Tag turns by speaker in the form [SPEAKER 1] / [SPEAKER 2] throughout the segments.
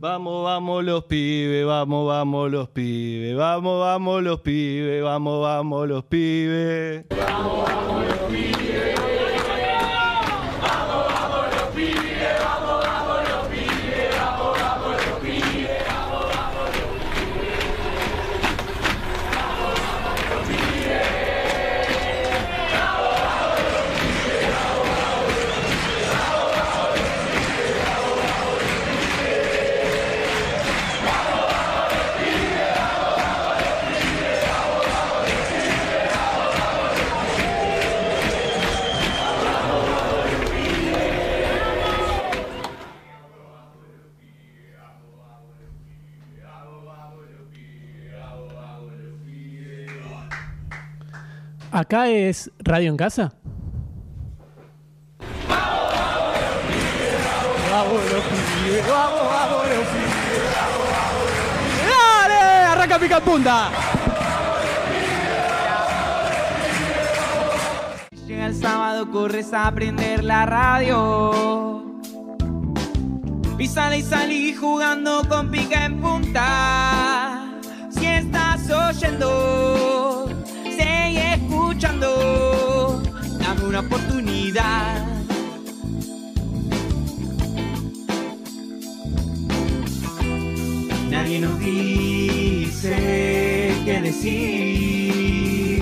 [SPEAKER 1] Vamos, vamos los pibes, vamos, vamos los pibes, vamos, vamos los pibes, vamos, vamos los pibes.
[SPEAKER 2] ¿Acá es Radio en Casa?
[SPEAKER 3] ¡Dale! ¡Arranca pica en punta!
[SPEAKER 4] Llega el sábado, corres a prender la radio. Y sale y salí jugando con pica en punta. Si estás oyendo, sigue escuchando. Dame una oportunidad. Nadie nos dice qué decir.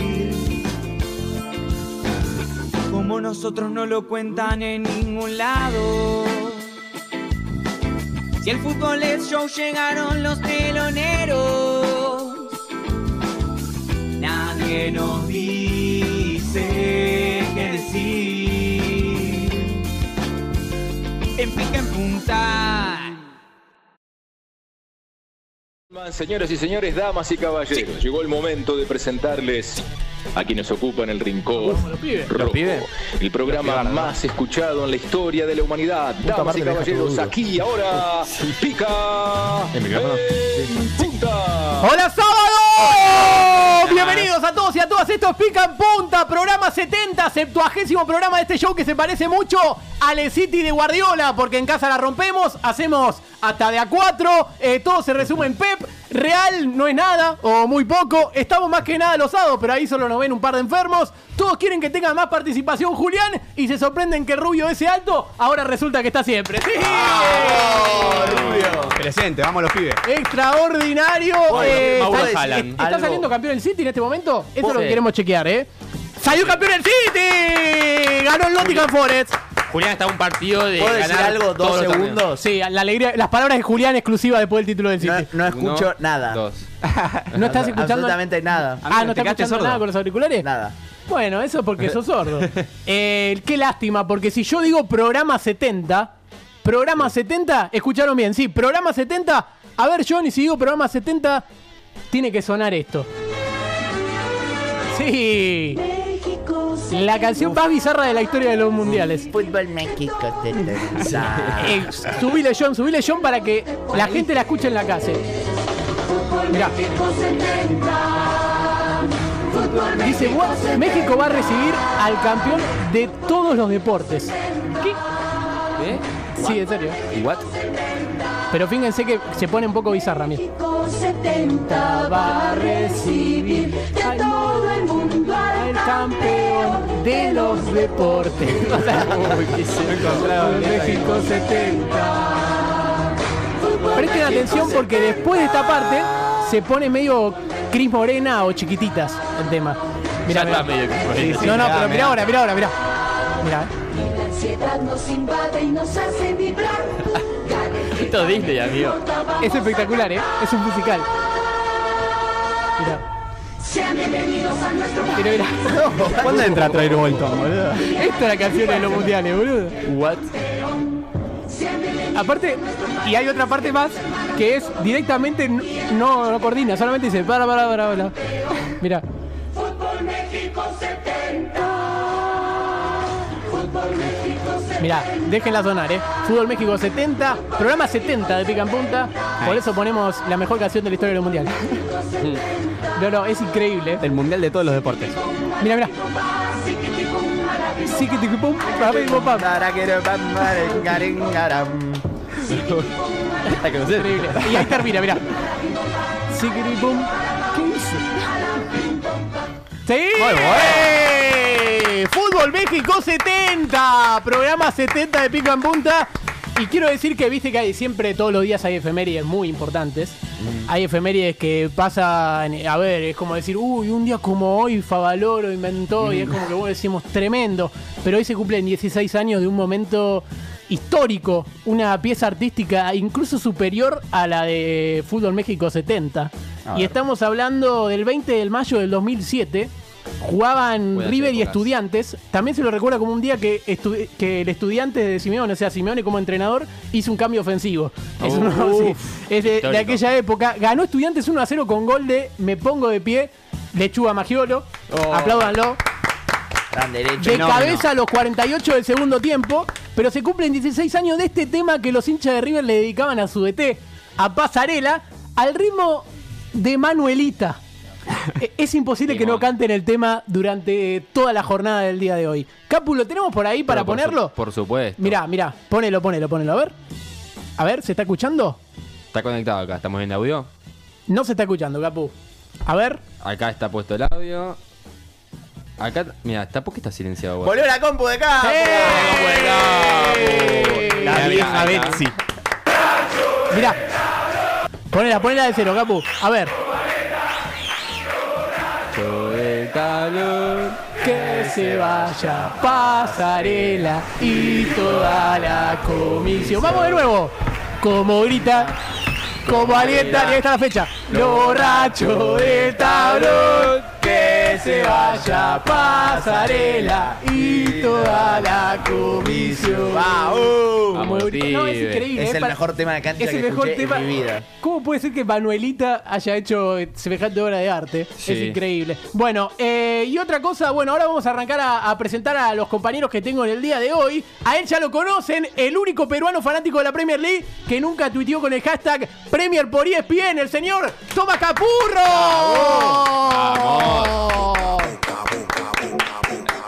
[SPEAKER 4] Como nosotros no lo cuentan en ningún lado. Si el fútbol es show, llegaron los teloneros. Nadie nos dice qué decir. En pica en punta.
[SPEAKER 5] Señoras y señores, damas y caballeros, llegó el momento de presentarles a quienes ocupan el rincón rojo,
[SPEAKER 6] pibes?
[SPEAKER 5] el programa más escuchado en la historia de la humanidad. damas
[SPEAKER 6] Marte,
[SPEAKER 5] y
[SPEAKER 6] me dejas
[SPEAKER 5] caballeros,
[SPEAKER 6] todo duro.
[SPEAKER 5] aquí y ahora pica
[SPEAKER 6] ¿El micrófono?
[SPEAKER 5] en punta.
[SPEAKER 3] ¡Hola sábado! Bienvenidos a todos y a todas. Esto es Pica en Punta, programa 70, septuagésimo programa de este show que se parece mucho al City de Guardiola, porque en casa la rompemos, hacemos hasta de a cuatro, eh, todo se resume en Pep. Real no es nada, o muy poco. Estamos más que nada los sábados, pero ahí solo nos ven un par de enfermos. Todos quieren que tenga más participación Julián y se sorprenden que Rubio ese alto ahora resulta que está siempre. ¡Sí!
[SPEAKER 6] Presente, vamos los pibes.
[SPEAKER 3] Extraordinario. eh,
[SPEAKER 6] Mauro
[SPEAKER 3] ¿sabes?
[SPEAKER 6] Haaland.
[SPEAKER 3] ¿Está
[SPEAKER 7] Algo-
[SPEAKER 3] saliendo campeón el City en este momento? Eso es lo que
[SPEAKER 7] Sí.
[SPEAKER 3] queremos chequear, ¿eh? ¡Salió campeón el City! ¡Ganó el Nottingham Forest!
[SPEAKER 7] Julián está a un partido de
[SPEAKER 8] ¿Puedo
[SPEAKER 7] ganar
[SPEAKER 8] decir algo? Dos
[SPEAKER 7] todos los torneos.
[SPEAKER 8] segundos.
[SPEAKER 3] Sí, la alegría, las palabras de Julián exclusivas después del título del
[SPEAKER 8] No,
[SPEAKER 3] City.
[SPEAKER 8] no escucho
[SPEAKER 6] Uno,
[SPEAKER 8] nada.
[SPEAKER 6] Dos.
[SPEAKER 3] No, estás escuchando.
[SPEAKER 8] Absolutamente nada.
[SPEAKER 3] Ah, no
[SPEAKER 6] Amigo, ¿te
[SPEAKER 3] estás
[SPEAKER 6] quedaste
[SPEAKER 3] escuchando
[SPEAKER 6] sordo?
[SPEAKER 3] nada con los auriculares.
[SPEAKER 8] Nada.
[SPEAKER 3] Bueno, eso es porque sos sordo. Eh, qué lástima, porque si yo digo programa 70, programa 70, escucharon bien, sí, programa 70. A ver, Johnny, si digo programa 70, tiene que sonar esto. Sí. La canción más bizarra de la historia de los mundiales.
[SPEAKER 8] Fútbol México te tensa.
[SPEAKER 3] Eh, subile, John, subile, John, para que la gente la escuche en la casa. Mirá. Dice, "Gua- México va a recibir al campeón de todos los deportes. ¿Qué?
[SPEAKER 6] ¿Eh?
[SPEAKER 3] Sí, en serio.
[SPEAKER 6] ¿Y what?
[SPEAKER 3] Pero fíjense que se pone un poco bizarra, mira.
[SPEAKER 9] México 70 va a recibir de todo el mundo al
[SPEAKER 3] El campeón de los deportes. México 70. Presten atención porque después de esta parte se pone medio Cris Morena o chiquititas el tema. Mirá,
[SPEAKER 7] Ya está
[SPEAKER 3] mirá.
[SPEAKER 7] medio que
[SPEAKER 3] no, no, pero mirá ahora, mirá ahora, eh. mirá. Mirá.
[SPEAKER 9] La ansiedad nos invade y nos hace vibrar.
[SPEAKER 7] Esto es Disney, amigo.
[SPEAKER 3] Es espectacular, ¿eh? Es un musical. Mirá,
[SPEAKER 9] Sean bienvenidos a nuestro
[SPEAKER 3] mirá, mirá.
[SPEAKER 6] ¿Cuándo entra a traer Bolton, boludo?
[SPEAKER 3] Esta es la canción de los mundiales, boludo.
[SPEAKER 6] ¿What?
[SPEAKER 3] Aparte, y hay otra parte más que es directamente n- no, no coordina, solamente dice para, para, para, para. Mira,
[SPEAKER 9] fútbol México 70. Fútbol México 70.
[SPEAKER 3] mira, déjenla sonar, eh. Fútbol México 70, programa 70 de Pica en Punta. Por eso ponemos la mejor canción de la historia de los mundiales. No, no, es increíble. eh.
[SPEAKER 6] El mundial de todos los deportes.
[SPEAKER 3] Mira, mira. Sí que te pum, pa, pim, pum, pam.
[SPEAKER 8] Taraquero, pam, marengarengaram.
[SPEAKER 10] La conoces.
[SPEAKER 3] Increíble. Y ahí termina, mirá. Sigribum. ¿Qué hizo? ¡Sí! ¡Eh! Fútbol México 70, programa 70 de Pica en Punta. Y quiero decir que viste que hay siempre, todos los días hay efemérides muy importantes.
[SPEAKER 6] Mm.
[SPEAKER 3] Hay efemérides que pasan, a ver, es como decir, uy, un día como hoy Favaloro inventó y es
[SPEAKER 6] Mm.
[SPEAKER 3] como que vos decimos tremendo. Pero hoy se cumplen 16 años de un momento histórico, una pieza artística incluso superior a la de Fútbol México 70.
[SPEAKER 6] A
[SPEAKER 3] Y
[SPEAKER 6] ver.
[SPEAKER 3] estamos hablando del 20 de mayo del 2007. Jugaban
[SPEAKER 10] Buenas
[SPEAKER 3] River y
[SPEAKER 10] épocas.
[SPEAKER 3] Estudiantes. También se lo recuerda como un día que, estu- que el estudiante de Simeone, o sea, Simeone como entrenador, hizo un cambio ofensivo. Es, uno- sí, es de, de
[SPEAKER 10] Histórico.
[SPEAKER 3] aquella época. Ganó Estudiantes 1 a 0 con gol de Me Pongo de Pie, Lechuga Magiolo.
[SPEAKER 10] Oh.
[SPEAKER 3] Apláudanlo.
[SPEAKER 8] Gran
[SPEAKER 10] Este
[SPEAKER 3] De
[SPEAKER 8] derecho. fenómeno.
[SPEAKER 3] cabeza a los 48 del segundo tiempo, pero se cumplen 16 años de este tema que los hinchas de River le dedicaban a su DT, a Pasarela, al ritmo de Manuelita. E- es imposible que no
[SPEAKER 10] Timón.
[SPEAKER 3] canten el tema durante toda la jornada del día de hoy. Capu, ¿lo tenemos por ahí para
[SPEAKER 10] Pero por su-
[SPEAKER 3] ponerlo?
[SPEAKER 10] por supuesto.
[SPEAKER 3] Mirá, mirá, ponelo, ponelo, ponelo. A ver. A ver, ¿se está escuchando?
[SPEAKER 10] Está conectado acá. Estamos en audio.
[SPEAKER 3] No se está escuchando, Capu. A ver.
[SPEAKER 10] Acá está puesto el audio. Acá, mira, ¿por qué está silenciado? güey?
[SPEAKER 8] Volvió la compu de acá.
[SPEAKER 6] La vieja
[SPEAKER 10] Mirá,
[SPEAKER 6] Betsy.
[SPEAKER 3] Mirá. Ponela, ponela de cero, Capu. A ver.
[SPEAKER 10] Por el calor.
[SPEAKER 3] Que se vaya pasarela y toda la comisión. Vamos de nuevo. Como grita, como alienta, y ahí está la fecha. Lo borracho de tablón. Que se vaya pasarela y toda la comisión. Como
[SPEAKER 10] Vamos,
[SPEAKER 3] grita. No, es
[SPEAKER 10] pibe.
[SPEAKER 3] increíble.
[SPEAKER 8] Es
[SPEAKER 3] eh,
[SPEAKER 8] el
[SPEAKER 3] para-
[SPEAKER 8] mejor tema de cancha
[SPEAKER 3] es
[SPEAKER 8] que
[SPEAKER 3] el mejor
[SPEAKER 8] escuché
[SPEAKER 3] tema.
[SPEAKER 8] en mi vida.
[SPEAKER 3] ¿Cómo puede ser que Manuelita haya hecho eh, semejante obra de arte?
[SPEAKER 10] Sí.
[SPEAKER 3] Es increíble. Bueno, eh, y otra cosa, bueno, ahora vamos a arrancar a, a presentar a los compañeros que tengo en el día de hoy. A él ya lo conocen, el único peruano fanático de la Premier League que nunca tuiteó con el hashtag Premier por E ESPN, el señor Tomás Capurro.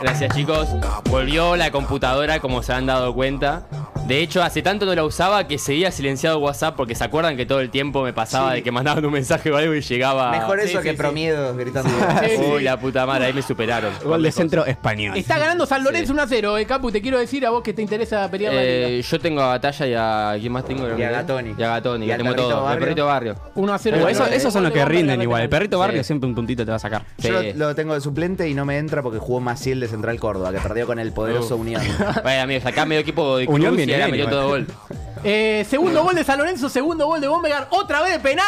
[SPEAKER 10] Gracias chicos. Volvió la computadora como se han dado cuenta. De hecho, hace tanto no la usaba que seguía silenciado WhatsApp porque se acuerdan que todo el tiempo me pasaba de que mandaban un mensaje o algo y llegaba...
[SPEAKER 8] Mejor
[SPEAKER 3] sí,
[SPEAKER 8] eso
[SPEAKER 3] sí,
[SPEAKER 8] que
[SPEAKER 3] sí.
[SPEAKER 8] promiedo gritando.
[SPEAKER 3] Sí, sí.
[SPEAKER 10] Uy, la puta madre, ahí me superaron.
[SPEAKER 6] Gol de centro español.
[SPEAKER 3] Está ganando San Lorenzo
[SPEAKER 10] Sí.
[SPEAKER 3] 1 a 0, eh, Capu, te quiero decir a vos que te interesa pelear la liga.
[SPEAKER 10] Eh, yo tengo a Batalla y a... ¿Quién más tengo?
[SPEAKER 8] Y a Gatoni.
[SPEAKER 10] Y a Gatoni,
[SPEAKER 8] Y al
[SPEAKER 10] tengo
[SPEAKER 8] Perrito
[SPEAKER 10] todo. El
[SPEAKER 8] Barrio.
[SPEAKER 10] perrito barrio.
[SPEAKER 3] 1 a 0.
[SPEAKER 6] Pero eso-
[SPEAKER 3] Gol de-
[SPEAKER 6] esos son los
[SPEAKER 3] gol de
[SPEAKER 6] que
[SPEAKER 3] Bombay,
[SPEAKER 6] rinden
[SPEAKER 3] gol de
[SPEAKER 6] igual. El
[SPEAKER 3] penal.
[SPEAKER 6] perrito barrio
[SPEAKER 10] Sí.
[SPEAKER 6] siempre un puntito te va a sacar.
[SPEAKER 8] Yo
[SPEAKER 10] Sí.
[SPEAKER 8] lo tengo de suplente y no me entra porque jugó Maciel de Central Córdoba, que perdió con el poderoso Unión.
[SPEAKER 10] Bueno, amigos, acá medio equipo de
[SPEAKER 6] Unión
[SPEAKER 10] Cruz y
[SPEAKER 6] viene
[SPEAKER 10] ahora
[SPEAKER 6] bien,
[SPEAKER 10] metió
[SPEAKER 6] igual.
[SPEAKER 10] todo gol.
[SPEAKER 3] Eh, segundo gol de San Lorenzo, segundo gol de Bombegar, otra vez de penal.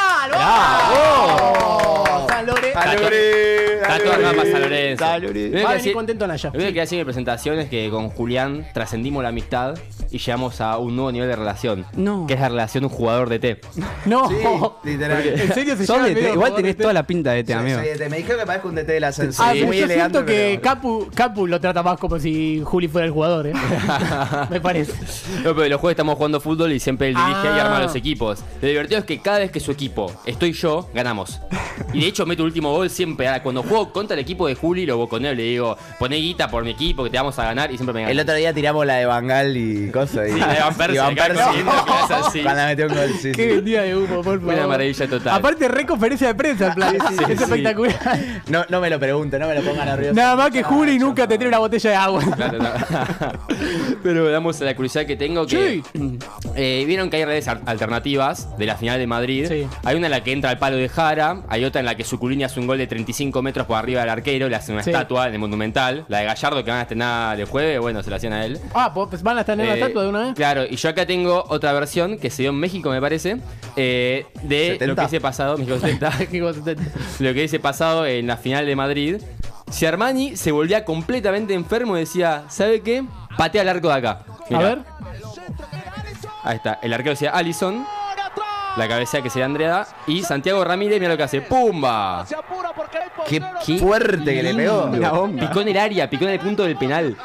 [SPEAKER 3] ¡Vamos! San Lorenzo.
[SPEAKER 10] Está todo- Está todo armado para San Lorenzo. Lo único que
[SPEAKER 3] Va a venir
[SPEAKER 10] decir-
[SPEAKER 3] contento Naya.
[SPEAKER 10] Lo único que hacen en presentación es que con Julián trascendimos la amistad y llegamos a un nuevo nivel de relación.
[SPEAKER 6] No.
[SPEAKER 10] Que es la relación un jugador de T.
[SPEAKER 3] No.
[SPEAKER 8] Sí, literal.
[SPEAKER 3] En serio se
[SPEAKER 6] Sos
[SPEAKER 3] llama
[SPEAKER 6] de T,
[SPEAKER 3] medio
[SPEAKER 6] Igual
[SPEAKER 3] jugador
[SPEAKER 6] tenés
[SPEAKER 3] de
[SPEAKER 6] toda
[SPEAKER 3] T.
[SPEAKER 6] la pinta de
[SPEAKER 8] Sí,
[SPEAKER 6] te, amigo.
[SPEAKER 8] soy de T. Me dijeron que parezco un DT del ascensor.
[SPEAKER 3] Ah,
[SPEAKER 8] Sí,
[SPEAKER 3] pero
[SPEAKER 8] muy
[SPEAKER 3] yo
[SPEAKER 8] elegante.
[SPEAKER 3] siento que
[SPEAKER 8] pero-
[SPEAKER 3] Capu, Capu lo trata más como si Juli fuera el jugador, ¿eh? Me parece.
[SPEAKER 10] No, pero los jueves estamos jugando fútbol y siempre él dirige y
[SPEAKER 3] Ah.
[SPEAKER 10] arma los equipos. Lo divertido es que cada vez que su equipo estoy yo, ganamos. Y de hecho meto el último gol siempre. Ahora, cuando juego contra el equipo de Juli, lo boconeo y le digo, poné guita por mi equipo que te vamos a ganar y siempre me
[SPEAKER 8] El
[SPEAKER 10] ganan.
[SPEAKER 8] otro día tiramos la de Bangal y cosas. Y,
[SPEAKER 10] Sí, la de Van Persie,
[SPEAKER 8] y Van
[SPEAKER 10] que acaba
[SPEAKER 8] Persie.
[SPEAKER 10] consiguiendo que es así.
[SPEAKER 8] Cuando metió un gol, sí,
[SPEAKER 3] Qué
[SPEAKER 8] sí.
[SPEAKER 3] vendida de humo, por favor.
[SPEAKER 10] Una maravilla total.
[SPEAKER 3] Aparte, re conferencia de prensa, en plan. es espectacular.
[SPEAKER 8] No, no me lo pregunte, no me lo pongan nervioso.
[SPEAKER 3] Nada más que Juli nunca te tire una botella de agua.
[SPEAKER 10] Claro, no. Pero veamos a la curiosidad que tengo que eh, vieron que hay redes al- alternativas de la final de Madrid.
[SPEAKER 3] Sí.
[SPEAKER 10] Hay una en la que entra al palo de Jara, hay otra en la que Suculini hace un gol de 35 metros por arriba del arquero, le hacen una
[SPEAKER 3] Sí.
[SPEAKER 10] estatua en el monumental. La de Gallardo que van a estrenar el jueves, bueno, se la hacían a él.
[SPEAKER 3] Ah, pues van a estar en la
[SPEAKER 10] Eh,
[SPEAKER 3] estatua de una vez.
[SPEAKER 10] Claro, y yo acá tengo otra versión que se dio en México, me parece, eh, de lo
[SPEAKER 8] 70.
[SPEAKER 10] que se pasado, México 70,
[SPEAKER 3] Qué cosa tan-
[SPEAKER 10] lo que dice pasado en la final de Madrid. Si Armani se volvía completamente enfermo y decía, ¿sabe qué? Patea el arco de acá.
[SPEAKER 3] A
[SPEAKER 10] Mirá,
[SPEAKER 3] ver.
[SPEAKER 10] Ahí está. El arquero decía Allison. La cabeza que sería Andrea. Y Santiago Ramírez, mira lo que hace. ¡Pumba!
[SPEAKER 8] Qué fuerte que le pegó.
[SPEAKER 6] Una bomba.
[SPEAKER 10] Picó en el área, picó en el punto del penal.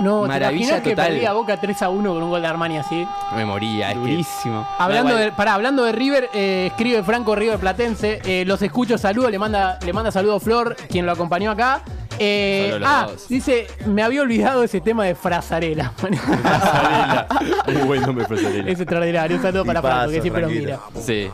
[SPEAKER 3] No,
[SPEAKER 10] Maravilla
[SPEAKER 3] ¿te imaginas que
[SPEAKER 10] total.
[SPEAKER 3] perdía Boca 3 a 1 con un gol de Armani así?
[SPEAKER 10] Me moría, es que.
[SPEAKER 6] Durísimo.
[SPEAKER 3] Hablando
[SPEAKER 10] igual.
[SPEAKER 3] de, pará, hablando de River, eh, escribe Franco River Platense. eh, los escucho, saludo, le manda, le manda saludo Flor, quien lo acompañó acá. Eh,
[SPEAKER 10] Solo los
[SPEAKER 3] ah,
[SPEAKER 10] dos.
[SPEAKER 3] dice, me había olvidado ese tema de frazarela.
[SPEAKER 10] Muy buen nombre, Frazarela.
[SPEAKER 3] es extraordinario. Un saludo para Franco,
[SPEAKER 8] Tipazo,
[SPEAKER 3] que siempre nos
[SPEAKER 8] tranquilo.
[SPEAKER 3] mira.
[SPEAKER 10] Sí.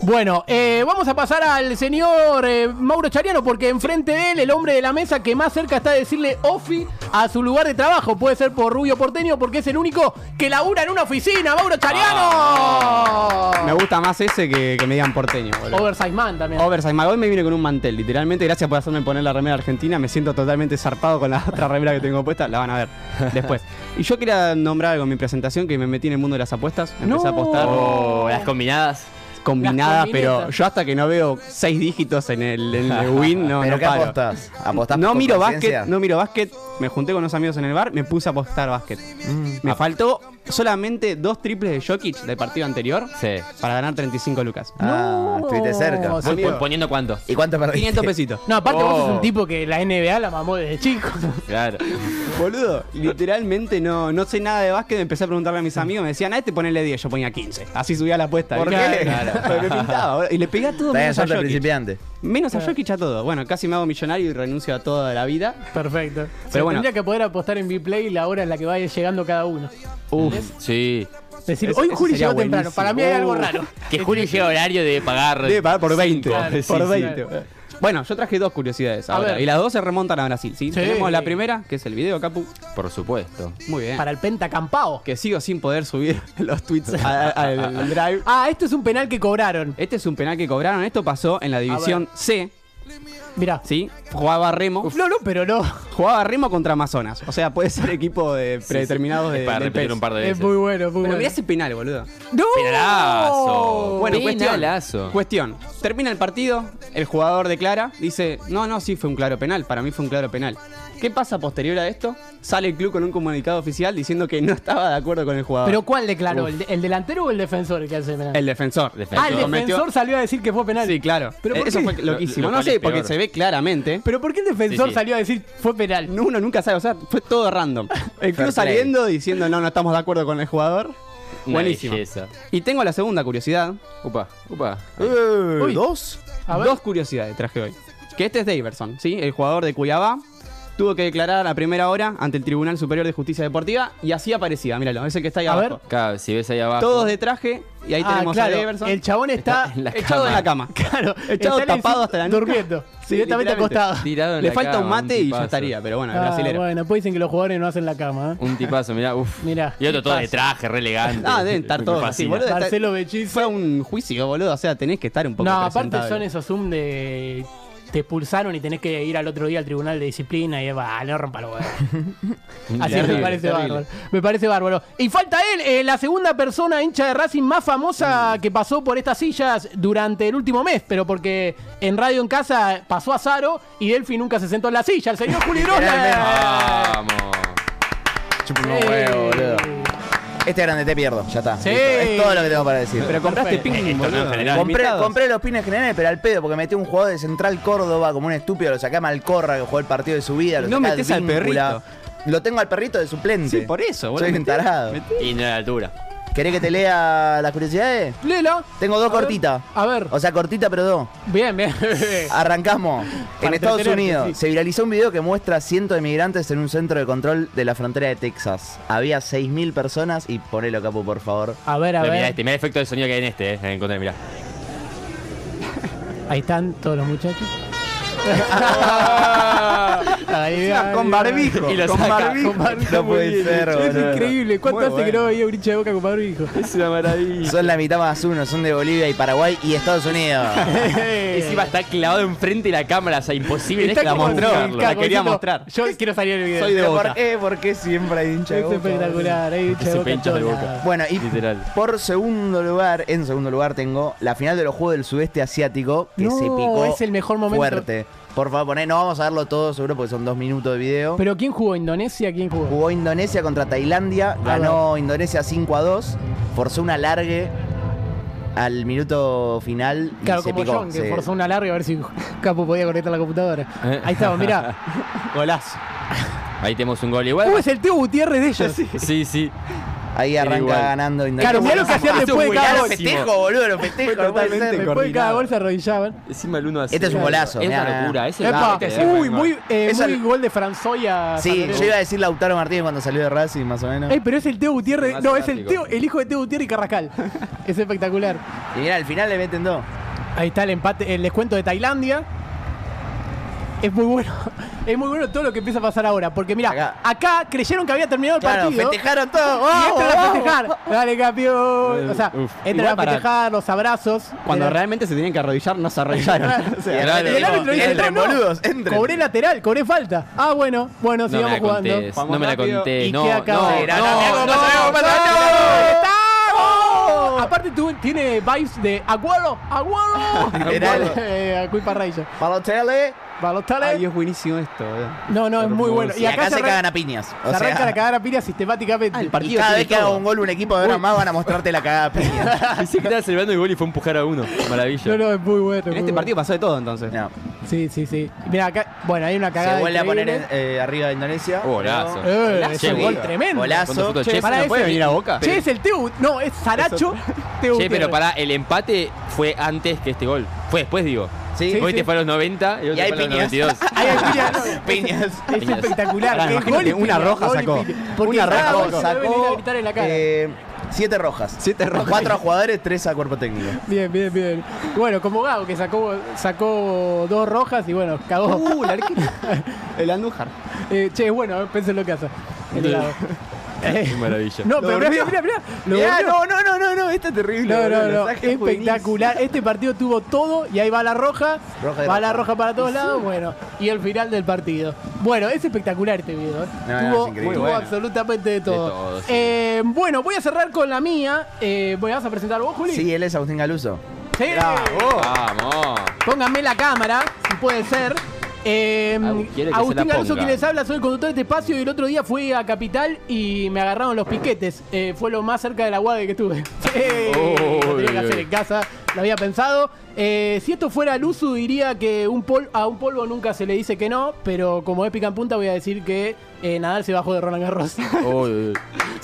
[SPEAKER 3] Bueno, eh, vamos a pasar al señor eh, Mauro Chariano, porque enfrente de él, el hombre de la mesa que más cerca está de decirle Ofi a su lugar de trabajo. Puede ser por Rubio Porteño, porque es el único que labura en una oficina. ¡Mauro
[SPEAKER 6] Me
[SPEAKER 3] Chariano!
[SPEAKER 6] gusta más ese que, que me digan porteño, boludo.
[SPEAKER 3] Oversize Man también.
[SPEAKER 6] Oversize Magoy me viene con un mantel, literalmente. Gracias por hacerme poner la remera argentina. Me siento totalmente zarpado con la otra remera que tengo puesta. La van a ver después. Y yo quería nombrar algo en mi presentación que me metí en el mundo de las apuestas. Empecé a
[SPEAKER 3] No.
[SPEAKER 6] apostar
[SPEAKER 10] Oh, las combinadas.
[SPEAKER 6] combinadas,
[SPEAKER 3] Las
[SPEAKER 6] pero
[SPEAKER 3] combinetas.
[SPEAKER 6] yo hasta que no veo seis dígitos en el, en el win, no,
[SPEAKER 8] ¿Pero
[SPEAKER 6] no
[SPEAKER 8] qué
[SPEAKER 6] paro.
[SPEAKER 8] apostás? ¿Apostás
[SPEAKER 6] no
[SPEAKER 8] con
[SPEAKER 6] miro
[SPEAKER 8] conciencia?
[SPEAKER 6] básquet, no miro básquet. Me junté con unos amigos en el bar, me puse a apostar básquet.
[SPEAKER 8] Mm.
[SPEAKER 6] Me faltó solamente dos triples de Jokic del partido anterior
[SPEAKER 10] Sí.
[SPEAKER 6] para ganar 35 lucas.
[SPEAKER 8] Ah,
[SPEAKER 3] No.
[SPEAKER 8] estuviste cerca.
[SPEAKER 3] Vos-
[SPEAKER 10] Voy
[SPEAKER 8] Amigo,
[SPEAKER 10] pon- poniendo cuánto.
[SPEAKER 8] ¿Y cuánto perdiste?
[SPEAKER 6] 500 pesitos.
[SPEAKER 3] Oh, No, aparte vos sos
[SPEAKER 10] Oh.
[SPEAKER 3] un tipo que la NBA la mamó desde chico.
[SPEAKER 10] Claro.
[SPEAKER 6] Boludo, literalmente no, no sé nada de básquet. Empecé a preguntarle a mis amigos, me decían, a este ponele 10, yo ponía 15. Así subía la apuesta.
[SPEAKER 8] ¿Por
[SPEAKER 6] ¿viste?
[SPEAKER 8] qué?
[SPEAKER 6] Claro. Pero me pintaba, boludo. Y le pegué a todo
[SPEAKER 8] Está bien,
[SPEAKER 6] menos a
[SPEAKER 8] sos de
[SPEAKER 6] Jokic.
[SPEAKER 8] principiante.
[SPEAKER 6] Menos a Jokic a todo. Bueno, casi me hago millonario y renuncio a toda la vida.
[SPEAKER 3] Perfecto. Pero
[SPEAKER 6] bueno.
[SPEAKER 3] Tendría que poder apostar en B-Play la hora en la que vaya llegando cada uno.
[SPEAKER 6] Uf.
[SPEAKER 10] Sí.
[SPEAKER 3] Decir,
[SPEAKER 6] Eso-
[SPEAKER 3] hoy
[SPEAKER 6] eso
[SPEAKER 3] Juli
[SPEAKER 6] sería
[SPEAKER 3] llegó temprano.
[SPEAKER 6] buenísimo.
[SPEAKER 3] Para mí hay algo
[SPEAKER 6] Uh.
[SPEAKER 3] raro.
[SPEAKER 10] Que Julio llega a horario de pagar.
[SPEAKER 6] Debe pagar por 20.
[SPEAKER 3] claro.
[SPEAKER 6] por
[SPEAKER 3] Sí,
[SPEAKER 6] 20. Bueno, yo traje dos curiosidades
[SPEAKER 3] A
[SPEAKER 6] ahora.
[SPEAKER 3] ver.
[SPEAKER 6] Y las dos se remontan a Brasil. ¿sí? Tenemos la primera, que es el video, Capu.
[SPEAKER 10] Por supuesto.
[SPEAKER 6] Muy bien.
[SPEAKER 3] Para el pentacampao.
[SPEAKER 6] Que sigo sin poder subir los tweets a- a- al drive.
[SPEAKER 3] Ah, esto es un penal que cobraron.
[SPEAKER 6] Este es un penal que cobraron. Esto pasó en la división C.
[SPEAKER 3] Mirá.
[SPEAKER 6] ¿sí? Jugaba Remo.
[SPEAKER 3] No, no, pero no.
[SPEAKER 6] Jugaba Remo contra Amazonas. O sea, puede ser equipo de predeterminados Eh, de,
[SPEAKER 10] Para
[SPEAKER 6] del
[SPEAKER 10] repetir
[SPEAKER 6] PES.
[SPEAKER 10] un par de
[SPEAKER 3] Es
[SPEAKER 10] veces.
[SPEAKER 3] muy bueno, muy
[SPEAKER 6] Pero
[SPEAKER 3] bueno.
[SPEAKER 6] mirá ese penal, boludo.
[SPEAKER 3] ¡No!
[SPEAKER 10] Penalazo.
[SPEAKER 6] Bueno,
[SPEAKER 10] Penalazo.
[SPEAKER 6] cuestión, cuestión. Termina el partido, el jugador declara, dice, no, no, sí fue un claro penal, para mí fue un claro penal. ¿Qué pasa posterior a esto? Sale el club con un comunicado oficial diciendo que no estaba de acuerdo con el jugador.
[SPEAKER 3] ¿Pero cuál declaró? ¿El, de- el delantero o el defensor el que hace penal?
[SPEAKER 6] el defensor.
[SPEAKER 3] ah,
[SPEAKER 10] Defensor.
[SPEAKER 3] el defensor
[SPEAKER 6] Cometió-
[SPEAKER 3] salió a decir que fue penal.
[SPEAKER 6] Sí, claro.
[SPEAKER 3] ¿Pero
[SPEAKER 6] Eh,
[SPEAKER 3] por
[SPEAKER 6] Eso
[SPEAKER 3] qué?
[SPEAKER 6] fue
[SPEAKER 10] Lo-
[SPEAKER 6] loquísimo.
[SPEAKER 10] lo
[SPEAKER 6] no
[SPEAKER 10] cual
[SPEAKER 6] sé,
[SPEAKER 10] es
[SPEAKER 6] porque
[SPEAKER 10] peor.
[SPEAKER 6] se ve claramente.
[SPEAKER 3] ¿Pero por qué el defensor
[SPEAKER 10] Sí, sí.
[SPEAKER 3] salió a decir fue penal?
[SPEAKER 6] Uno nunca sabe, o sea, fue todo random. El club
[SPEAKER 8] Fair play.
[SPEAKER 6] saliendo diciendo, no, no estamos de acuerdo con el jugador.
[SPEAKER 10] Una
[SPEAKER 6] Buenísimo.
[SPEAKER 10] belleza.
[SPEAKER 6] Y tengo la segunda curiosidad.
[SPEAKER 10] Upa, upa.
[SPEAKER 3] Uy.
[SPEAKER 8] ¿Dos?
[SPEAKER 3] A ver.
[SPEAKER 6] Dos curiosidades traje hoy. Que este es Daverson, ¿sí? El jugador de Cuiabá. Tuvo que declarar a primera hora ante el Tribunal Superior de Justicia Deportiva y así aparecía, míralo, ese que está ahí
[SPEAKER 3] A
[SPEAKER 6] abajo.
[SPEAKER 10] Acá, si ves ahí abajo.
[SPEAKER 6] Todos de traje y ahí
[SPEAKER 3] Ah,
[SPEAKER 6] tenemos
[SPEAKER 3] claro,
[SPEAKER 6] a Daverson.
[SPEAKER 3] El chabón está, eh,
[SPEAKER 10] en la
[SPEAKER 6] echado
[SPEAKER 10] cama.
[SPEAKER 6] en la cama.
[SPEAKER 3] claro,
[SPEAKER 6] Echado
[SPEAKER 3] está en el
[SPEAKER 6] tapado
[SPEAKER 3] sit-
[SPEAKER 6] hasta la nuca.
[SPEAKER 3] Durmiendo.
[SPEAKER 6] Sí,
[SPEAKER 3] directamente
[SPEAKER 6] literalmente.
[SPEAKER 3] acostado.
[SPEAKER 10] Tirado en
[SPEAKER 6] Le
[SPEAKER 10] la
[SPEAKER 6] falta un
[SPEAKER 10] cama,
[SPEAKER 6] mate y ya
[SPEAKER 10] tipazo.
[SPEAKER 6] estaría, pero bueno, el
[SPEAKER 3] Ah,
[SPEAKER 6] brasilero.
[SPEAKER 3] bueno, pues dicen que los jugadores no hacen la cama. ¿eh?
[SPEAKER 10] Un tipazo, mirá. Uf.
[SPEAKER 3] Mirá.
[SPEAKER 10] Y otro todo de
[SPEAKER 3] Tipazo.
[SPEAKER 10] traje, re elegante.
[SPEAKER 6] Ah, deben estar
[SPEAKER 10] Me
[SPEAKER 6] todos
[SPEAKER 10] fascina.
[SPEAKER 6] así, boludo. está-
[SPEAKER 3] Marcelo Bechizo.
[SPEAKER 6] Fue un juicio, boludo, o sea, tenés que estar un poco
[SPEAKER 3] No, aparte
[SPEAKER 6] presentable.
[SPEAKER 3] son esos Zoom de. Te expulsaron y tenés que ir al otro día al tribunal de disciplina y va, no rompa los huevos. Así que me
[SPEAKER 6] Terrible,
[SPEAKER 3] parece
[SPEAKER 6] terrible.
[SPEAKER 3] bárbaro. Me parece bárbaro. Y falta él, eh, la segunda persona hincha de Racing más
[SPEAKER 6] Mm.
[SPEAKER 3] famosa que pasó por estas sillas durante el último mes, pero porque en Radio en Casa pasó a Zaro y Delphi nunca se sentó en la silla. El señor Juli Grosner.
[SPEAKER 6] Ah,
[SPEAKER 10] Vamos.
[SPEAKER 8] Chupa un
[SPEAKER 3] Eh,
[SPEAKER 8] huevo, boludo. Este grande te pierdo, ya está.
[SPEAKER 3] Sí.
[SPEAKER 8] Listo. Es todo lo que tengo para decir.
[SPEAKER 6] Pero compraste
[SPEAKER 3] Perfecto.
[SPEAKER 6] ping, boludo.
[SPEAKER 8] Compré,
[SPEAKER 6] Limitados.
[SPEAKER 8] compré los pines generales, pero al pedo, porque metí un jugador de Central Córdoba como un estúpido, lo saqué a Malcorra, que jugó el partido de su vida, lo
[SPEAKER 6] No
[SPEAKER 8] saqué
[SPEAKER 6] metés al
[SPEAKER 8] Advíncula. Lo tengo al perrito de suplente.
[SPEAKER 6] Sí, por eso, boludo.
[SPEAKER 8] Soy un tarado.
[SPEAKER 10] Y no era la altura.
[SPEAKER 8] ¿Querés que te lea las curiosidades?
[SPEAKER 3] Lela.
[SPEAKER 8] Tengo dos
[SPEAKER 3] A ver,
[SPEAKER 8] cortitas.
[SPEAKER 3] a ver.
[SPEAKER 8] O sea, cortita, pero dos.
[SPEAKER 3] Bien, bien.
[SPEAKER 8] Arrancamos. En Estados
[SPEAKER 3] entretenerte,
[SPEAKER 8] Unidos
[SPEAKER 3] sí.
[SPEAKER 8] se viralizó un video que muestra a cientos de migrantes en un centro de control de la frontera de Texas. Había 6.000 personas y ponelo capo, por favor.
[SPEAKER 3] A ver, a
[SPEAKER 10] Mirá,
[SPEAKER 3] ver.
[SPEAKER 10] mirá este, mirá el efecto de sonido que hay en este, eh. Encontré, mirá.
[SPEAKER 3] Ahí están todos los muchachos.
[SPEAKER 6] con barbijo.
[SPEAKER 10] Y lo
[SPEAKER 6] con
[SPEAKER 10] saca,
[SPEAKER 6] barbijo.
[SPEAKER 3] con barbijo.
[SPEAKER 8] No puede ser,
[SPEAKER 3] Es
[SPEAKER 8] boludo.
[SPEAKER 3] increíble. ¿Cuánto
[SPEAKER 8] Muy
[SPEAKER 3] hace que
[SPEAKER 8] bueno.
[SPEAKER 3] no veía un hincha de boca con barbijo?
[SPEAKER 10] Es una maravilla.
[SPEAKER 8] Son la mitad más uno, son de Bolivia y Paraguay y Estados Unidos.
[SPEAKER 10] Encima está clavado enfrente de la cámara, o sea, imposible es que la
[SPEAKER 3] como
[SPEAKER 10] mostró.
[SPEAKER 3] el
[SPEAKER 6] la
[SPEAKER 3] caco
[SPEAKER 6] quería
[SPEAKER 3] diciendo,
[SPEAKER 6] mostrar.
[SPEAKER 3] Yo quiero salir en el video.
[SPEAKER 6] Soy de
[SPEAKER 8] ¿Pero
[SPEAKER 6] Boca.
[SPEAKER 8] ¿Por qué? ¿Por qué siempre hay hincha de
[SPEAKER 3] es
[SPEAKER 8] Boca,
[SPEAKER 3] espectacular. Hay hincha de
[SPEAKER 10] Se
[SPEAKER 3] boca. en
[SPEAKER 10] pincha de
[SPEAKER 3] todos
[SPEAKER 10] Boca.
[SPEAKER 3] lados.
[SPEAKER 8] Bueno, y
[SPEAKER 10] Literal.
[SPEAKER 8] por segundo lugar, en segundo lugar tengo la final de los Juegos del Sudeste Asiático, que
[SPEAKER 3] No,
[SPEAKER 8] se picó
[SPEAKER 3] es el mejor momento.
[SPEAKER 8] fuerte. Por favor, poné, no vamos a verlo todo seguro porque son dos minutos de video.
[SPEAKER 3] Pero ¿quién jugó? ¿Indonesia? ¿Quién jugó?
[SPEAKER 8] Jugó Indonesia contra Tailandia, ganó Indonesia 5 a 2, forzó un alargue al minuto final y
[SPEAKER 3] Claro,
[SPEAKER 8] se
[SPEAKER 3] como
[SPEAKER 8] picó.
[SPEAKER 3] John, que
[SPEAKER 8] se-
[SPEAKER 3] forzó un alargue a ver si Capo podía conectar la computadora.
[SPEAKER 10] Eh.
[SPEAKER 3] Ahí estaba, mirá.
[SPEAKER 6] Golazo.
[SPEAKER 10] Ahí tenemos un gol igual.
[SPEAKER 3] Uh, es el tío Gutiérrez de ellos.
[SPEAKER 10] Sí, sí.
[SPEAKER 8] Ahí arranca
[SPEAKER 10] igual.
[SPEAKER 8] ganando Indonesia.
[SPEAKER 3] Claro, mirá lo que hacían después de cada
[SPEAKER 8] Claro,
[SPEAKER 3] gol.
[SPEAKER 8] festejo, boludo, lo festejo. no puede
[SPEAKER 6] Totalmente
[SPEAKER 8] ser.
[SPEAKER 6] correcto.
[SPEAKER 3] Después de cada gol se arrodillaban.
[SPEAKER 10] Encima el 1 a 0.
[SPEAKER 8] Este es un golazo,
[SPEAKER 10] Es
[SPEAKER 8] mirá.
[SPEAKER 10] una locura. Es el
[SPEAKER 3] Epa,
[SPEAKER 10] este es el
[SPEAKER 3] uy,
[SPEAKER 10] Racing.
[SPEAKER 3] muy, eh,
[SPEAKER 8] Esa-
[SPEAKER 3] muy gol de Franzoya.
[SPEAKER 8] Sí, yo iba a decir Lautaro Martínez cuando salió de Racing, más o menos.
[SPEAKER 3] Ey, pero es el Teo Gutiérrez.
[SPEAKER 10] Más
[SPEAKER 3] No, es el
[SPEAKER 10] simpático.
[SPEAKER 3] Teo, el hijo de Teo Gutiérrez y Carrascal. es espectacular.
[SPEAKER 8] Y mira, al final le meten dos.
[SPEAKER 3] Ahí está el empate, el descuento de Tailandia. Es muy bueno. Es muy bueno todo lo que empieza a pasar ahora. Porque mira, acá,
[SPEAKER 8] Acá.
[SPEAKER 3] creyeron que había terminado el
[SPEAKER 8] Claro, ¡Oh!
[SPEAKER 3] partido.
[SPEAKER 8] festejaron todo.
[SPEAKER 3] Y
[SPEAKER 8] ¡Vamos,
[SPEAKER 3] entran a
[SPEAKER 8] vamos!
[SPEAKER 3] festejar. Dale, campeón. O sea,
[SPEAKER 10] Uf.
[SPEAKER 3] entran
[SPEAKER 6] Igual
[SPEAKER 3] a
[SPEAKER 6] para-
[SPEAKER 3] festejar, los abrazos.
[SPEAKER 6] Cuando
[SPEAKER 3] Era-
[SPEAKER 6] realmente se tenían que arrodillar, no se arrodillaron. O sea,
[SPEAKER 8] Claro,
[SPEAKER 3] Y el árbitro dice,
[SPEAKER 8] entren,
[SPEAKER 3] no, no,
[SPEAKER 8] boludos, entren.
[SPEAKER 3] Cobré lateral, cobré falta. Ah, bueno, bueno,
[SPEAKER 10] No me
[SPEAKER 3] sigamos
[SPEAKER 10] la
[SPEAKER 3] jugando.
[SPEAKER 10] conté.
[SPEAKER 6] Vamos
[SPEAKER 10] No me la
[SPEAKER 6] rápido.
[SPEAKER 10] conté.
[SPEAKER 3] ¿Y
[SPEAKER 10] No,
[SPEAKER 3] qué
[SPEAKER 10] no,
[SPEAKER 3] acaba de-
[SPEAKER 8] Mirá, mirá
[SPEAKER 10] no,
[SPEAKER 8] cómo pasa,
[SPEAKER 10] no.
[SPEAKER 8] mirá cómo pasa, mirá cómo pasa.
[SPEAKER 3] ¡Estamos! Aparte tú, tiene vibes de Agualo, Agualo.
[SPEAKER 8] Literal.
[SPEAKER 3] Eh, a Culpa Raya.
[SPEAKER 8] Balotelli.
[SPEAKER 3] Balotale.
[SPEAKER 6] Ay, es buenísimo esto.
[SPEAKER 4] eh.
[SPEAKER 6] boludo.
[SPEAKER 3] No, no, es muy
[SPEAKER 6] hermoso.
[SPEAKER 3] bueno.
[SPEAKER 8] Y acá se
[SPEAKER 3] arran-
[SPEAKER 8] cagan a piñas.
[SPEAKER 3] se
[SPEAKER 8] O sea,
[SPEAKER 3] arranca la cagada pira sistemáticamente.
[SPEAKER 6] Ah, el
[SPEAKER 8] y
[SPEAKER 6] partido
[SPEAKER 8] cada
[SPEAKER 6] tiene
[SPEAKER 8] vez que haga
[SPEAKER 6] todo.
[SPEAKER 8] un gol un equipo de ahora más van a mostrarte la cagada a piñas.
[SPEAKER 10] Pensé que estaba celebrando el gol y fue a empujar a uno. Maravilla.
[SPEAKER 3] no, no, es muy bueno. muy
[SPEAKER 6] En este
[SPEAKER 3] bueno.
[SPEAKER 6] partido pasó de todo entonces.
[SPEAKER 8] No.
[SPEAKER 3] Sí, sí, sí. Mira, acá. Bueno, hay una cagada.
[SPEAKER 8] Se vuelve a poner
[SPEAKER 3] increíble.
[SPEAKER 8] eh, arriba de Indonesia.
[SPEAKER 6] Uh,
[SPEAKER 10] Oh, golazo.
[SPEAKER 8] Pero-
[SPEAKER 3] Eh,
[SPEAKER 10] Golazo,
[SPEAKER 3] es un
[SPEAKER 10] boludo.
[SPEAKER 3] gol tremendo.
[SPEAKER 8] Golazo.
[SPEAKER 10] Cuando fútbol,
[SPEAKER 3] Che,
[SPEAKER 10] che,
[SPEAKER 3] pará,
[SPEAKER 6] ¿No
[SPEAKER 3] ese-
[SPEAKER 6] puede venir a Boca?
[SPEAKER 3] Che, es el Teu. No, es Saracho. Teu
[SPEAKER 10] Che, pero
[SPEAKER 3] Gutiérrez.
[SPEAKER 10] pará, el empate fue antes que este gol. Fue después, digo.
[SPEAKER 8] Sí.
[SPEAKER 10] Hoy
[SPEAKER 3] sí.
[SPEAKER 10] te fue a los 90 y hoy
[SPEAKER 8] Y hay
[SPEAKER 10] te fue a los
[SPEAKER 8] piñas.
[SPEAKER 10] 92.
[SPEAKER 3] Ahí hay piña, no, es-
[SPEAKER 8] Piñas.
[SPEAKER 3] Es
[SPEAKER 10] Piñas.
[SPEAKER 3] espectacular.
[SPEAKER 6] Pará,
[SPEAKER 3] que es
[SPEAKER 6] imagínate,
[SPEAKER 3] gol y
[SPEAKER 6] una
[SPEAKER 3] piña,
[SPEAKER 6] roja
[SPEAKER 3] gol y
[SPEAKER 6] sacó.
[SPEAKER 3] piña. Porque
[SPEAKER 6] Una
[SPEAKER 3] cada
[SPEAKER 6] roja
[SPEAKER 3] gol se
[SPEAKER 6] sacó.
[SPEAKER 3] debe venir a gritar en la cara.
[SPEAKER 8] eh, siete rojas.
[SPEAKER 6] Siete rojas.
[SPEAKER 8] Cuatro a jugadores, tres a cuerpo técnico.
[SPEAKER 3] Bien, bien, bien. Bueno, como Gago, que sacó, sacó dos rojas y bueno, cagó.
[SPEAKER 6] Uh, el arquero. El Andújar.
[SPEAKER 3] Eh, che, bueno, eh, pensé en lo que hace. El Gago.
[SPEAKER 10] Qué maravilla.
[SPEAKER 3] No, pero mirá,
[SPEAKER 6] volvió.
[SPEAKER 3] mirá, mirá. Lo
[SPEAKER 6] Mirá,
[SPEAKER 3] volvió.
[SPEAKER 6] no, no, no, no, no, está terrible.
[SPEAKER 3] No,
[SPEAKER 6] boludo,
[SPEAKER 3] no,
[SPEAKER 6] lo
[SPEAKER 3] no.
[SPEAKER 6] saca, es buenísimo.
[SPEAKER 3] Espectacular. Este partido tuvo todo y ahí va la roja.
[SPEAKER 8] Roja y
[SPEAKER 3] va
[SPEAKER 8] roja.
[SPEAKER 3] la roja para todos lados. Bueno, y el final del partido. Bueno, es espectacular este video. ¿eh?
[SPEAKER 8] No, no,
[SPEAKER 3] tuvo
[SPEAKER 8] es increíble.
[SPEAKER 3] tuvo
[SPEAKER 8] Muy bueno.
[SPEAKER 3] absolutamente de todo.
[SPEAKER 10] De todo, sí.
[SPEAKER 3] Eh, bueno, voy a cerrar con la mía. Eh, ¿Me vas a presentar vos, Juli?
[SPEAKER 8] Sí, él es Agustín Galuso.
[SPEAKER 3] Sí.
[SPEAKER 10] Vamos.
[SPEAKER 3] Pónganme la cámara, si puede ser. Eh,
[SPEAKER 10] Agu- quiere que se
[SPEAKER 3] Agustín
[SPEAKER 10] la
[SPEAKER 3] Galuso,
[SPEAKER 10] ponga.
[SPEAKER 3] quien les habla, soy el conductor de este espacio y el otro día fui a Capital y me agarraron los piquetes. Eh, fue lo más cerca de la UAD que estuve. Sí, lo tenía que hacer en casa, lo había pensado. Eh, si esto fuera Luzu, diría que un pol a un polvo nunca se le dice que no, pero como es pica en punta, voy a decir que eh, Nadal se bajó de Roland Garros.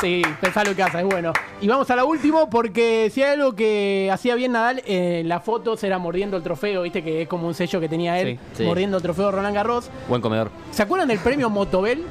[SPEAKER 3] Sí, pensalo en casa, es bueno. Y vamos a la última, porque si hay algo que hacía bien Nadal eh, en las fotos era mordiendo el trofeo, viste que es como un sello que tenía él,
[SPEAKER 10] Sí, sí.
[SPEAKER 3] mordiendo el trofeo Roland Garros.
[SPEAKER 10] Buen comedor.
[SPEAKER 3] ¿Se acuerdan del premio Motobel?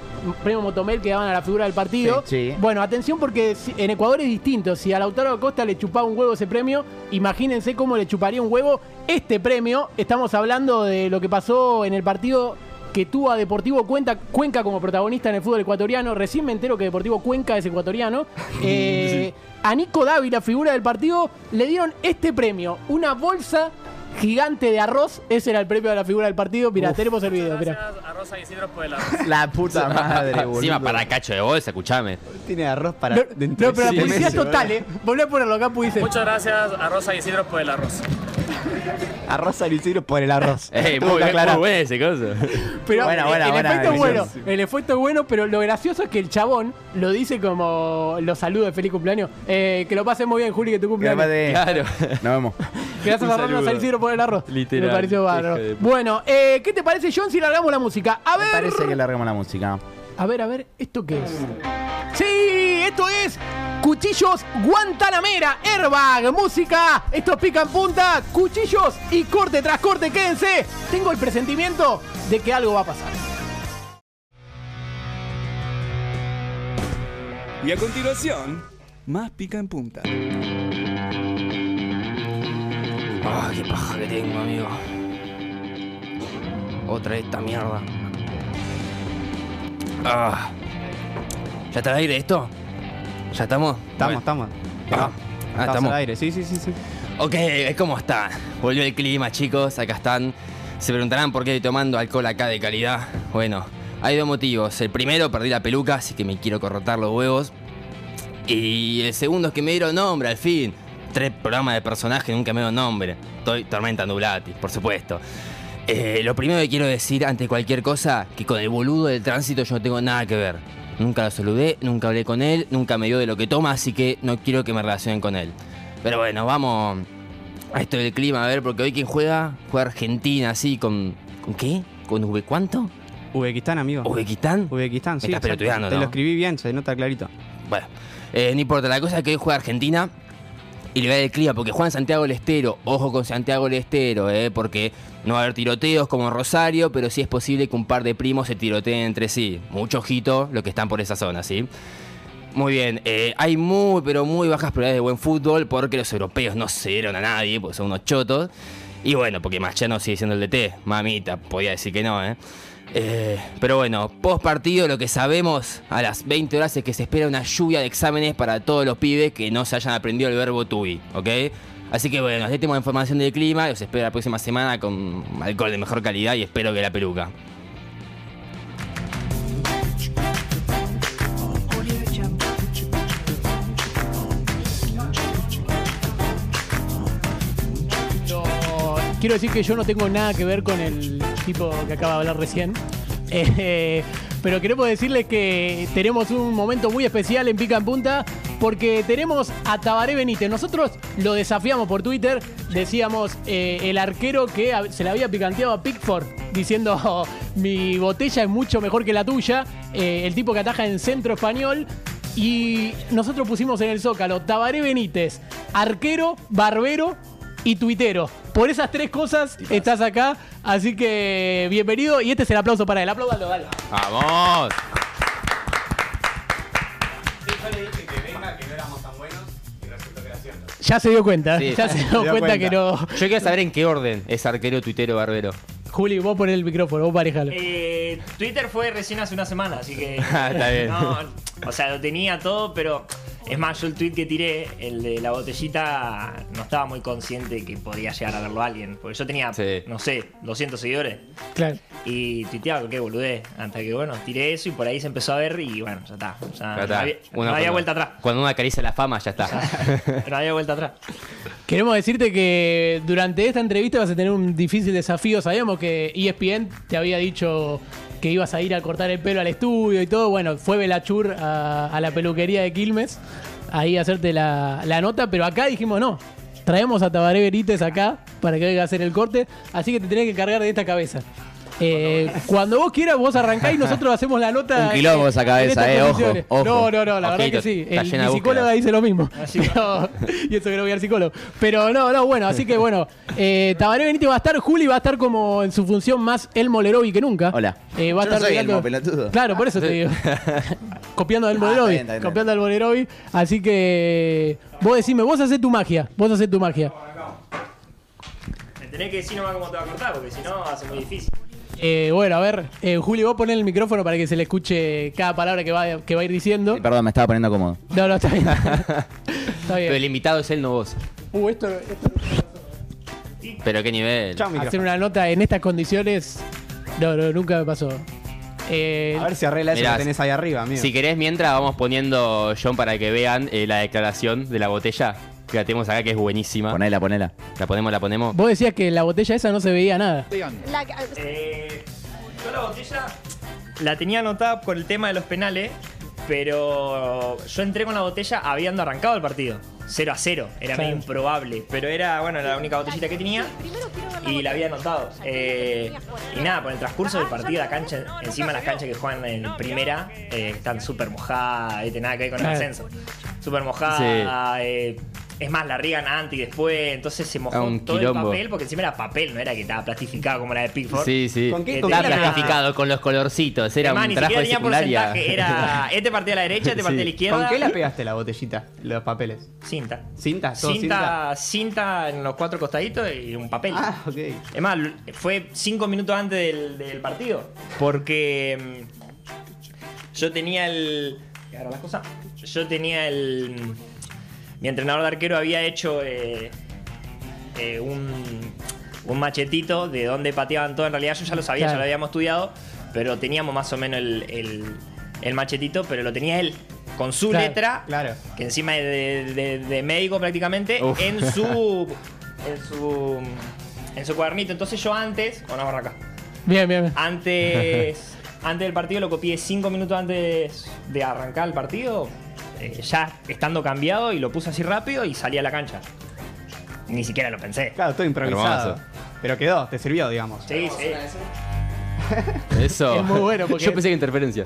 [SPEAKER 3] Premio Motobel que daban a la figura del partido.
[SPEAKER 8] Sí, sí.
[SPEAKER 3] Bueno, atención porque si- en Ecuador es distinto. Si a Lautaro Acosta le chupaba un huevo ese premio, imagínense cómo le chuparía un huevo este premio. Estamos hablando de lo que pasó en el partido que tuvo a Deportivo Cuenca, Cuenca como protagonista en el fútbol ecuatoriano. Recién me entero que Deportivo Cuenca es ecuatoriano. Eh, A Nico Dávila, figura del partido, le dieron este premio. Una bolsa gigante de arroz. Ese era el premio de la figura del partido. Mira, tenemos el video. mirá.
[SPEAKER 8] La puta madre, boludo.
[SPEAKER 10] Ah, Encima para cacho de bolsa, escuchame.
[SPEAKER 6] Tiene arroz para.
[SPEAKER 3] No,
[SPEAKER 6] dentro
[SPEAKER 3] no, pero la
[SPEAKER 6] de siete
[SPEAKER 3] publicidad
[SPEAKER 6] meses,
[SPEAKER 3] es total, ¿eh? Volví a ponerlo acá, dice.
[SPEAKER 4] gracias a Rosa Isidro por el arroz.
[SPEAKER 6] boludo. Arroz al Isidro por el arroz. Tuvo
[SPEAKER 10] Ey,
[SPEAKER 6] que
[SPEAKER 10] Eh, muy, bien, muy
[SPEAKER 6] aclarar.
[SPEAKER 10] bueno ese coso.
[SPEAKER 3] Pero
[SPEAKER 8] Buena,
[SPEAKER 3] el-
[SPEAKER 8] buena,
[SPEAKER 3] el,
[SPEAKER 8] buena
[SPEAKER 3] efecto es bueno.
[SPEAKER 8] visión.
[SPEAKER 3] El efecto es bueno, pero lo gracioso es que el chabón lo dice como lo saludo de feliz cumpleaños. Eh, que lo pases muy bien, Juli, que tu cumpleaños.
[SPEAKER 10] Claro.
[SPEAKER 8] Nos vemos.
[SPEAKER 3] Gracias
[SPEAKER 10] Un
[SPEAKER 3] a Rosa
[SPEAKER 10] saludo.
[SPEAKER 3] Isidro por el arroz.
[SPEAKER 10] Literal,
[SPEAKER 3] Me pareció
[SPEAKER 10] hija
[SPEAKER 3] bárbaro.
[SPEAKER 10] de puta.
[SPEAKER 3] Bueno, eh, ¿qué te parece, John, si largamos la música? A
[SPEAKER 8] Me
[SPEAKER 3] ver.
[SPEAKER 8] parece que largamos la música.
[SPEAKER 3] A ver, a ver, ¿esto qué es? Sí, esto es Cuchillos Guantanamera, Airbag, música, esto pica en punta, cuchillos y corte tras corte, quédense. Tengo el presentimiento de que algo va a pasar.
[SPEAKER 4] Y a continuación, más pica en punta.
[SPEAKER 10] Ah, qué paja que tengo, amigo. Otra de esta mierda. Ah. ¿Ya está al aire esto? ¿Ya estamos?
[SPEAKER 6] Estamos, estamos.
[SPEAKER 10] Ah, ah, estamos.
[SPEAKER 6] al aire. Sí, sí, sí, sí.
[SPEAKER 10] Ok, ¿cómo está? Volvió el clima, chicos, acá están. Se preguntarán por qué estoy tomando alcohol acá de calidad. Bueno, hay dos motivos. El primero, perdí la peluca, así que me quiero corrotar los huevos. Y el segundo es que me dieron nombre, al fin. Tres programas de personaje, nunca me dieron nombre. Estoy Tormenta Nulati, por supuesto. Eh, lo primero que quiero decir ante cualquier cosa, que con el boludo del tránsito yo no tengo nada que ver. Nunca lo saludé, nunca hablé con él, nunca me dio de lo que toma, así que no quiero que me relacionen con él. Pero bueno, vamos a esto del clima, a ver, porque hoy quien juega, juega Argentina, así, con... ¿Con qué? ¿Con V cuánto?
[SPEAKER 6] Uzbekistán, amigo.
[SPEAKER 10] ¿Uzbekistán?
[SPEAKER 6] Uzbekistán,
[SPEAKER 10] Me
[SPEAKER 6] sí.
[SPEAKER 10] estás
[SPEAKER 6] exacto.
[SPEAKER 10] pelotudeando,
[SPEAKER 6] Te
[SPEAKER 10] ¿no?
[SPEAKER 6] lo escribí bien, se nota clarito. Bueno, eh, no importa, la cosa es que hoy juega Argentina y le va a dar clima porque Juan Santiago del Estero. Ojo con Santiago del Estero, eh, porque no va a haber tiroteos como en Rosario, pero sí es posible que un par de primos se tiroteen entre sí. Mucho ojito los que están por esa zona, ¿sí? Muy bien, eh, hay muy, pero muy bajas probabilidades de buen fútbol porque los europeos no se dieron a nadie, porque son unos chotos. Y bueno, porque Machano sigue siendo el DT, mamita, podía decir que no, ¿eh? Eh, pero bueno, post partido lo que sabemos a las 20 horas es que se espera una lluvia de exámenes para todos los pibes que no se hayan aprendido el verbo to be, ¿ok? Así que bueno, les tenemos información del clima, los espero la próxima semana con alcohol de mejor calidad y espero que la peluca.
[SPEAKER 3] Quiero decir que yo no tengo nada que ver con el tipo que acaba de hablar recién. Eh, pero queremos decirles que tenemos un momento muy especial en Pica en Punta porque tenemos a Tabaré Benítez. Nosotros lo desafiamos por Twitter. Decíamos eh, el arquero que hab- se le había picanteado a Pickford diciendo mi botella es mucho mejor que la tuya. Eh, el tipo que ataja en centro español. Y nosotros pusimos en el zócalo Tabaré Benítez, arquero, barbero y tuitero. Por esas tres cosas estás acá, así que bienvenido y este es el aplauso para él. Apláudalo, dale.
[SPEAKER 6] ¡Vamos!
[SPEAKER 3] Ya se dio cuenta, ya se dio cuenta, que no.
[SPEAKER 6] Yo quiero saber en qué orden es arquero, tuitero, barbero.
[SPEAKER 3] Juli, vos pon el micrófono, vos parejalo.
[SPEAKER 10] Eh, Twitter fue recién hace una semana, así que.
[SPEAKER 6] Ah, está bien.
[SPEAKER 10] No, o sea, lo tenía todo, pero. Es más, yo el tweet que tiré, el de la botellita, no estaba muy consciente que podía llegar a verlo alguien. Porque yo tenía, no sé, 200 seguidores.
[SPEAKER 3] Claro.
[SPEAKER 10] Y tuiteaba qué boludez. Hasta que, bueno, tiré eso y por ahí se empezó a ver y bueno, ya está. O sea,
[SPEAKER 6] Ya está.
[SPEAKER 10] No había,
[SPEAKER 6] Una
[SPEAKER 10] no había
[SPEAKER 6] forma.
[SPEAKER 10] vuelta atrás.
[SPEAKER 6] Cuando uno acaricia la fama, ya está.
[SPEAKER 10] No había vuelta atrás.
[SPEAKER 3] Queremos decirte que durante esta entrevista vas a tener un difícil desafío. Sabíamos que E ESPN te había dicho que ibas a ir a cortar el pelo al estudio y todo. Bueno, fue Belachur a, a la peluquería de Quilmes ahí a hacerte la, la nota, pero acá dijimos no. Traemos a Tabaré Benítez acá para que venga a hacer el corte. Así que te tenés que cargar de esta cabeza. Eh, cuando vos quieras, vos arrancás y nosotros hacemos la nota.
[SPEAKER 8] Un quilombo
[SPEAKER 3] eh,
[SPEAKER 8] esa
[SPEAKER 3] en
[SPEAKER 8] cabeza,
[SPEAKER 3] estas
[SPEAKER 8] eh, ojo,
[SPEAKER 3] condiciones.
[SPEAKER 8] ojo.
[SPEAKER 3] No, no, no, la verdad
[SPEAKER 8] Ojito,
[SPEAKER 3] que sí.
[SPEAKER 8] está
[SPEAKER 3] El,
[SPEAKER 8] llena de
[SPEAKER 3] mi psicóloga
[SPEAKER 8] búsquedas.
[SPEAKER 3] dice lo mismo.
[SPEAKER 8] Ah,
[SPEAKER 3] Pero- y eso que no voy al psicólogo. Pero no, no, bueno, así que bueno. Eh, Tabaré Benítez va a estar, Juli va a estar como en su función más Elmo Leroy que nunca. Hola. va a
[SPEAKER 8] Yo no
[SPEAKER 3] estar
[SPEAKER 8] soy
[SPEAKER 3] regalando-
[SPEAKER 8] Elmo, pelotudo.
[SPEAKER 3] Claro, por eso te digo. copiando al
[SPEAKER 8] Ah,
[SPEAKER 3] Bolerovi.
[SPEAKER 8] está bien, está bien,
[SPEAKER 3] copiando al Bolerovi. Así que vos decime, vos hacés tu magia. Vos hacés tu magia.
[SPEAKER 10] Me tenés que decir nomás cómo te va a cortar, porque si no, hace muy difícil.
[SPEAKER 3] Eh, bueno, a ver, eh, Juli, vos poner el micrófono para que se le escuche cada palabra que va, que va a ir diciendo.
[SPEAKER 8] Eh, Perdón, me estaba poniendo cómodo.
[SPEAKER 3] No, no, está bien. está
[SPEAKER 6] Pero
[SPEAKER 3] bien.
[SPEAKER 6] el invitado es él, no vos.
[SPEAKER 3] Uh, esto, esto-
[SPEAKER 6] Pero qué nivel.
[SPEAKER 3] hacer una nota en estas condiciones. No, no, nunca me pasó. Eh,
[SPEAKER 6] Mirá,
[SPEAKER 4] ahí arriba, amigo.
[SPEAKER 6] Si querés, mientras vamos poniendo, John, para que vean eh, la declaración de la botella que la tenemos acá, que es
[SPEAKER 10] Ah.
[SPEAKER 6] buenísima. Ponela,
[SPEAKER 8] ponela.
[SPEAKER 6] La ponemos, la ponemos.
[SPEAKER 3] Vos decías que la botella esa no se veía nada.
[SPEAKER 10] Eh, yo la botella la tenía anotada con el tema de los penales, pero yo entré con la botella habiendo arrancado el partido. 0 a 0, era
[SPEAKER 3] Claro.
[SPEAKER 10] medio improbable, pero era bueno la única botellita que tenía y la había anotado. Eh, y nada, por el transcurso del partido, la cancha, encima las canchas que juegan en primera eh, están súper mojadas, ¿viste? nada que ver con el
[SPEAKER 6] Claro.
[SPEAKER 10] ascenso. Súper mojada, eh, es más, la riegan antes y después, entonces se mojó
[SPEAKER 6] Ah, un
[SPEAKER 10] todo
[SPEAKER 6] quilombo.
[SPEAKER 10] el papel, porque encima era papel, no era que estaba plastificado como la de Pickford.
[SPEAKER 6] Sí, sí.
[SPEAKER 10] Eh,
[SPEAKER 6] Estaba plastificado con los colorcitos. Era
[SPEAKER 10] Además,
[SPEAKER 6] un
[SPEAKER 10] ni
[SPEAKER 6] trabajo
[SPEAKER 10] siquiera
[SPEAKER 6] de
[SPEAKER 10] tenía
[SPEAKER 6] secundaria.
[SPEAKER 10] porcentaje. Era este partido a la derecha, este partido a la izquierda.
[SPEAKER 4] ¿Con qué la pegaste la botellita? Los papeles.
[SPEAKER 10] Cinta.
[SPEAKER 4] ¿Cinta? ¿Todo cinta?
[SPEAKER 10] Cinta, cinta en los cuatro costaditos y un papel.
[SPEAKER 4] Ah, ok.
[SPEAKER 10] Es más, fue cinco minutos antes del, del partido. Porque mm, yo tenía el. Ahora las cosas. Yo tenía el. mm, Mi entrenador de arquero había hecho eh, eh, un, un machetito de dónde pateaban todo. En realidad yo ya lo sabía,
[SPEAKER 3] Claro.
[SPEAKER 10] ya lo habíamos estudiado, pero teníamos más o menos el, el- el machetito, pero lo tenía él con su
[SPEAKER 3] Claro,
[SPEAKER 10] letra, que encima es de, de- de médico prácticamente,
[SPEAKER 3] Uf.
[SPEAKER 10] en su en su en su cuadernito. Entonces yo antes, con la barra acá,
[SPEAKER 3] Bien, bien,
[SPEAKER 10] Ah.
[SPEAKER 3] bien.
[SPEAKER 10] antes antes del partido lo copié cinco minutos antes de arrancar el partido, eh, ya estando cambiado y lo puse así rápido y salí a la cancha. Ni siquiera lo pensé.
[SPEAKER 4] Claro, todo improvisado.
[SPEAKER 6] Hermoso.
[SPEAKER 4] Pero quedó, te sirvió, digamos.
[SPEAKER 10] Sí, sí.
[SPEAKER 6] Eso.
[SPEAKER 4] Es muy bueno, porque-
[SPEAKER 6] Yo pensé que interferencia.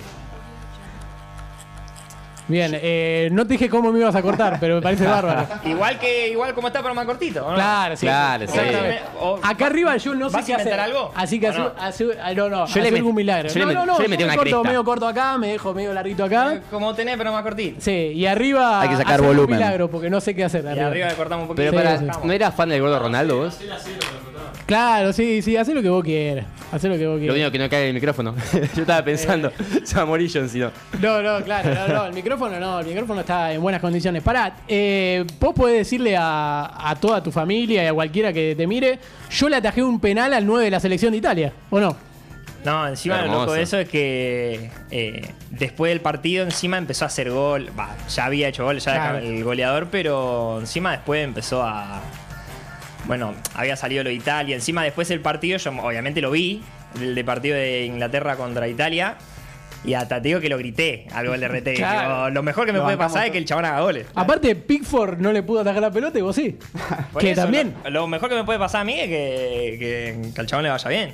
[SPEAKER 3] Bien, eh, no te dije cómo me ibas a cortar, pero me parece bárbaro.
[SPEAKER 10] Igual que igual como está, pero más cortito. ¿o ¿no?
[SPEAKER 3] Claro, sí.
[SPEAKER 6] Claro, sí.
[SPEAKER 3] Exactamente. Acá arriba yo no sé
[SPEAKER 10] ¿Vas a
[SPEAKER 3] qué hacer.
[SPEAKER 10] inventar algo?
[SPEAKER 3] Así que
[SPEAKER 10] ¿O
[SPEAKER 3] hace,
[SPEAKER 10] no?
[SPEAKER 3] hace- ah, no, no,
[SPEAKER 6] Yo le
[SPEAKER 3] hace
[SPEAKER 6] met-
[SPEAKER 3] algún milagro.
[SPEAKER 6] yo le
[SPEAKER 3] no,
[SPEAKER 6] met-
[SPEAKER 3] no, no,
[SPEAKER 6] yo le metí
[SPEAKER 3] me
[SPEAKER 6] una
[SPEAKER 3] corto
[SPEAKER 6] cresta.
[SPEAKER 3] medio corto acá, me dejo medio larguito acá.
[SPEAKER 10] Eh, Como tenés, pero más cortito.
[SPEAKER 3] Sí, y arriba
[SPEAKER 8] Hay que sacar
[SPEAKER 3] hace algún
[SPEAKER 8] volumen.
[SPEAKER 3] milagro porque no sé qué hacer.
[SPEAKER 10] Y
[SPEAKER 3] arriba.
[SPEAKER 10] arriba le cortamos un poquito.
[SPEAKER 6] Pero
[SPEAKER 3] Sí,
[SPEAKER 6] para,
[SPEAKER 3] sí.
[SPEAKER 6] ¿no eras fan del gordo Ronaldo vos?
[SPEAKER 3] Claro, sí, sí, haz lo que vos quieras. Haz lo que vos
[SPEAKER 6] Lo
[SPEAKER 3] quieras.
[SPEAKER 6] único que no cae en el micrófono. Yo estaba pensando,
[SPEAKER 4] Eh.
[SPEAKER 6] Samorillon, si no.
[SPEAKER 3] No, no, claro, no, no, el micrófono no, el micrófono está en buenas condiciones. Pará, eh, vos podés decirle a, a toda tu familia y a cualquiera que te mire, yo le atajé un penal al 9 de la selección de Italia, ¿o no?
[SPEAKER 10] No, encima lo
[SPEAKER 6] Hermoso.
[SPEAKER 10] loco de eso es que eh, después del partido encima empezó a hacer gol. Bah, ya había hecho gol, ya era
[SPEAKER 3] Claro.
[SPEAKER 10] el goleador, pero encima después empezó a... Bueno, había salido lo de Italia. Encima después del partido, yo obviamente lo vi, el de partido de Inglaterra contra Italia. Y hasta te digo que lo grité al gol de RT.
[SPEAKER 3] Claro.
[SPEAKER 10] Digo, lo mejor que me
[SPEAKER 3] Lo
[SPEAKER 10] puede
[SPEAKER 3] bancamos Ah,
[SPEAKER 10] pasar es
[SPEAKER 3] todo.
[SPEAKER 10] que el chabón haga goles.
[SPEAKER 3] Aparte, Pickford no le pudo atajar la pelota y vos sí.
[SPEAKER 10] Por
[SPEAKER 3] que
[SPEAKER 10] eso,
[SPEAKER 3] también.
[SPEAKER 10] Lo, lo mejor que me puede pasar a mí es que, que- que al chabón le vaya bien.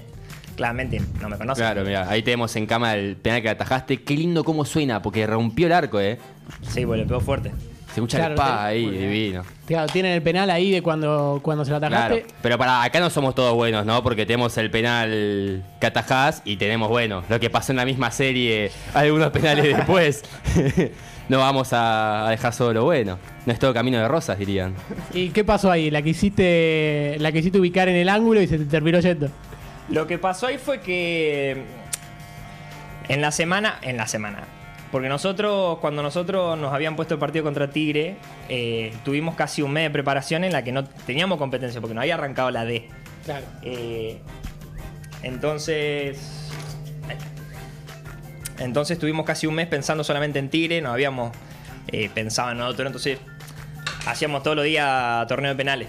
[SPEAKER 10] Claramente no me conoce.
[SPEAKER 6] Claro, mira, ahí tenemos en cama el penal que atajaste. Qué lindo cómo suena, porque rompió el arco, eh.
[SPEAKER 10] Sí, pues le pegó fuerte.
[SPEAKER 6] Se escucha
[SPEAKER 3] Claro,
[SPEAKER 6] el pa
[SPEAKER 3] tenés-
[SPEAKER 6] ahí,
[SPEAKER 3] Muy bien.
[SPEAKER 6] divino.
[SPEAKER 3] Claro, tienen el penal ahí de cuando, cuando se lo
[SPEAKER 6] Claro,
[SPEAKER 3] atajaste.
[SPEAKER 6] pero para acá no somos todos buenos, ¿no? Porque tenemos el penal que atajás y tenemos, bueno, lo que pasó en la misma serie, algunos penales después. no vamos a, a dejar solo lo bueno. No es todo camino de rosas, dirían.
[SPEAKER 3] ¿Y qué pasó ahí? La quisiste, la quisiste ubicar en el ángulo y se te terminó yendo.
[SPEAKER 10] Lo que pasó ahí fue que mm, en la semana, en la semana, porque nosotros cuando nosotros nos habían puesto el partido contra Tigre, eh, tuvimos casi un mes de preparación en la que no teníamos competencia porque no había arrancado la D.
[SPEAKER 3] Claro.
[SPEAKER 10] Eh, entonces. eh, Entonces tuvimos casi un mes pensando solamente en Tigre, no habíamos eh, pensado en otro, entonces hacíamos todos los días torneo de penales.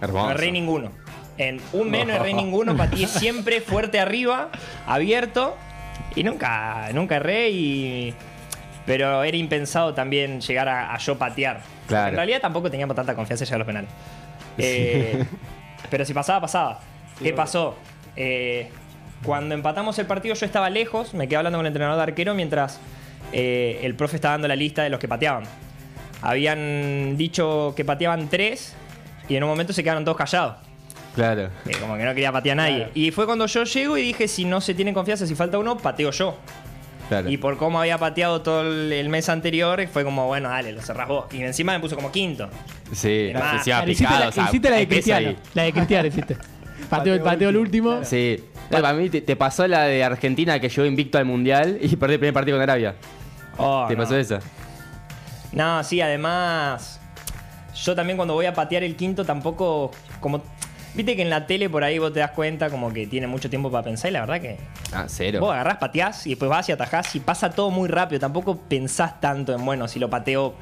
[SPEAKER 6] Hermoso.
[SPEAKER 10] No erré ninguno. En un mes no erré ninguno, pateé siempre fuerte arriba, abierto, y nunca, nunca erré y... Pero era impensado también llegar a, a yo patear.
[SPEAKER 6] Claro.
[SPEAKER 10] En realidad tampoco teníamos tanta confianza en llegar a los penales. Eh, pero si pasaba, pasaba. ¿Qué pasó? Eh, cuando empatamos el partido yo estaba lejos, me quedé hablando con el entrenador de arquero mientras eh, el profe estaba dando la lista de los que pateaban. Habían dicho que pateaban tres y en un momento se quedaron todos callados.
[SPEAKER 6] Claro.
[SPEAKER 10] Eh, como que no quería patear a nadie. Y fue cuando yo llego y dije, si no se tiene confianza, si falta uno, pateo yo.
[SPEAKER 6] Claro.
[SPEAKER 10] Y por cómo había pateado todo el, el mes anterior, fue como, bueno, dale, lo cerrás vos. Y encima me puso como quinto.
[SPEAKER 6] sí,
[SPEAKER 10] Era-
[SPEAKER 6] se iba
[SPEAKER 3] Claro, Ah, hiciste,
[SPEAKER 6] picado,
[SPEAKER 3] la,
[SPEAKER 6] o sea,
[SPEAKER 3] hiciste la de
[SPEAKER 6] hay peso
[SPEAKER 3] Cristiano.
[SPEAKER 6] ahí.
[SPEAKER 3] La de Cristiano hiciste. Pateo, el pateo el último.
[SPEAKER 6] Sí. No, para mí te, te pasó la de Argentina que llegó invicto al Mundial y perdí el primer partido con Arabia.
[SPEAKER 10] Oh,
[SPEAKER 6] ¿Te
[SPEAKER 10] no.
[SPEAKER 6] pasó esa?
[SPEAKER 10] No, sí, además. Yo también cuando voy a patear el quinto tampoco. Como. Viste que en la tele por ahí vos te das cuenta como que tiene mucho tiempo para pensar y la verdad que.
[SPEAKER 6] Ah, cero.
[SPEAKER 10] Vos agarrás, pateás y después vas y atajás y pasa todo muy rápido. Tampoco pensás tanto en, bueno, si lo pateo.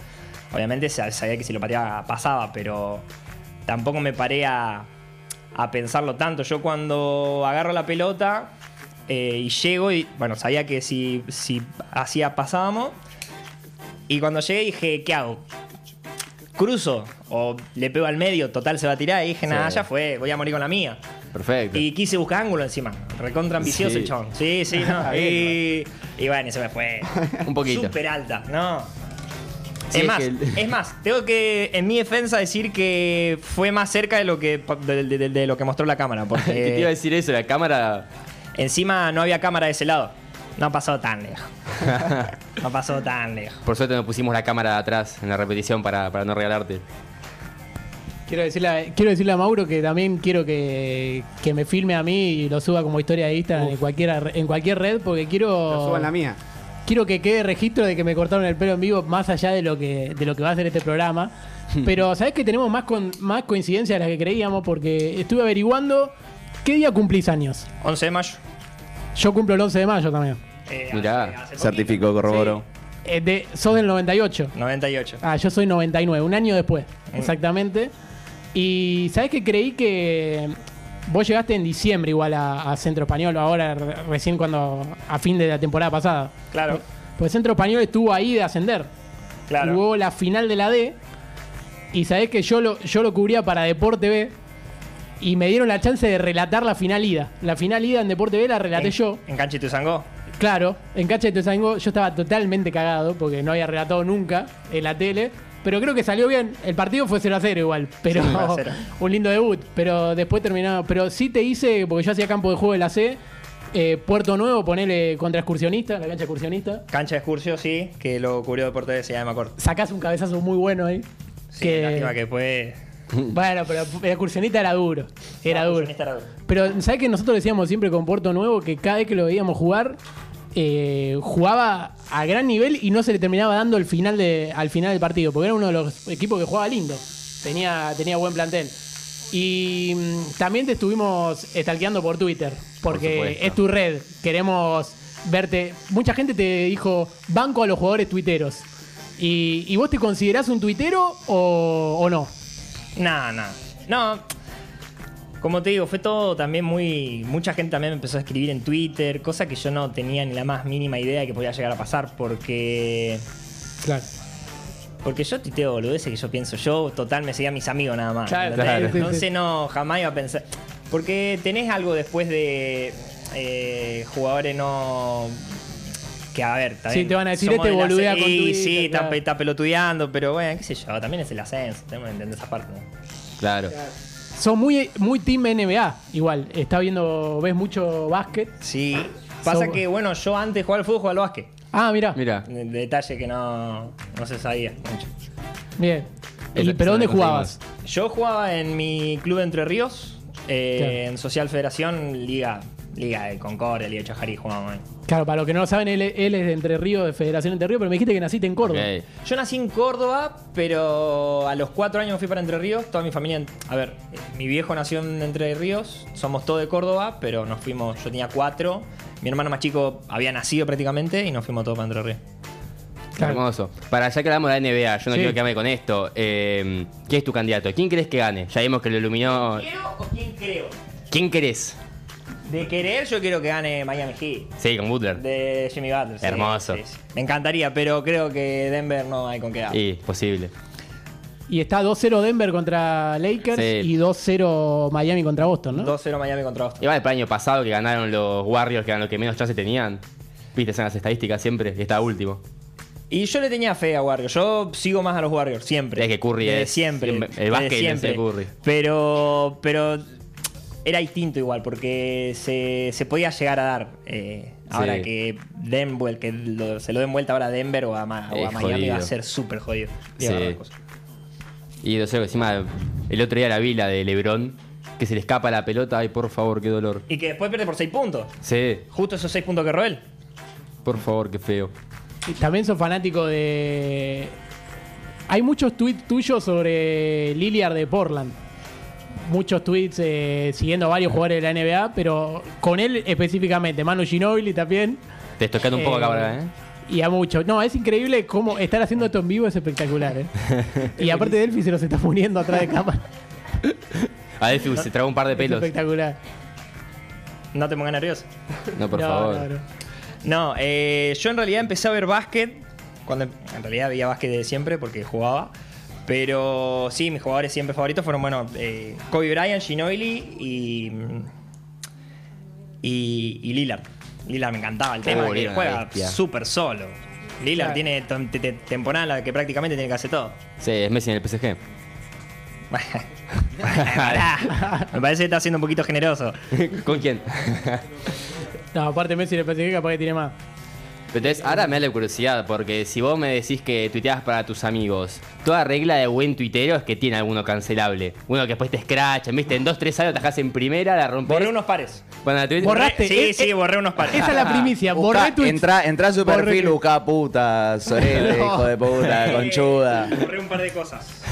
[SPEAKER 10] Obviamente sa- sabía que si lo pateaba pasaba, pero tampoco me paré a, a pensarlo tanto. Yo cuando agarro la pelota eh, y llego y, bueno, sabía que si, si hacía pasábamos. Y cuando llegué dije, ¿qué hago? ¿Cruzo? ¿O le pego al medio? Total, se va a tirar. Y dije, nada,
[SPEAKER 6] Sí.
[SPEAKER 10] ya fue, voy a morir con la mía.
[SPEAKER 6] Perfecto.
[SPEAKER 10] Y quise buscar ángulo encima. Recontra ambicioso
[SPEAKER 6] Sí.
[SPEAKER 10] el chabón. Sí, sí, no. y, y bueno, y se me fue.
[SPEAKER 6] Un poquito.
[SPEAKER 10] Súper alta, no.
[SPEAKER 6] Sí,
[SPEAKER 10] es
[SPEAKER 6] es
[SPEAKER 10] más,
[SPEAKER 6] que-
[SPEAKER 10] es más, tengo que, en mi defensa, decir que fue más cerca de lo que, de, de- de- de lo que mostró la cámara.
[SPEAKER 6] ¿Qué te iba a
[SPEAKER 10] Porque
[SPEAKER 6] decir eso? La cámara.
[SPEAKER 10] encima no había cámara de ese lado. No ha pasado tan lejos. No ha pasado tan lejos.
[SPEAKER 6] Por suerte no pusimos la cámara atrás en la repetición para, para no regalarte.
[SPEAKER 3] Quiero decirle, a, quiero decirle a Mauro que también quiero que, que me filme a mí y lo suba como historia de Instagram en, cualquiera, en cualquier red porque
[SPEAKER 4] Lo
[SPEAKER 3] quiero,
[SPEAKER 4] subo en la mía.
[SPEAKER 3] quiero que quede registro de que me cortaron el pelo en vivo más allá de lo que, de lo que va a ser este programa. Pero sabes que tenemos más, con, más coincidencias de las que creíamos porque estuve averiguando qué día cumplís años.
[SPEAKER 10] 11 de mayo.
[SPEAKER 3] Yo cumplo el 11 de mayo también.
[SPEAKER 10] Eh,
[SPEAKER 6] Mirá,
[SPEAKER 10] poquito.
[SPEAKER 8] Certificó, corroboró.
[SPEAKER 3] Eh, de, sos del 98.
[SPEAKER 10] 98.
[SPEAKER 3] Ah, yo soy 99, un año después, exactamente. Y sabes que creí que vos llegaste en diciembre igual a, a Centro Español, ahora re- recién cuando a fin de la temporada pasada.
[SPEAKER 10] Claro,
[SPEAKER 3] Pues Centro Español estuvo ahí de ascender.
[SPEAKER 10] claro.
[SPEAKER 3] Jugó la final de la D y sabés que yo lo, yo lo cubría para Deporte B y me dieron la chance de relatar la final ida. La final ida en Deporte B la relaté
[SPEAKER 10] En-
[SPEAKER 3] yo.
[SPEAKER 10] En Cancha Sangó.
[SPEAKER 3] Claro, en Cacha de Tezango yo estaba totalmente cagado porque no había relatado nunca en la tele. Pero creo que salió bien. El partido fue 0 a 0 igual. Pero
[SPEAKER 10] Sí, 0 a 0.
[SPEAKER 3] un lindo debut. Pero después terminaba. Pero sí te hice, porque yo hacía campo de juego de la C. eh, Puerto Nuevo, ponele contra excursionista, la cancha excursionista.
[SPEAKER 10] Cancha de Excursio, sí, que lo cubrió Deporte de Ciudad de Macor.
[SPEAKER 3] Sacás un cabezazo muy bueno ahí.
[SPEAKER 10] Sí, lástima que fue.
[SPEAKER 3] Bueno, pero el excursionista era duro. Era duro. Pero, ¿sabes que nosotros decíamos siempre con Puerto Nuevo que cada vez que lo veíamos jugar, eh, jugaba a gran nivel y no se le terminaba dando el final de, al final del partido? Porque era uno de los equipos que jugaba lindo. Tenía, tenía buen plantel. Y mm, también te estuvimos estalqueando por Twitter, porque
[SPEAKER 6] supuesto.
[SPEAKER 3] es tu red. Queremos verte. Mucha gente te dijo, banco a los jugadores tuiteros. ¿Y, y vos te considerás un tuitero o, o no?
[SPEAKER 10] Nada, nada. No. Como te digo, fue todo también muy. Mucha gente también me empezó a escribir en Twitter, cosa que yo no tenía ni la más mínima idea que podía llegar a pasar, porque.
[SPEAKER 3] Claro.
[SPEAKER 10] Porque yo titeo boludeces que yo pienso yo, total, me seguían mis amigos nada más.
[SPEAKER 3] Claro,
[SPEAKER 10] ¿entendés?
[SPEAKER 3] claro. Sí, sí,
[SPEAKER 10] Entonces
[SPEAKER 3] sí.
[SPEAKER 10] no, jamás iba a pensar. Porque tenés algo después de eh, jugadores no. Que a ver, también.
[SPEAKER 3] Sí, te van a decir,
[SPEAKER 10] somos
[SPEAKER 3] "Este
[SPEAKER 10] de la C-
[SPEAKER 3] boludea con
[SPEAKER 10] y
[SPEAKER 3] Twitter",
[SPEAKER 10] sí, está,
[SPEAKER 3] claro.
[SPEAKER 10] está pelotudeando, pero bueno, qué sé yo, también es el ascenso, tenemos que entender esa parte. ¿no?
[SPEAKER 6] Claro.
[SPEAKER 3] Son muy, muy team NBA, igual. Está viendo, ves mucho básquet.
[SPEAKER 10] Sí. Pasa que, bueno, yo antes jugaba al fútbol, jugaba al básquet.
[SPEAKER 3] Ah, mira.
[SPEAKER 6] Mira.
[SPEAKER 10] Detalle que no, no se sabía mucho.
[SPEAKER 3] Bien. Y- ¿Pero dónde jugabas?
[SPEAKER 10] Yo jugaba en mi club de Entre Ríos, eh,
[SPEAKER 3] Claro.
[SPEAKER 10] en Social Federación, Liga, Liga de Concordia, Liga de Chajarí, jugábamos ahí.
[SPEAKER 3] Claro, para los que no lo saben, él, él es de Entre Ríos, de Federación Entre Ríos, pero me dijiste que naciste en Córdoba.
[SPEAKER 10] Yo nací en Córdoba, pero a los cuatro años me fui para Entre Ríos. Toda mi familia, en- a ver, eh, mi viejo nació en Entre Ríos, somos todos de Córdoba, pero nos fuimos, yo tenía cuatro, mi hermano más chico había nacido prácticamente y nos fuimos todos para Entre Ríos.
[SPEAKER 6] Hermoso. Para allá que hablamos de la NBA, yo no
[SPEAKER 10] Sí.
[SPEAKER 6] quiero quedarme con esto. Eh, ¿Quién es tu candidato? ¿Quién crees que gane? Ya vimos que lo iluminó.
[SPEAKER 10] ¿Quiero o quién creo?
[SPEAKER 6] ¿Quién crees?
[SPEAKER 10] De querer, yo quiero que gane Miami Heat.
[SPEAKER 6] Sí, con Butler.
[SPEAKER 10] De Jimmy Butler. sí.
[SPEAKER 6] Hermoso.
[SPEAKER 10] Me encantaría, pero creo que Denver no hay con qué dar.
[SPEAKER 6] Sí, posible.
[SPEAKER 3] Y está 2-0 Denver contra Lakers
[SPEAKER 6] Sí.
[SPEAKER 3] y 2-0 Miami contra Boston, ¿no?
[SPEAKER 10] 2-0 Miami contra Boston.
[SPEAKER 6] Igual para el año pasado que ganaron los Warriors, que eran los que menos chance tenían. Viste, son las estadísticas siempre, y está último.
[SPEAKER 10] Y yo le tenía fe a Warriors. Yo sigo más a los Warriors, siempre.
[SPEAKER 6] Es que Curry
[SPEAKER 10] Desde
[SPEAKER 6] es-
[SPEAKER 10] Siempre.
[SPEAKER 6] siempre- el
[SPEAKER 10] desde
[SPEAKER 6] básquet es
[SPEAKER 10] siempre.
[SPEAKER 6] el Curry.
[SPEAKER 10] Pero. Pero. Era distinto igual, porque se, se podía llegar a dar. eh, ahora
[SPEAKER 6] Sí.
[SPEAKER 10] que, den, vuel- que lo- se lo den vuelta ahora a Denver o a, Ma- o
[SPEAKER 6] Es
[SPEAKER 10] a Miami
[SPEAKER 6] jodido.
[SPEAKER 10] va a ser súper jodido.
[SPEAKER 6] Sí.
[SPEAKER 10] Digo la verdad, cosa.
[SPEAKER 6] Y no sé, encima, el otro día la vi, la de Lebron, que se le escapa la pelota. Ay, por favor, qué dolor.
[SPEAKER 10] Y que después pierde por 6 puntos.
[SPEAKER 6] Sí,
[SPEAKER 10] Justo esos 6 puntos que robó él.
[SPEAKER 6] por favor, qué feo.
[SPEAKER 3] Y también sos fanático de. Hay muchos tweets tuyos sobre Lillard de Portland. Muchos tweets eh, siguiendo a varios jugadores de la NBA, pero con él específicamente. Manu Ginobili también.
[SPEAKER 6] Te estoy tocando un poco
[SPEAKER 3] Eh,
[SPEAKER 6] acá ahora, ¿eh?
[SPEAKER 3] Y a muchos. No, es increíble cómo estar haciendo esto en vivo es espectacular. ¿eh? y aparte Delphi se los está poniendo atrás de cámara.
[SPEAKER 6] A Delphi se tragó un par de
[SPEAKER 3] Es
[SPEAKER 6] pelos.
[SPEAKER 3] espectacular.
[SPEAKER 10] No te pongas nervioso.
[SPEAKER 6] No, por
[SPEAKER 10] No,
[SPEAKER 6] favor.
[SPEAKER 10] no, No, eh, yo en realidad empecé a ver básquet. Cuando em- en realidad veía básquet de siempre porque jugaba. Pero sí, mis jugadores siempre favoritos fueron, bueno, eh, Kobe Bryant, Ginobili y, y, y Lillard. Lillard me encantaba el tema,
[SPEAKER 6] Oh,
[SPEAKER 10] que
[SPEAKER 6] Lillard, una
[SPEAKER 10] juega
[SPEAKER 6] bestia.
[SPEAKER 10] súper solo. Lillard
[SPEAKER 3] Claro.
[SPEAKER 10] tiene tem- te- te- temporada en la que prácticamente tiene que hacer todo.
[SPEAKER 6] Sí, es Messi en el PSG.
[SPEAKER 10] Pará, me parece que está siendo un poquito generoso.
[SPEAKER 6] ¿Con quién?
[SPEAKER 3] No, aparte Messi le parece que capaz que tiene más.
[SPEAKER 6] Entonces, ahora me da la curiosidad, porque si vos me decís que tuiteabas para tus amigos, toda regla de buen tuitero es que tiene alguno cancelable. Uno que después te escracha, ¿viste? En dos, tres años tajás en primera, la rompes.
[SPEAKER 10] Borré unos pares.
[SPEAKER 6] Bueno, la tuite-
[SPEAKER 3] Borraste.
[SPEAKER 10] Sí,
[SPEAKER 3] Eh,
[SPEAKER 10] sí,
[SPEAKER 3] eh,
[SPEAKER 10] borré unos pares.
[SPEAKER 3] Esa es la primicia.
[SPEAKER 8] Busca-
[SPEAKER 3] Borré tweets.
[SPEAKER 8] entra, entra a su
[SPEAKER 3] Borré
[SPEAKER 8] perfil,
[SPEAKER 3] tweets.
[SPEAKER 8] busca puta, sorete,
[SPEAKER 10] No.
[SPEAKER 8] hijo de puta, conchuda.
[SPEAKER 10] Borré Eh, un par de cosas.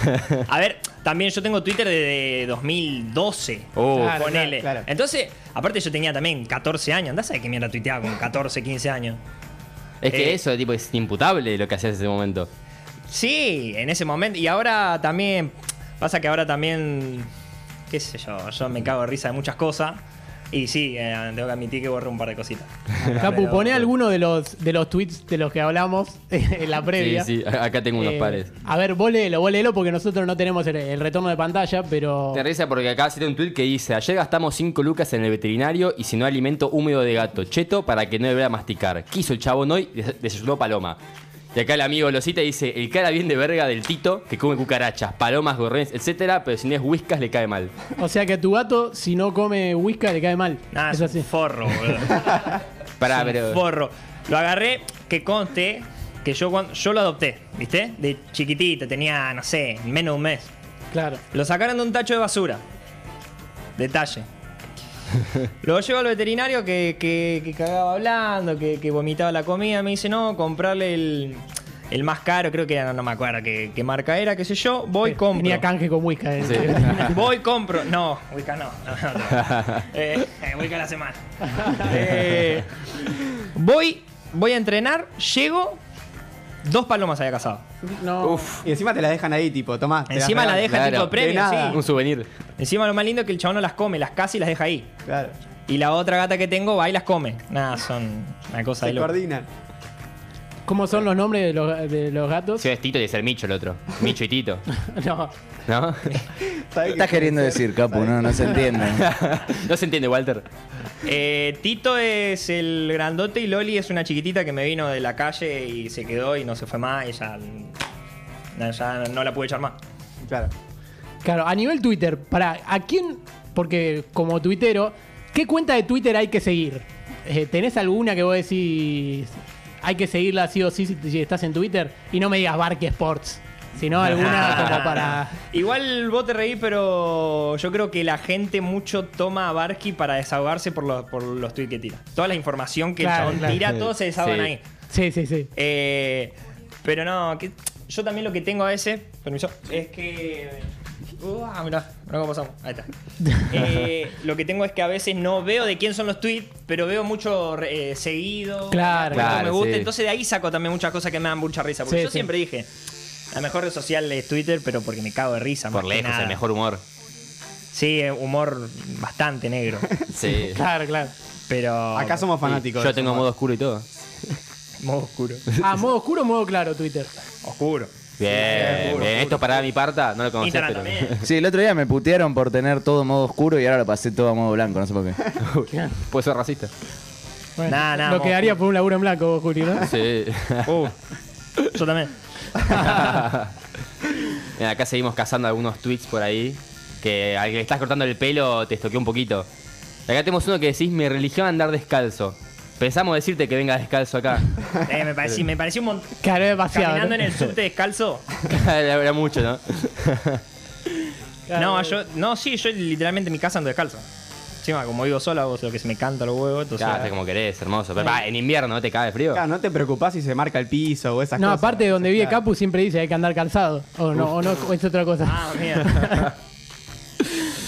[SPEAKER 10] A ver, también yo tengo Twitter desde 2012.
[SPEAKER 6] Oh.
[SPEAKER 10] con
[SPEAKER 6] Claro,
[SPEAKER 10] ponele.
[SPEAKER 3] claro, claro.
[SPEAKER 10] Entonces, aparte yo tenía también 14 años. Andás a ver qué mierda tuiteaba con 14, 15 años.
[SPEAKER 6] Es que
[SPEAKER 10] Eh.
[SPEAKER 6] eso tipo, es imputable lo que hacías en ese momento.
[SPEAKER 10] Sí, en ese momento. Y ahora también. Pasa que ahora también. ¿Qué sé yo? Yo me cago de risa de muchas cosas. Y sí, eh, tengo que admitir que borré un par de cositas.
[SPEAKER 3] Capu, poné alguno de los, de los tweets de los que hablamos en la previa.
[SPEAKER 6] Sí, sí, a- acá tengo unos
[SPEAKER 3] Eh,
[SPEAKER 6] pares.
[SPEAKER 3] A ver, vos léelo, vos léelo porque nosotros no tenemos el, el retorno de pantalla, pero.
[SPEAKER 6] Te risa porque acá se tiene un tweet que dice: Ayer gastamos 5 lucas en el veterinario y si no alimento húmedo de gato, cheto, para que no debiera masticar. Quiso el chabón hoy, des- desayunó paloma. Y acá el amigo lo cita y dice: El cara bien de verga del Tito que come cucarachas, palomas, gorriones, etcétera, pero si no es whiskas le cae mal.
[SPEAKER 3] O sea que a tu gato, si no come whisky, le cae mal.
[SPEAKER 10] Ah, es un forro, boludo.
[SPEAKER 6] Pará,
[SPEAKER 10] Es un
[SPEAKER 6] pero-
[SPEAKER 10] forro. Lo agarré, que conste, que yo, cuando, yo lo adopté, ¿viste? De chiquitito, tenía, no sé, menos de un mes.
[SPEAKER 3] Claro.
[SPEAKER 10] Lo sacaron de un tacho de basura. Detalle. Luego llego al veterinario que, que- que cagaba hablando, que, que vomitaba la comida. Me dice, no, comprarle el, el más caro, creo que era, no, no me acuerdo qué, qué marca era, qué sé yo. Voy, compro.
[SPEAKER 3] Eh, Tenía canje con whisky. eh.
[SPEAKER 10] Voy, compro. No, Wicca no. no, no, no. Eh, eh, Wicca la semana. Eh, voy, voy a entrenar, llego. Dos palomas había cazado.
[SPEAKER 4] Uf. Y encima te la dejan ahí, tipo, tomá. Ah, te
[SPEAKER 10] Encima la
[SPEAKER 4] regalan.
[SPEAKER 10] deja tipo de premio,
[SPEAKER 4] De nada.
[SPEAKER 10] sí.
[SPEAKER 6] souvenir.
[SPEAKER 10] Encima lo más lindo es que el chabón no las come, las casa y las deja ahí.
[SPEAKER 4] Claro.
[SPEAKER 10] Y la otra gata que tengo va y las come. Nada, son una cosa de
[SPEAKER 4] Se
[SPEAKER 10] loco.
[SPEAKER 4] coordinan.
[SPEAKER 3] ¿Cómo son los nombres de los, de los gatos?
[SPEAKER 6] Si es Tito, debe ser Micho el otro. Micho y Tito.
[SPEAKER 3] No.
[SPEAKER 6] ¿No?
[SPEAKER 8] ¿Qué estás queriendo decir, Capu? No, no se entiende.
[SPEAKER 6] no se entiende, Walter.
[SPEAKER 10] Eh, Tito es el grandote y Loli es una chiquitita que me vino de la calle y se quedó y no se fue más. Y ya, no, ya no la pude echar más.
[SPEAKER 4] Claro.
[SPEAKER 3] Claro, a nivel Twitter, para ¿a quién? Porque como tuitero, ¿qué cuenta de Twitter hay que seguir? Eh, ¿Tenés alguna que vos decís hay que seguirla sí o sí si, te- si estás en Twitter? Y no me digas Barque Sports, sino alguna como para.
[SPEAKER 10] Igual vos te reís, pero yo creo que la gente mucho toma a Barky para desahogarse por los, por los tweets que tira. Toda la información que
[SPEAKER 3] Claro,
[SPEAKER 10] el chabón
[SPEAKER 3] claro.
[SPEAKER 10] tira, todos se desahogan
[SPEAKER 3] Sí.
[SPEAKER 10] ahí.
[SPEAKER 3] Sí, sí, sí.
[SPEAKER 10] Eh, pero no, que- yo también lo que tengo a veces, permiso, es que. Uh, ah, mirá, mirá cómo pasamos. Ahí está. Eh, lo que tengo es que a veces no veo de quién son los tweets, pero veo mucho eh, seguido.
[SPEAKER 3] Claro.
[SPEAKER 10] mucho
[SPEAKER 3] Claro,
[SPEAKER 10] me gusta.
[SPEAKER 3] sí.
[SPEAKER 10] Entonces de ahí saco también muchas cosas que me dan mucha risa. Porque
[SPEAKER 3] Sí,
[SPEAKER 10] yo
[SPEAKER 3] sí.
[SPEAKER 10] siempre dije, la mejor red social es Twitter, pero porque me cago de risa.
[SPEAKER 6] Por
[SPEAKER 10] más que
[SPEAKER 6] lejos,
[SPEAKER 10] nada.
[SPEAKER 6] el mejor humor.
[SPEAKER 10] Sí, eh, humor bastante negro.
[SPEAKER 6] Sí.
[SPEAKER 3] Claro, claro.
[SPEAKER 10] Pero.
[SPEAKER 4] Acá somos fanáticos
[SPEAKER 6] Yo
[SPEAKER 4] de
[SPEAKER 6] tengo
[SPEAKER 4] eso,
[SPEAKER 6] modo oscuro y todo.
[SPEAKER 10] Modo oscuro.
[SPEAKER 3] Ah, modo oscuro o modo claro Twitter.
[SPEAKER 10] Oscuro.
[SPEAKER 6] Bien, bien. Esto para mi parta, no lo conocía, pero.
[SPEAKER 8] Sí, el otro día me putearon por tener todo modo oscuro y ahora lo pasé todo a modo blanco, no sé por qué.
[SPEAKER 6] Puede ser racista.
[SPEAKER 3] Bueno,
[SPEAKER 10] Nah, nah,
[SPEAKER 3] lo
[SPEAKER 10] modo
[SPEAKER 3] quedaría por un laburo en blanco vos, Juli, ¿no?
[SPEAKER 6] Sí.
[SPEAKER 10] Uh, yo también.
[SPEAKER 6] Mira, acá seguimos cazando algunos tweets por ahí. Que al que le estás cortando el pelo te estoqueó un poquito. Y Acá tenemos uno que decís, mi religión andar descalzo. Pensamos decirte que venga descalzo acá.
[SPEAKER 10] Eh, me pareció, me pareció un montón.
[SPEAKER 3] Claro, es demasiado.
[SPEAKER 10] Caminando
[SPEAKER 3] ¿no?
[SPEAKER 10] en el subte descalzo.
[SPEAKER 6] era, era mucho, ¿no?
[SPEAKER 10] No, yo, no, sí, yo literalmente en mi casa ando descalzo. Encima, como vivo sola, hago lo que se me canta los huevos, entonces.
[SPEAKER 6] Ya, hace como querés, hermoso. Pero pa, en invierno no te cae frío.
[SPEAKER 4] Claro, no te preocupás si se marca el piso o esas
[SPEAKER 3] No,
[SPEAKER 4] cosas.
[SPEAKER 3] aparte de donde vive
[SPEAKER 4] Claro.
[SPEAKER 3] Capu siempre dice hay que andar calzado. O no, o no, o es otra cosa.
[SPEAKER 10] Ah, mierda.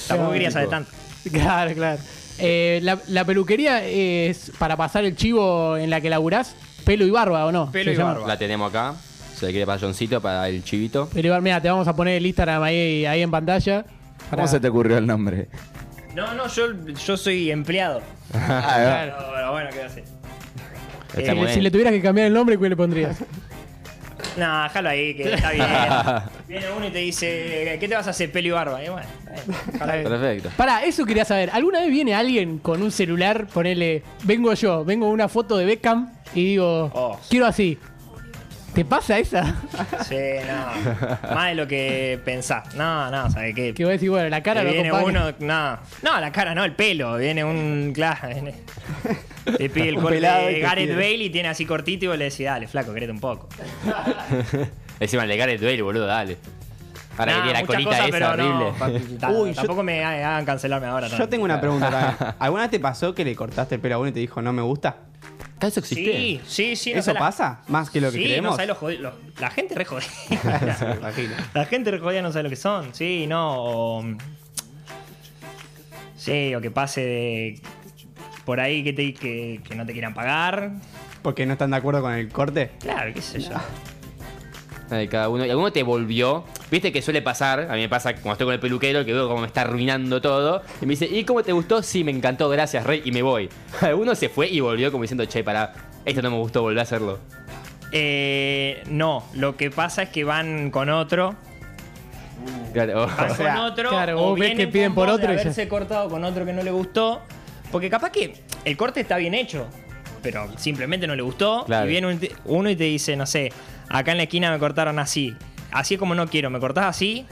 [SPEAKER 10] Tampoco quería saber tanto.
[SPEAKER 3] Claro, claro. Eh, la, la peluquería es para pasar el chivo en la que laburás, pelo y barba, ¿o no? Se llama.
[SPEAKER 6] La tenemos acá. Se le quiere para Johncito, para el chivito.
[SPEAKER 3] Pelo y barba, mira, te vamos a poner el Instagram ahí, ahí en pantalla.
[SPEAKER 8] ¿Cómo se te ocurrió el nombre?
[SPEAKER 10] No, no, yo, yo soy empleado.
[SPEAKER 8] Claro.
[SPEAKER 10] Pero, pero bueno, ¿qué hace?
[SPEAKER 3] Si
[SPEAKER 6] Ah,
[SPEAKER 10] Eh,
[SPEAKER 6] Está
[SPEAKER 3] le-
[SPEAKER 6] muy
[SPEAKER 3] si,
[SPEAKER 6] bien.
[SPEAKER 3] le tuvieras que cambiar el nombre, ¿cuál le pondrías?
[SPEAKER 10] No, déjalo ahí, que está bien. Viene uno y te dice, ¿qué te vas a hacer, pelo y barba? Y bueno, eh, déjalo ahí.
[SPEAKER 6] Perfecto.
[SPEAKER 3] Pará, eso quería saber. ¿Alguna vez viene alguien con un celular, ponele, vengo yo, vengo una foto de Beckham y digo, quiero así? ¿Te pasa esa?
[SPEAKER 10] Sí, no. Más de lo que pensás. No, no, ¿sabes qué?
[SPEAKER 3] Que vos decís, bueno, la cara
[SPEAKER 10] Que
[SPEAKER 3] lo
[SPEAKER 10] viene
[SPEAKER 3] acompaña.
[SPEAKER 10] uno, no, no, la cara no, el pelo, viene un, claro, viene- te pide el
[SPEAKER 6] Un
[SPEAKER 10] corte
[SPEAKER 6] pelado y
[SPEAKER 10] de
[SPEAKER 6] te
[SPEAKER 10] Gareth
[SPEAKER 6] pide.
[SPEAKER 10] Bale y tiene así cortito y vos le decís, dale, flaco, querete un poco.
[SPEAKER 6] Encima le gana el duelo, boludo, dale. Ahora que
[SPEAKER 10] Nah,
[SPEAKER 6] tiene la
[SPEAKER 10] muchas
[SPEAKER 6] colita
[SPEAKER 10] cosas,
[SPEAKER 6] esa
[SPEAKER 10] pero no,
[SPEAKER 6] horrible.
[SPEAKER 10] papi, ta-
[SPEAKER 4] Uy, yo-
[SPEAKER 10] tampoco me ha- hagan cancelarme ahora.
[SPEAKER 4] Yo
[SPEAKER 10] tanto.
[SPEAKER 4] tengo una pregunta también. ¿Alguna vez te pasó que le cortaste el pelo a uno y te dijo no me gusta?
[SPEAKER 6] ¿Eso
[SPEAKER 10] existe? Sí, sí, sí, no
[SPEAKER 4] ¿Eso
[SPEAKER 10] sé la-
[SPEAKER 4] pasa? ¿Más que lo que
[SPEAKER 10] sí,
[SPEAKER 4] creemos?
[SPEAKER 10] no sabés lo jodido- lo- la gente re jodida.
[SPEAKER 4] Me imagino.
[SPEAKER 10] La gente re jodida no sabe lo que son, sí, no. o- sí, o que pase de por ahí que, te, que, que no te quieran pagar.
[SPEAKER 4] ¿Porque no están de acuerdo con el corte?
[SPEAKER 10] Claro, qué sé yo.
[SPEAKER 6] Ay, cada uno. ¿Y alguno te volvió? Viste que suele pasar, a mí me pasa cuando estoy con el peluquero, que veo cómo me está arruinando todo. Y me dice, ¿y cómo te gustó? Sí, me encantó, gracias, rey, y me voy. Uno se fue y volvió como diciendo, che, pará, esto no me gustó, volví a hacerlo.
[SPEAKER 10] Eh, no, lo que pasa es que van con otro.
[SPEAKER 6] Claro. oh.
[SPEAKER 10] Van con otro.
[SPEAKER 3] claro,
[SPEAKER 10] o
[SPEAKER 3] vos ves
[SPEAKER 10] vienen
[SPEAKER 3] que piden
[SPEAKER 10] con
[SPEAKER 3] por
[SPEAKER 10] vos
[SPEAKER 3] otro
[SPEAKER 10] de
[SPEAKER 3] y ya-
[SPEAKER 10] haberse cortado con otro que no le gustó. Porque capaz que el corte está bien hecho, pero simplemente no le gustó.
[SPEAKER 6] Claro.
[SPEAKER 10] Y viene un- uno y te dice, no sé, acá en la esquina me cortaron así. Así es como no quiero, me cortás así.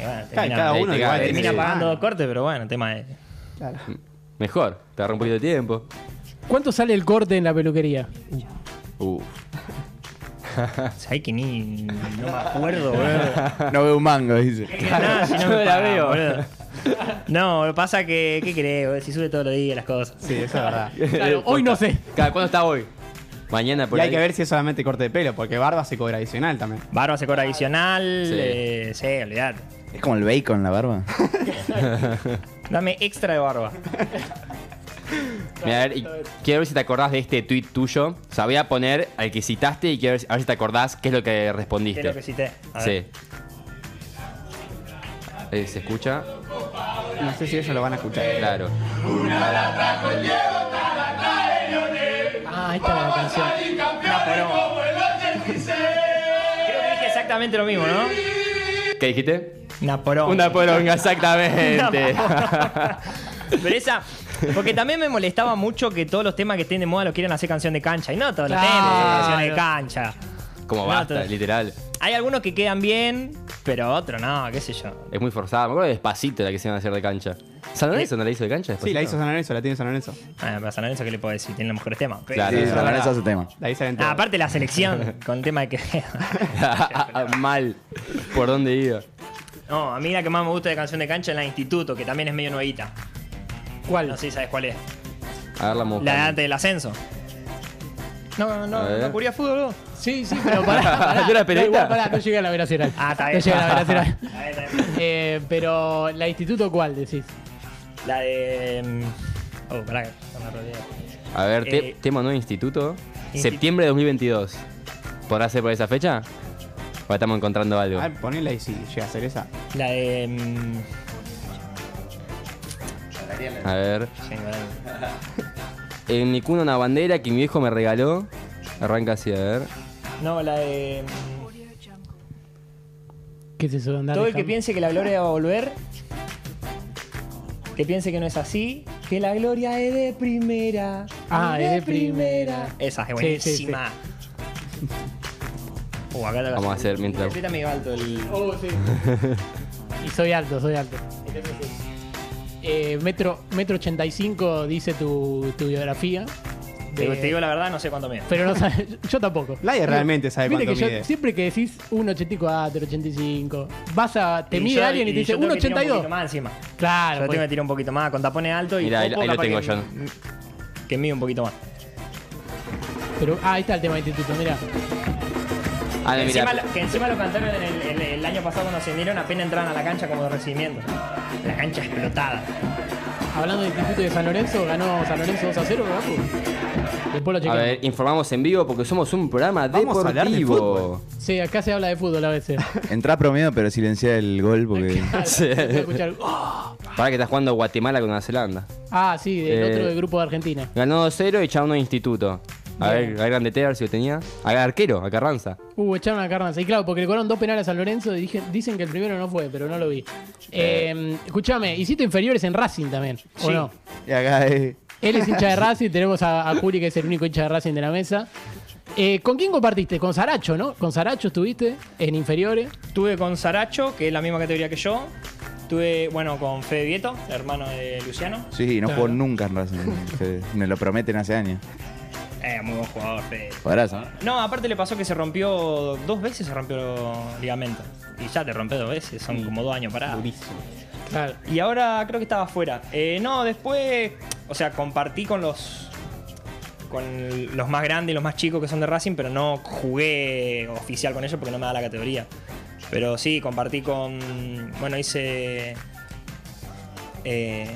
[SPEAKER 10] Y bueno, termina,
[SPEAKER 6] cada uno
[SPEAKER 10] te-
[SPEAKER 6] igual
[SPEAKER 10] termina
[SPEAKER 6] tiene-
[SPEAKER 10] pagando dos cortes, pero bueno, tema de.
[SPEAKER 6] Mejor, te agarra un poquito de tiempo.
[SPEAKER 3] ¿Cuánto sale el corte en la peluquería?
[SPEAKER 6] Uf.
[SPEAKER 10] Sabés que ni. No me acuerdo, boludo.
[SPEAKER 8] No veo un mango, dice.
[SPEAKER 10] Nada, si no
[SPEAKER 6] Yo la
[SPEAKER 10] me pagan,
[SPEAKER 6] veo.
[SPEAKER 10] boludo. No, pasa que, ¿qué crees? boludo? Si sube todos los días las cosas. Sí, eso es verdad.
[SPEAKER 3] Claro, hoy no sé.
[SPEAKER 6] Cada- ¿Cuándo está hoy? Mañana por
[SPEAKER 4] Y hay
[SPEAKER 6] ahí.
[SPEAKER 4] que ver si es solamente corte de pelo, porque barba se cobra adicional también.
[SPEAKER 10] Barba se cobra adicional,
[SPEAKER 6] Sí.
[SPEAKER 10] eh, sí, olvidate.
[SPEAKER 8] Es como el bacon, la barba.
[SPEAKER 10] Dame extra de barba.
[SPEAKER 6] Mira, a ver, y quiero ver si te acordás de este tweet tuyo. O sea, voy a poner al que citaste y quiero ver si, a ver si te acordás qué es lo que
[SPEAKER 10] Que
[SPEAKER 6] respondiste.
[SPEAKER 10] es lo que cité. A ver.
[SPEAKER 6] Sí. Eh, ¿Se escucha?
[SPEAKER 4] No sé si ellos lo van a escuchar.
[SPEAKER 6] Claro.
[SPEAKER 3] Ah, ahí está la canción.
[SPEAKER 10] Creo que dije exactamente lo mismo, ¿no?
[SPEAKER 6] ¿Qué dijiste?
[SPEAKER 10] Naporón.
[SPEAKER 6] Una poronga, exactamente.
[SPEAKER 10] Pero esa. Porque también me molestaba mucho que todos los temas que estén de moda los quieran hacer canción de cancha. Y no todos los
[SPEAKER 3] Claro.
[SPEAKER 10] temas son canciones de cancha.
[SPEAKER 6] Como
[SPEAKER 10] No,
[SPEAKER 6] basta,
[SPEAKER 10] te-
[SPEAKER 6] literal.
[SPEAKER 10] Hay algunos que quedan bien, pero otros no, qué sé yo.
[SPEAKER 6] Es muy forzada. Me acuerdo de Despacito la que se iban a hacer de cancha. ¿San Lorenzo no la hizo de cancha después?
[SPEAKER 4] Sí, Pues la hizo San Lorenzo, la tiene San Lorenzo.
[SPEAKER 10] Ah, pero San Lorenzo, ¿qué le puedo decir? Tiene los mejores temas. Pero-
[SPEAKER 6] Claro.
[SPEAKER 8] Sí,
[SPEAKER 6] es
[SPEAKER 8] San
[SPEAKER 6] verdad.
[SPEAKER 8] Lorenzo hace tema.
[SPEAKER 4] La hizo en
[SPEAKER 10] Ah, aparte la selección, con tema de que.
[SPEAKER 6] Mal. ¿Por dónde iba?
[SPEAKER 10] no, a mí la que más me gusta de canción de cancha es la de Instituto, que también es medio nuevita.
[SPEAKER 3] ¿Cuál?
[SPEAKER 10] No sé si sabes cuál es.
[SPEAKER 6] A ver la
[SPEAKER 10] La de
[SPEAKER 6] mosca.
[SPEAKER 10] antes del ascenso. No, no,
[SPEAKER 6] A
[SPEAKER 10] no,
[SPEAKER 6] ver.
[SPEAKER 10] no cubría fútbol, vos.
[SPEAKER 3] Sí, sí, pero pará. pará.
[SPEAKER 6] ¿Yo era
[SPEAKER 3] no, igual,
[SPEAKER 6] pereta?
[SPEAKER 3] pará, no llegué a la veracidad.
[SPEAKER 10] Ah, está
[SPEAKER 3] No
[SPEAKER 10] bien.
[SPEAKER 3] llegué a la veracidad.
[SPEAKER 10] Está bien, está bien.
[SPEAKER 3] Eh, pero, ¿la instituto cuál decís?
[SPEAKER 10] La de. mm, Oh, pará, que no me acordé.
[SPEAKER 6] A ver, te-
[SPEAKER 10] Eh,
[SPEAKER 6] tema nuevo instituto.
[SPEAKER 10] Institu-
[SPEAKER 6] Septiembre de 2022. ¿Podrá ser por esa fecha? ¿O estamos encontrando algo?
[SPEAKER 4] A ver, ponela y si llega a ser esa.
[SPEAKER 10] La de. mm,
[SPEAKER 6] A ver.
[SPEAKER 10] sí, bueno.
[SPEAKER 6] En mi cuna una bandera que mi viejo me regaló. Arranca así, a ver.
[SPEAKER 10] No, la de. mm,
[SPEAKER 3] ¿Qué es eso de andar
[SPEAKER 10] Todo el que
[SPEAKER 3] dejando?
[SPEAKER 10] piense que la gloria va a volver, que piense que no es así, que la gloria es de primera.
[SPEAKER 3] Ah, es de primera.
[SPEAKER 10] Esa es
[SPEAKER 3] Sí,
[SPEAKER 10] buenísima. Uh, acá te
[SPEAKER 6] Vamos a hacer mientras-
[SPEAKER 10] Aprieta medio alto el.
[SPEAKER 3] Oh, sí. y soy alto, soy alto. Eh, metro, metro 85 dice tu, tu biografía.
[SPEAKER 10] Te,
[SPEAKER 3] Eh,
[SPEAKER 10] te digo la verdad, no sé cuánto mide.
[SPEAKER 3] Pero no sabes, yo tampoco.
[SPEAKER 4] Laia realmente sabe
[SPEAKER 3] Viste
[SPEAKER 4] cuánto
[SPEAKER 3] que yo-
[SPEAKER 4] mide.
[SPEAKER 3] siempre que decís 1,84, 85, vas a, te
[SPEAKER 10] Y
[SPEAKER 3] mide
[SPEAKER 10] yo-
[SPEAKER 3] alguien y te dice
[SPEAKER 10] yo tengo que tirar un poquito
[SPEAKER 3] 1,82.
[SPEAKER 10] Más encima.
[SPEAKER 3] Claro,
[SPEAKER 10] yo
[SPEAKER 3] pues,
[SPEAKER 10] tengo que tirar un poquito más con tapones altos y.
[SPEAKER 6] Mirá, ahí-
[SPEAKER 10] poco
[SPEAKER 6] ahí lo
[SPEAKER 10] capaz
[SPEAKER 6] tengo
[SPEAKER 10] que,
[SPEAKER 6] yo.
[SPEAKER 10] Que mide un poquito más.
[SPEAKER 3] pero, ah, ahí está el tema del instituto, mira.
[SPEAKER 6] Ah,
[SPEAKER 10] Que
[SPEAKER 6] no,
[SPEAKER 10] encima,
[SPEAKER 6] mira.
[SPEAKER 10] lo- que encima lo cantaron en el, el- el año pasado cuando ascendieron, apenas entraron a la cancha como de recibimiento. La cancha explotada.
[SPEAKER 3] Hablando del instituto de San Lorenzo, ganó San Lorenzo 2 a 0, ¿verdad? Después lo
[SPEAKER 6] A
[SPEAKER 3] chequeamos.
[SPEAKER 6] ver, informamos en vivo porque somos un programa
[SPEAKER 4] Vamos a hablar de
[SPEAKER 6] deportivo.
[SPEAKER 4] fútbol.
[SPEAKER 3] Sí, acá se habla de fútbol a veces.
[SPEAKER 8] Entrá promedio, pero silencia el gol porque.
[SPEAKER 6] Sí.
[SPEAKER 3] Se puede escuchar, "Oh".
[SPEAKER 6] Para que estás jugando Guatemala con Nueva Zelanda.
[SPEAKER 3] Ah, sí, del
[SPEAKER 6] Eh,
[SPEAKER 3] otro del grupo de Argentina.
[SPEAKER 6] Ganó 2-0 y uno de instituto. A
[SPEAKER 3] Bien.
[SPEAKER 6] ver, a Grande T, a ver si lo tenía. A arquero, a Carranza.
[SPEAKER 3] Uh, echaron a Carranza. Y claro, porque le cobraron dos penales a San Lorenzo y dije- dicen que el primero no fue, pero no lo vi. Eh, escúchame, hiciste inferiores en Racing también, ¿o
[SPEAKER 10] Sí.
[SPEAKER 3] no?
[SPEAKER 8] Y acá eh,
[SPEAKER 3] Él es hincha de Racing, tenemos a, a Curi, que es el único hincha de Racing de la mesa. Eh, ¿Con quién compartiste? Con Saracho, ¿no? Con Saracho estuviste en inferiores.
[SPEAKER 10] Tuve con Saracho, que es la misma categoría que yo. Tuve, bueno, con Fede Vieto, hermano de Luciano.
[SPEAKER 8] Sí, no
[SPEAKER 3] Claro.
[SPEAKER 8] jugó nunca en Racing. Fede. Me lo prometen hace años.
[SPEAKER 10] Eh, muy buen jugador, Fede.
[SPEAKER 8] Podrás, ¿no?
[SPEAKER 10] No, aparte le pasó que se rompió dos veces, se rompió ligamento. Y ya te rompe dos veces, son como dos años parados.
[SPEAKER 3] Claro.
[SPEAKER 10] Y ahora creo que estaba afuera. Eh, no, después, o sea, compartí con los con los más grandes y los más chicos que son de Racing, pero no jugué oficial con ellos porque no me da la categoría. Pero sí, compartí con, bueno, hice eh,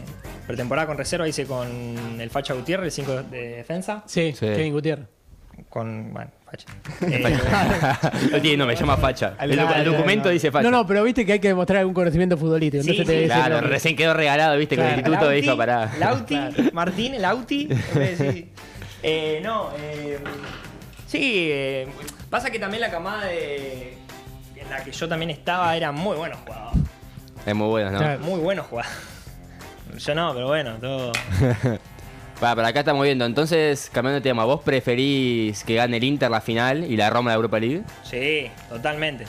[SPEAKER 10] pretemporada con reserva, hice con el Facha Gutiérrez, el 5 de defensa,
[SPEAKER 3] Sí,
[SPEAKER 6] Sí.
[SPEAKER 3] Kevin Gutiérrez.
[SPEAKER 10] con, bueno, Eh,
[SPEAKER 6] Facha. No tiene nombre, se llama facha. El, docu- el documento dice facha.
[SPEAKER 3] No, no, pero viste que hay que demostrar algún conocimiento futbolístico.
[SPEAKER 6] Sí,
[SPEAKER 3] Entonces te
[SPEAKER 6] sí,
[SPEAKER 3] dice
[SPEAKER 6] claro,
[SPEAKER 3] el nombre.
[SPEAKER 6] recién quedó regalado, viste, con el
[SPEAKER 3] Claro.
[SPEAKER 6] instituto
[SPEAKER 3] Lauti,
[SPEAKER 6] dijo pará.
[SPEAKER 10] Lauti, Martín, Lauti. en vez de decir- Eh, no, eh, sí, eh, pasa que también la camada de, en la que yo también estaba era muy buenos jugadores.
[SPEAKER 6] Es muy bueno, ¿no?
[SPEAKER 10] Muy buenos jugadores. Yo no, pero bueno, todo.
[SPEAKER 6] Para, para acá estamos viendo. Entonces, cambiando de tema, ¿vos preferís que gane el Inter la final y la Roma la Europa League?
[SPEAKER 10] Sí, totalmente.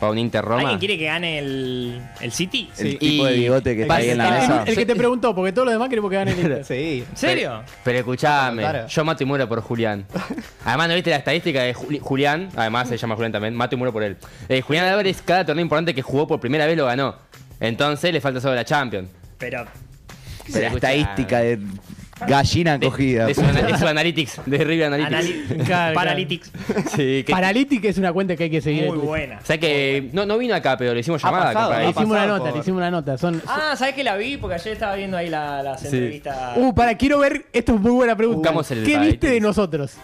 [SPEAKER 6] ¿Para un Inter Roma? Eh,
[SPEAKER 10] ¿Alguien quiere que gane el, el City?
[SPEAKER 6] Sí. tipo de bigote que está ahí en la
[SPEAKER 3] El-
[SPEAKER 6] mesa.
[SPEAKER 3] El que te preguntó, porque todos los demás queremos que gane el Inter.
[SPEAKER 11] Sí.
[SPEAKER 10] ¿En serio?
[SPEAKER 6] Pero escuchame,
[SPEAKER 3] Claro.
[SPEAKER 6] yo mato y muero por Julián. Además, ¿no viste la estadística de Juli- Julián? Además, se llama Julián también. Mato y muero por él. Eh, Julián Álvarez, cada torneo importante que jugó por primera vez lo ganó. Entonces, le falta solo la Champions.
[SPEAKER 10] Pero.
[SPEAKER 8] Pero la estadística de gallina cogida.
[SPEAKER 6] De su, ana- de su Analytics, de River Analytics.
[SPEAKER 3] Anali- Claro,
[SPEAKER 10] Paralytics.
[SPEAKER 6] Sí, que-
[SPEAKER 3] Paralytics es una cuenta que hay que seguir.
[SPEAKER 10] Muy buena.
[SPEAKER 6] o sea que no, no vino acá, pero le hicimos llamada. capaz.
[SPEAKER 3] Le hicimos una nota, le hicimos una nota. Son,
[SPEAKER 10] Ah, ¿sabes que la vi? Porque ayer estaba viendo ahí la- las
[SPEAKER 6] Sí.
[SPEAKER 10] entrevistas.
[SPEAKER 3] Uh, para, quiero ver. Esto es muy buena pregunta.
[SPEAKER 6] Buscamos el
[SPEAKER 3] ¿Qué
[SPEAKER 6] Paralytics.
[SPEAKER 3] viste de nosotros?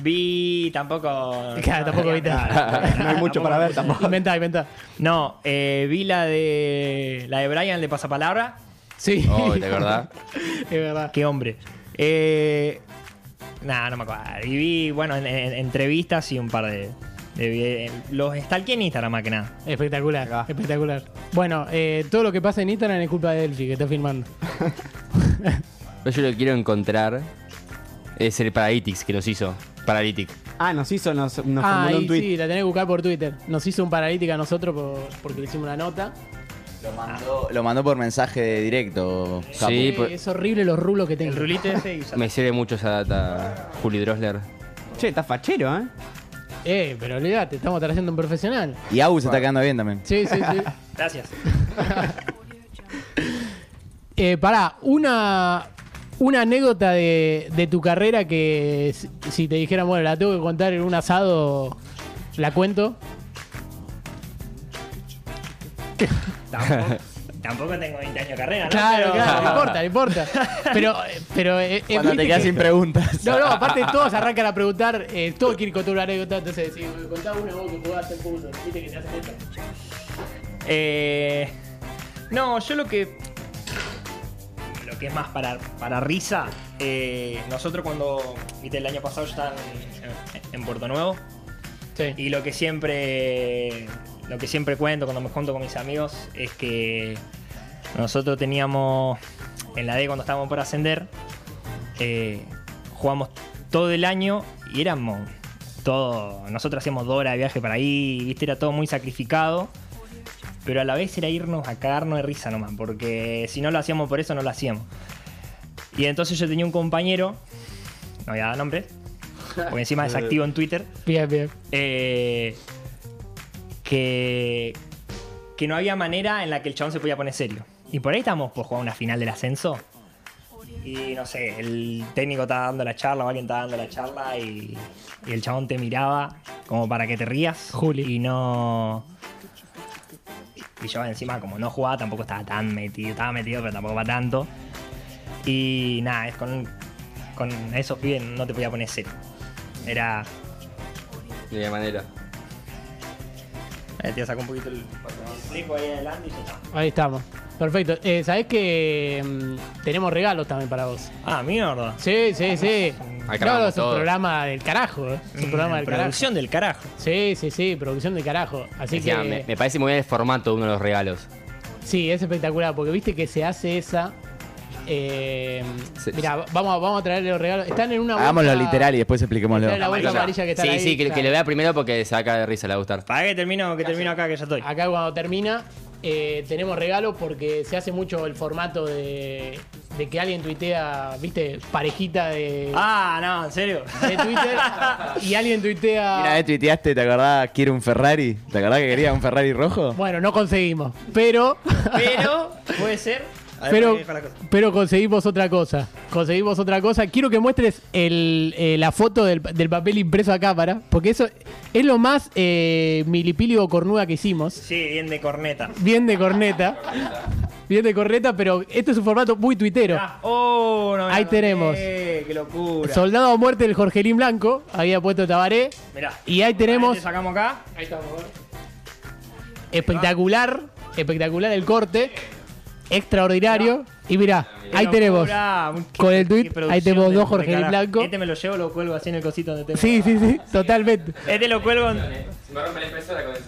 [SPEAKER 10] Vi tampoco.
[SPEAKER 3] Claro, tampoco viste.
[SPEAKER 10] No hay mucho para ver tampoco.
[SPEAKER 3] Inventá, inventá.
[SPEAKER 10] No, eh, vi la de. La de Brian de Pasapalabra.
[SPEAKER 3] Sí.
[SPEAKER 6] Oh, de verdad.
[SPEAKER 3] es verdad.
[SPEAKER 10] Qué hombre. Eh, nah, no me acuerdo. Y vi, bueno, en- en- entrevistas y un par de. de vide- los stalkeé en Instagram más que nada.
[SPEAKER 3] Espectacular, espectacular. Bueno, eh, todo lo que pasa en Instagram es culpa de Delphi, que está filmando.
[SPEAKER 6] Pero yo lo que quiero encontrar es el Paralytics que nos hizo. Paralytic.
[SPEAKER 4] Ah, nos hizo, nos, nos
[SPEAKER 3] ah,
[SPEAKER 4] formuló
[SPEAKER 3] y
[SPEAKER 4] un tweet.
[SPEAKER 3] sí, la tenés que buscar por Twitter. Nos hizo un paralítica a nosotros por- porque le hicimos una nota.
[SPEAKER 8] Lo mandó, lo mandó por mensaje de directo. Capu.
[SPEAKER 6] Sí,
[SPEAKER 3] Eh,
[SPEAKER 6] por-
[SPEAKER 3] es horrible los rulos que tengo.
[SPEAKER 10] El rulito ese y ya.
[SPEAKER 6] me sirve mucho esa data, Juli Drosler.
[SPEAKER 4] Che, está fachero, ¿eh?
[SPEAKER 3] Eh, pero olvídate, estamos trayendo un profesional.
[SPEAKER 8] Y Agus se está quedando bien también.
[SPEAKER 3] Sí, sí, sí.
[SPEAKER 10] Gracias.
[SPEAKER 3] Eh, pará, una, una anécdota de, de tu carrera que si, si te dijeran, bueno, la tengo que contar en un asado, la cuento.
[SPEAKER 10] Tampoco, tampoco tengo 20 años de carrera, ¿no?
[SPEAKER 3] Claro,
[SPEAKER 10] Pero-
[SPEAKER 3] claro, no importa, no importa. Pero, eh, pero eh, eh,
[SPEAKER 8] Cuando
[SPEAKER 3] viste
[SPEAKER 8] te quedas
[SPEAKER 3] que-
[SPEAKER 8] sin preguntas.
[SPEAKER 3] No, no, aparte todos arrancan a preguntar, eh, todo quiere contar una anécdota, entonces decís, contá una vos que jugás en fútbol, viste que te hacen esto.
[SPEAKER 10] Eh, no, yo lo que. Lo que es más para, para risa. eh, nosotros cuando. Viste, el año pasado yo estaba en, en Puerto Nuevo.
[SPEAKER 3] Sí.
[SPEAKER 10] Y lo que siempre. Lo que siempre cuento cuando me junto con mis amigos es que. Nosotros teníamos. En la D cuando estábamos por ascender. eh, jugamos todo el año y éramos. Todo. Nosotros hacíamos dos horas de viaje para ahí. Viste, era todo muy sacrificado pero a la vez era irnos a cagarnos de risa nomás, porque si no lo hacíamos por eso, no lo hacíamos. Y entonces yo tenía un compañero, no voy a dar nombre, porque encima es activo en Twitter,
[SPEAKER 3] Bien, bien.
[SPEAKER 10] eh, que, que no había manera en la que el chabón se podía poner serio. Y por ahí estamos por jugar una final del ascenso. Y no sé, el técnico estaba dando la charla, o alguien estaba dando la charla y, y el chabón te miraba como para que te rías.
[SPEAKER 3] Juli.
[SPEAKER 10] Y no. Y yo encima, como no jugaba, tampoco estaba tan metido. Estaba metido, pero tampoco para tanto. Y nada, es con, con esos pibes no te podía poner serio. Era.
[SPEAKER 6] De manera.
[SPEAKER 10] Eh, te sacó un poquito el, el flipo ahí adelante y ya está.
[SPEAKER 3] Ahí estamos. Perfecto. Eh, Sabés que mm, tenemos regalos también para vos.
[SPEAKER 10] Ah, mierda.
[SPEAKER 3] Sí, sí, sí.
[SPEAKER 6] Acabamos
[SPEAKER 3] No, es un
[SPEAKER 6] todo.
[SPEAKER 3] programa del carajo. eh. Es un programa del carajo.
[SPEAKER 10] Producción Mm, del carajo.
[SPEAKER 3] Sí, sí, sí, producción del carajo. Así que
[SPEAKER 6] Encima, ah, me, me parece muy bien el formato de uno de los regalos.
[SPEAKER 3] sí, es espectacular porque viste que se hace esa. Eh,
[SPEAKER 6] Se-
[SPEAKER 3] mirá, vamos, a- vamos a traerle los regalos. Están en una.
[SPEAKER 8] Hagámoslo
[SPEAKER 3] bolsa-
[SPEAKER 8] literal y después expliquémoslo.
[SPEAKER 3] Está en la bolsa amarilla que está
[SPEAKER 6] sí,
[SPEAKER 3] ahí.
[SPEAKER 6] sí, que,
[SPEAKER 3] claro.
[SPEAKER 6] que le vea primero porque se va a caer de risa, le va a gustar.
[SPEAKER 10] Para que termino, que termino acá que ya estoy.
[SPEAKER 3] Acá cuando termina eh, tenemos regalos porque se hace mucho el formato de, de que alguien tuitea, viste, parejita de,
[SPEAKER 10] Ah, no, en serio.
[SPEAKER 3] de Twitter y alguien tuitea.
[SPEAKER 8] Una vez eh, tuiteaste, ¿te acordás? Quiero un Ferrari. ¿Te acordás que querías un Ferrari rojo?
[SPEAKER 3] Bueno, no conseguimos, pero
[SPEAKER 10] Pero puede ser. A ver,
[SPEAKER 3] pero,
[SPEAKER 10] para que dejo la cosa.
[SPEAKER 3] pero conseguimos otra cosa. Conseguimos otra cosa. Quiero que muestres el, eh, la foto del, del papel impreso a cámara, porque eso es lo más eh, milipilio cornuda que hicimos.
[SPEAKER 10] Sí, bien de corneta.
[SPEAKER 3] Bien de corneta. Bien de corneta, pero este es un formato muy tuitero.
[SPEAKER 10] Ah, oh, no me
[SPEAKER 3] Ahí
[SPEAKER 10] acordé.
[SPEAKER 3] tenemos.
[SPEAKER 10] Tabaré, qué locura.
[SPEAKER 3] Soldado a muerte del Jorgelín Blanco, había puesto Tabaré.
[SPEAKER 10] Mirá.
[SPEAKER 3] Y ahí tenemos
[SPEAKER 10] Te sacamos acá. Ahí estamos.
[SPEAKER 3] espectacular, espectacular el corte, extraordinario. Y mirá, ahí tenemos, con el tweet, ahí tenemos dos Jorgelín Blanco.
[SPEAKER 10] Este me lo llevo, lo cuelgo así en el cosito donde tengo.
[SPEAKER 3] Sí, sí, sí, totalmente.
[SPEAKER 10] Este lo cuelgo en-
[SPEAKER 6] Se me rompe la impresora con eso.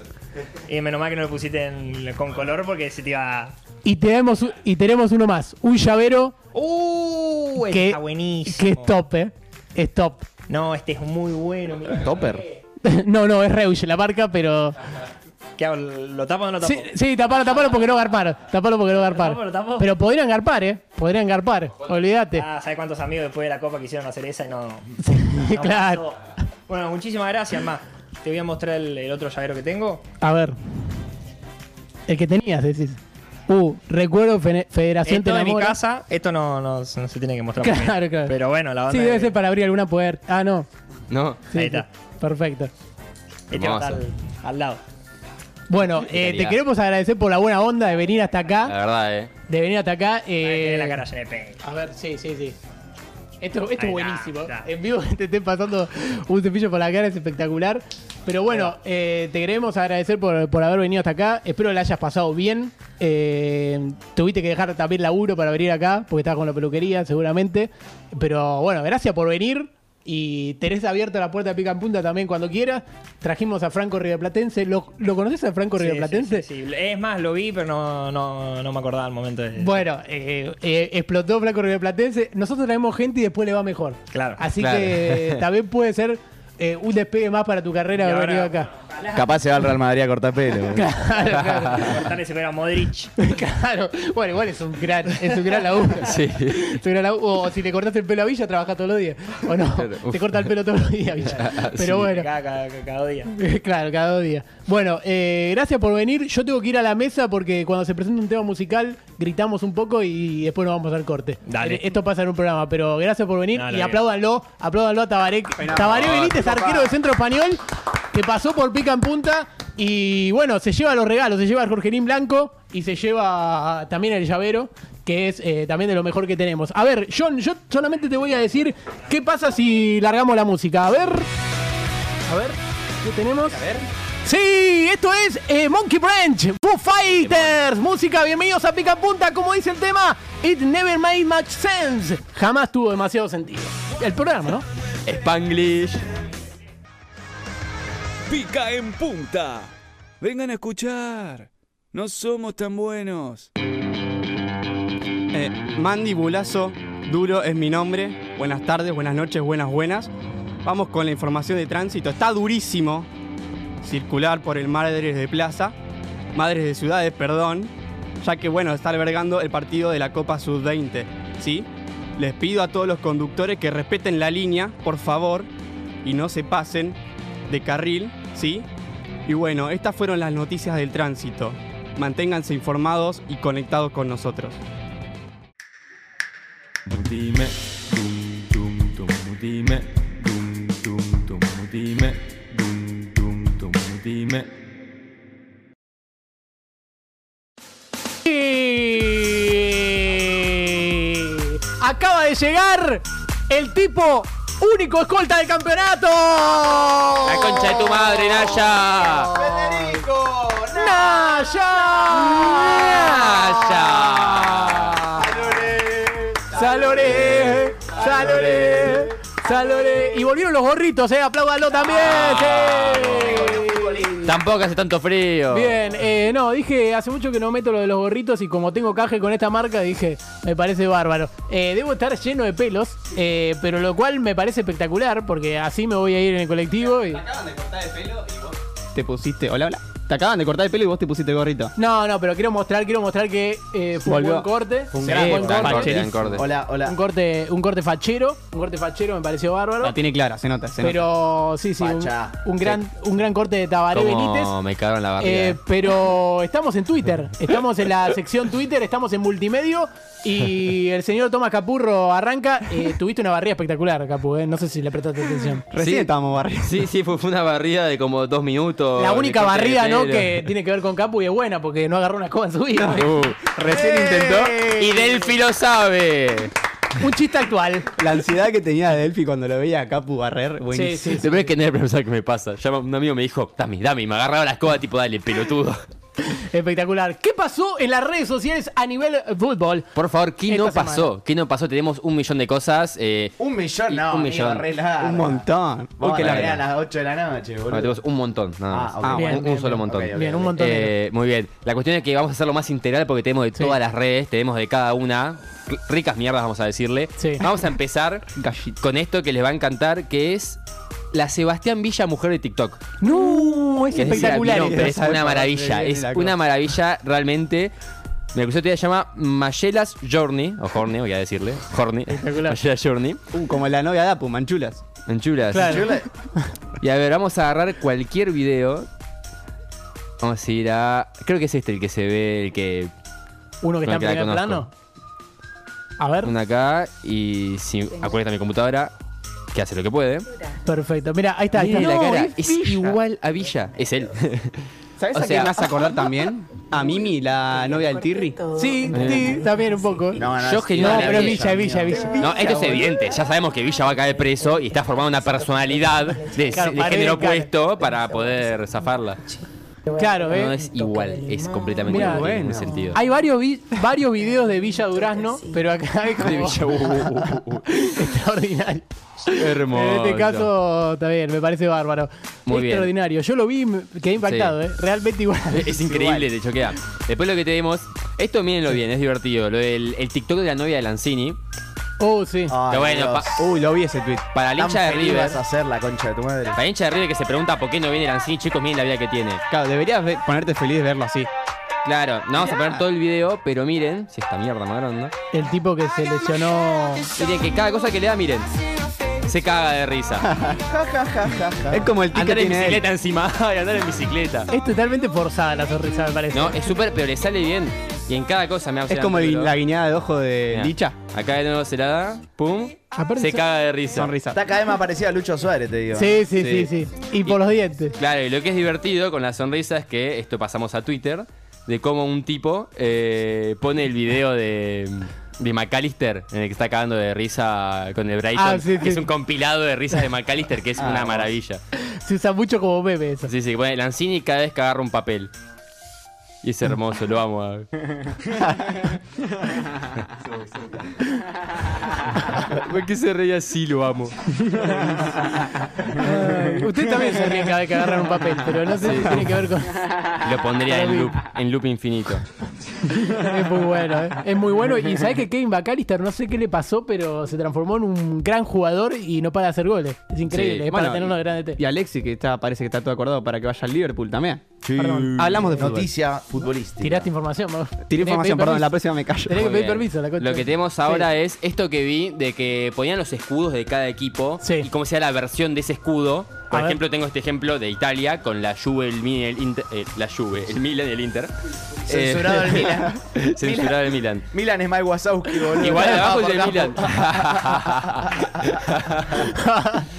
[SPEAKER 10] y menos mal que no lo pusiste en- con color porque se te iba.
[SPEAKER 3] Y tenemos, y tenemos uno más, un llavero
[SPEAKER 10] ¡Uh! Este
[SPEAKER 3] que,
[SPEAKER 10] está buenísimo.
[SPEAKER 3] que es top, eh. Es top.
[SPEAKER 10] No, este es muy bueno. mirá.
[SPEAKER 8] Topper.
[SPEAKER 3] no, no, es Reusch la marca, pero.
[SPEAKER 10] ¿Qué hago? ¿Lo tapo o no lo tapo?
[SPEAKER 3] Sí, sí, tapalo, tapalo porque no garparon. Tapalo porque no
[SPEAKER 10] tapo, lo
[SPEAKER 3] garparon.
[SPEAKER 10] tapo?
[SPEAKER 3] Pero podrían garpar, eh. Podrían garpar, olvídate.
[SPEAKER 10] Ah, ¿sabes cuántos amigos después de la copa quisieron hacer esa y no. no
[SPEAKER 3] claro.
[SPEAKER 10] pasó? Bueno, muchísimas gracias, más. Te voy a mostrar el, el otro llavero que tengo.
[SPEAKER 3] A ver. El que tenías, decís. Uh, recuerdo Fene- Federación
[SPEAKER 10] Esto
[SPEAKER 3] te
[SPEAKER 10] de mi
[SPEAKER 3] enamora.
[SPEAKER 10] casa, esto no, no- no se tiene que mostrar. por
[SPEAKER 3] Claro,
[SPEAKER 10] mí.
[SPEAKER 3] claro.
[SPEAKER 10] Pero bueno, la onda.
[SPEAKER 3] Sí,
[SPEAKER 10] es
[SPEAKER 3] debe
[SPEAKER 10] que-
[SPEAKER 3] ser para abrir alguna puerta. Ah, no.
[SPEAKER 6] No.
[SPEAKER 3] Sí,
[SPEAKER 10] Ahí
[SPEAKER 3] sí.
[SPEAKER 10] está.
[SPEAKER 3] Perfecto.
[SPEAKER 10] Este va a estar
[SPEAKER 6] Hermoso.
[SPEAKER 10] al, al lado.
[SPEAKER 3] Bueno, eh, te
[SPEAKER 6] calidad.
[SPEAKER 3] queremos agradecer por la buena onda de venir hasta
[SPEAKER 6] La
[SPEAKER 3] acá.
[SPEAKER 6] verdad, eh.
[SPEAKER 3] De venir hasta acá. eh,
[SPEAKER 10] Tiene la cara llena de peña.
[SPEAKER 3] A ver, sí, sí, sí. Esto, esto
[SPEAKER 10] Ahí está,
[SPEAKER 3] es buenísimo.
[SPEAKER 10] está.
[SPEAKER 3] En vivo que te estén pasando un cepillo por la cara es espectacular. Pero bueno, eh, te queremos agradecer por, por haber venido hasta acá. Espero la hayas pasado bien. Eh, tuviste que dejar también laburo para venir acá, porque estabas con la peluquería seguramente. Pero bueno, gracias por venir. Y tenés abierta la puerta de Pica en Punta también cuando quieras. Trajimos a Franco Riveplatense. ¿Lo, ¿lo conoces a Franco
[SPEAKER 10] Sí,
[SPEAKER 3] Riveplatense?
[SPEAKER 10] sí, sí, sí. Es más, lo vi, pero no, no, no me acordaba al momento de.
[SPEAKER 3] Bueno, eh, eh, explotó Flaco Platense. Nosotros traemos gente y después le va mejor.
[SPEAKER 10] Claro.
[SPEAKER 3] Así
[SPEAKER 6] Claro.
[SPEAKER 3] que también puede ser eh, un despegue más para tu carrera
[SPEAKER 10] Y
[SPEAKER 3] haber
[SPEAKER 10] ahora-
[SPEAKER 3] venido acá.
[SPEAKER 8] Capaz se va al Real Madrid a cortar pelo.
[SPEAKER 3] Claro,
[SPEAKER 10] Cortarle ese pelo a Modric.
[SPEAKER 3] claro, claro. Bueno, igual es un gran, es un gran laburo.
[SPEAKER 6] Sí.
[SPEAKER 3] Es un gran laburo. O si le cortaste el pelo a Villa, trabajas todos los días. O no,
[SPEAKER 6] Claro, uf.
[SPEAKER 3] te corta el pelo todos los días, Villa. Pero bueno.
[SPEAKER 10] Cada, cada, cada día.
[SPEAKER 3] Claro, cada dos días. Bueno, eh, gracias por venir. Yo tengo que ir a la mesa porque cuando se presenta un tema musical gritamos un poco y después nos vamos al corte.
[SPEAKER 10] Dale.
[SPEAKER 3] Eh, Esto pasa en un programa, pero gracias por venir
[SPEAKER 10] No, no,
[SPEAKER 3] y
[SPEAKER 10] bien.
[SPEAKER 3] apláudanlo, apláudanlo a Tabaré. Tabaré Benítez, arquero de Centro Español, que pasó por pica en punta y bueno, se lleva los regalos, se lleva el Jorgelín Blanco y se lleva también el llavero. Que es eh, también de lo mejor que tenemos. A ver, John, yo solamente te voy a decir qué pasa si largamos la música. A ver. A ver, ¿qué tenemos? A ver.
[SPEAKER 11] Sí, esto es eh, Monkey Branch, Foo Fighters, música, bienvenidos a Pica Punta, como dice el tema, It Never Made Much Sense.
[SPEAKER 3] Jamás tuvo demasiado sentido. El programa, ¿no?
[SPEAKER 6] Spanglish.
[SPEAKER 12] Pica en punta. Vengan a escuchar. No somos tan buenos.
[SPEAKER 4] Eh, Mandy Bulazo, duro es mi nombre. Buenas tardes, buenas noches, buenas, buenas. Vamos con la información de tránsito. Está durísimo circular por el Madres de Plaza, Madres de Ciudades, perdón, ya que bueno, está albergando el partido de la Copa Sub-20, ¿sí? Les pido a todos los conductores que respeten la línea, por favor, y no se pasen de carril, ¿sí? Y bueno, estas fueron las noticias del tránsito. Manténganse informados y conectados con nosotros.
[SPEAKER 13] Dime, dum, dum, dum, dime, dum, dum, dum, dime, dum, dum, dum, dime.
[SPEAKER 11] Acaba de llegar el tipo único escolta del campeonato.
[SPEAKER 6] La concha de tu madre, Naya.
[SPEAKER 11] Federico Naya.
[SPEAKER 3] Saloré, Saloré, Saloré. Y volvieron los gorritos, ¿eh? Apláudalo también. sí.
[SPEAKER 6] Tampoco hace tanto frío.
[SPEAKER 3] Bien, eh, no, dije hace mucho que no meto lo de los gorritos y como tengo caje con esta marca, dije, me parece bárbaro. Eh, debo estar lleno de pelos, eh, pero lo cual me parece espectacular porque así me voy a ir en el colectivo. Y...
[SPEAKER 4] Te pusiste. Hola, hola. Te acaban de cortar el pelo y vos te pusiste gorrito.
[SPEAKER 3] No, no, pero quiero mostrar, quiero mostrar que eh, fue un
[SPEAKER 4] Volvió.
[SPEAKER 3] buen corte.
[SPEAKER 4] Fue un
[SPEAKER 3] Será
[SPEAKER 4] gran
[SPEAKER 3] buen
[SPEAKER 4] corte.
[SPEAKER 3] corte.
[SPEAKER 6] Facherísimo. Eh, Corte.
[SPEAKER 8] Hola,
[SPEAKER 3] Un
[SPEAKER 8] hola.
[SPEAKER 3] corte, un corte fachero, un corte fachero me pareció bárbaro.
[SPEAKER 4] La tiene clara, se nota, se nota.
[SPEAKER 3] Pero sí, sí, un,
[SPEAKER 8] Facha.
[SPEAKER 3] un gran, un gran corte de Tabaré Benítez.
[SPEAKER 6] Como me cagaron la barriga.
[SPEAKER 3] Eh, pero estamos en Twitter, estamos en la sección Twitter, estamos en multimedio y el señor Tomás Capurro arranca. Eh, tuviste una barrida espectacular, Capu, eh, no sé si le prestaste atención.
[SPEAKER 4] Recién
[SPEAKER 6] Sí.
[SPEAKER 4] estábamos barriendo.
[SPEAKER 6] Sí, sí, fue, fue una barrida de como dos
[SPEAKER 4] Oh,
[SPEAKER 6] minutos.
[SPEAKER 3] La única
[SPEAKER 6] Le corté
[SPEAKER 3] barrida,
[SPEAKER 6] el
[SPEAKER 3] ¿no?
[SPEAKER 6] pelo.
[SPEAKER 3] Que tiene que ver con Capu y es buena porque no agarró una escoba en su vida.
[SPEAKER 6] Uh,
[SPEAKER 4] Recién intentó.
[SPEAKER 6] y Delphi lo sabe.
[SPEAKER 11] Un chiste actual.
[SPEAKER 4] La ansiedad que tenía Delphi cuando lo veía a Capu barrer, buenísimo.
[SPEAKER 6] Sí, sí, que no es pensar que me pasa. Ya un amigo me dijo, dame, dame, y me agarraba la escoba tipo, dale, pelotudo.
[SPEAKER 11] Espectacular. ¿Qué pasó en las redes sociales a nivel eh, fútbol?
[SPEAKER 6] Por favor, ¿qué no
[SPEAKER 11] Esta
[SPEAKER 6] pasó? ¿Qué no pasó? Tenemos un millón de cosas. eh,
[SPEAKER 8] Un millón, no,
[SPEAKER 6] un
[SPEAKER 8] amigo,
[SPEAKER 6] millón.
[SPEAKER 8] re larga.
[SPEAKER 6] Un montón. Uy,
[SPEAKER 8] Vamos
[SPEAKER 6] qué
[SPEAKER 8] a la
[SPEAKER 6] larga.
[SPEAKER 8] vereda a las 8 de la noche,
[SPEAKER 6] Bueno,
[SPEAKER 8] boludo.
[SPEAKER 6] tenemos un montón, nada más.
[SPEAKER 8] Ah, ok.
[SPEAKER 6] Ah,
[SPEAKER 8] Bien,
[SPEAKER 6] un- un,
[SPEAKER 8] bien,
[SPEAKER 6] solo
[SPEAKER 8] bien.
[SPEAKER 6] montón.
[SPEAKER 8] Ok, ok, Bien,
[SPEAKER 11] un ok. montón de-
[SPEAKER 6] Eh, muy bien. La cuestión es que vamos a hacerlo más integral porque tenemos de todas las redes, tenemos de cada una. r- Ricas mierdas, vamos a decirle. Vamos a empezar con esto que les va a encantar, que es la Sebastián Villa, mujer de TikTok.
[SPEAKER 11] No, es
[SPEAKER 6] Que decía,
[SPEAKER 11] espectacular.
[SPEAKER 6] no, pero es
[SPEAKER 11] esto.
[SPEAKER 6] una maravilla, es una maravilla realmente. Me acusó se llama Mayelas Journey, o Horney, voy a decirle. Horney. Mayelas Journey.
[SPEAKER 4] Uh, como la novia de Apu, Manchulas.
[SPEAKER 6] Manchulas. Y a ver, vamos a agarrar cualquier video. Vamos a ir a. Creo que es este el que se ve, el que.
[SPEAKER 3] Uno que
[SPEAKER 6] con
[SPEAKER 3] está en
[SPEAKER 6] el
[SPEAKER 3] primer
[SPEAKER 6] la
[SPEAKER 3] plano.
[SPEAKER 6] conozco.
[SPEAKER 3] A ver.
[SPEAKER 6] Una acá y si acuesta mi computadora, que hace lo que puede.
[SPEAKER 3] Perfecto. Mira, ahí está. Ahí está.
[SPEAKER 6] Mire
[SPEAKER 3] No,
[SPEAKER 6] la cara,
[SPEAKER 3] es
[SPEAKER 6] es
[SPEAKER 3] Villa.
[SPEAKER 6] igual a Villa. Es él.
[SPEAKER 4] ¿Sabes
[SPEAKER 6] O
[SPEAKER 4] a
[SPEAKER 6] sea-
[SPEAKER 4] quién me hace acordar también? A Mimi, la novia del Tirri.
[SPEAKER 3] Sí,
[SPEAKER 6] Eh.
[SPEAKER 3] sí, también un poco.
[SPEAKER 8] No,
[SPEAKER 6] Yo
[SPEAKER 3] no,
[SPEAKER 6] genial.
[SPEAKER 3] pero es Villa, Villa, Villa.
[SPEAKER 6] No, esto es evidente. Ya sabemos que Villa va a caer preso y está formando una personalidad de,
[SPEAKER 3] Claro,
[SPEAKER 6] de
[SPEAKER 3] pared,
[SPEAKER 6] género
[SPEAKER 3] cara.
[SPEAKER 6] opuesto para poder zafarla.
[SPEAKER 3] Claro,
[SPEAKER 6] No
[SPEAKER 3] ¿eh?
[SPEAKER 6] es igual, es completamente
[SPEAKER 3] Mirá,
[SPEAKER 6] igual en
[SPEAKER 3] bueno.
[SPEAKER 6] ningún sentido.
[SPEAKER 3] Hay varios, vi- varios videos de Villa Durazno, pero acá hay como...
[SPEAKER 6] De Villa- Uh, uh, uh, uh.
[SPEAKER 3] Extraordinario.
[SPEAKER 6] Hermoso.
[SPEAKER 3] En este caso, está bien, me parece bárbaro.
[SPEAKER 6] Muy bien.
[SPEAKER 3] Extraordinario. Yo lo vi y me quedé impactado,
[SPEAKER 6] Sí.
[SPEAKER 3] ¿eh? Realmente igual.
[SPEAKER 6] Es- Es increíble, te choquea. Después lo que tenemos, esto mírenlo bien, es divertido. Lo del el TikTok de la novia de Lanzini.
[SPEAKER 3] Oh, sí.
[SPEAKER 8] Ah,
[SPEAKER 6] que bueno,
[SPEAKER 8] Dios.
[SPEAKER 6] pa-
[SPEAKER 4] Uy, lo vi ese tweet.
[SPEAKER 6] para el
[SPEAKER 8] Tan
[SPEAKER 6] hincha de
[SPEAKER 8] feliz
[SPEAKER 6] River.
[SPEAKER 8] vas a hacer la concha de tu madre.
[SPEAKER 6] Para el hincha de River que se pregunta por qué no viene Lanzini, chicos, miren la vida que tiene.
[SPEAKER 4] Claro, deberías ve- ponerte feliz de verlo así.
[SPEAKER 6] Claro, no vamos a poner todo el video, pero miren, si esta mierda más grande.
[SPEAKER 3] El tipo que se lesionó...
[SPEAKER 6] Miren que cada cosa que le da, miren. Se caga de risa.
[SPEAKER 8] Ja, ja, ja, ja, ja.
[SPEAKER 4] Es como el
[SPEAKER 6] Andar en
[SPEAKER 4] tiene él.
[SPEAKER 6] bicicleta encima. Ay, andar en bicicleta.
[SPEAKER 3] Es totalmente forzada la sonrisa, me parece.
[SPEAKER 6] No, es súper, pero le sale bien. Y en cada cosa me hace
[SPEAKER 4] Es como el- la guiñada de ojo de
[SPEAKER 6] Mirá.
[SPEAKER 4] Licha.
[SPEAKER 6] Acá de nuevo se la da, pum,
[SPEAKER 3] Aparte
[SPEAKER 6] se
[SPEAKER 3] son-
[SPEAKER 6] caga de risa. Sonrisa.
[SPEAKER 8] Está cada vez más parecido a Lucho Suárez, te digo.
[SPEAKER 3] Sí, sí, sí, sí, Y por los dientes.
[SPEAKER 6] Claro, y lo que es divertido con la sonrisa es que esto pasamos a Twitter, de cómo un tipo eh, pone el video de, de McAllister, en el que está cagando de risa con el Brighton,
[SPEAKER 3] Ah, sí,
[SPEAKER 6] que
[SPEAKER 3] sí.
[SPEAKER 6] es un compilado de risas de McAllister, que es
[SPEAKER 3] Ah,
[SPEAKER 6] una
[SPEAKER 3] vos.
[SPEAKER 6] maravilla.
[SPEAKER 3] Se usa mucho como bebé eso.
[SPEAKER 6] Sí, sí, bueno, Lanzini cada vez que agarra un papel. Y es hermoso, lo amo. a- ¿Por qué se reía así? Lo amo.
[SPEAKER 3] Ay, Usted también se ríe cada vez que agarran un papel, pero no sé si tiene que ver con...
[SPEAKER 6] Lo pondría en loop, en loop infinito.
[SPEAKER 3] Es muy bueno, ¿eh? es muy bueno. Y sabes que Kevin Bacalister, no sé qué le pasó, pero se transformó en un gran jugador y no para de hacer goles. Es increíble,
[SPEAKER 4] Sí.
[SPEAKER 3] es
[SPEAKER 4] Bueno,
[SPEAKER 3] para tener una grande T.
[SPEAKER 4] Y Alexi, que está, parece que está todo acordado para que vaya al Liverpool también.
[SPEAKER 3] Perdón.
[SPEAKER 4] Hablamos de fútbol.
[SPEAKER 8] Noticia futbolística.
[SPEAKER 3] Tiraste información, Mau.
[SPEAKER 4] Tiré
[SPEAKER 3] Tenés que
[SPEAKER 4] información,
[SPEAKER 3] pedir
[SPEAKER 4] perdón, la
[SPEAKER 3] permiso.
[SPEAKER 4] próxima me
[SPEAKER 3] Tenés
[SPEAKER 4] callo.
[SPEAKER 3] que
[SPEAKER 6] Muy
[SPEAKER 3] pedir
[SPEAKER 6] bien.
[SPEAKER 3] permiso, la concha.
[SPEAKER 6] Lo que tenemos ahora es esto que vi de que ponían los escudos de cada equipo y cómo sea la versión de ese escudo. Por
[SPEAKER 3] A ver.
[SPEAKER 6] ejemplo, tengo este ejemplo de Italia con la Juve, el Milan, el Inter, eh, la Juve, el Milan y el Inter.
[SPEAKER 8] Censurado
[SPEAKER 6] Eh,
[SPEAKER 8] el Milan.
[SPEAKER 6] Censurado el Milan.
[SPEAKER 8] Milan es Mike Wazowski, boludo.
[SPEAKER 6] Igual abajo es
[SPEAKER 8] Ah, Por
[SPEAKER 6] el
[SPEAKER 8] campo.
[SPEAKER 6] Milan.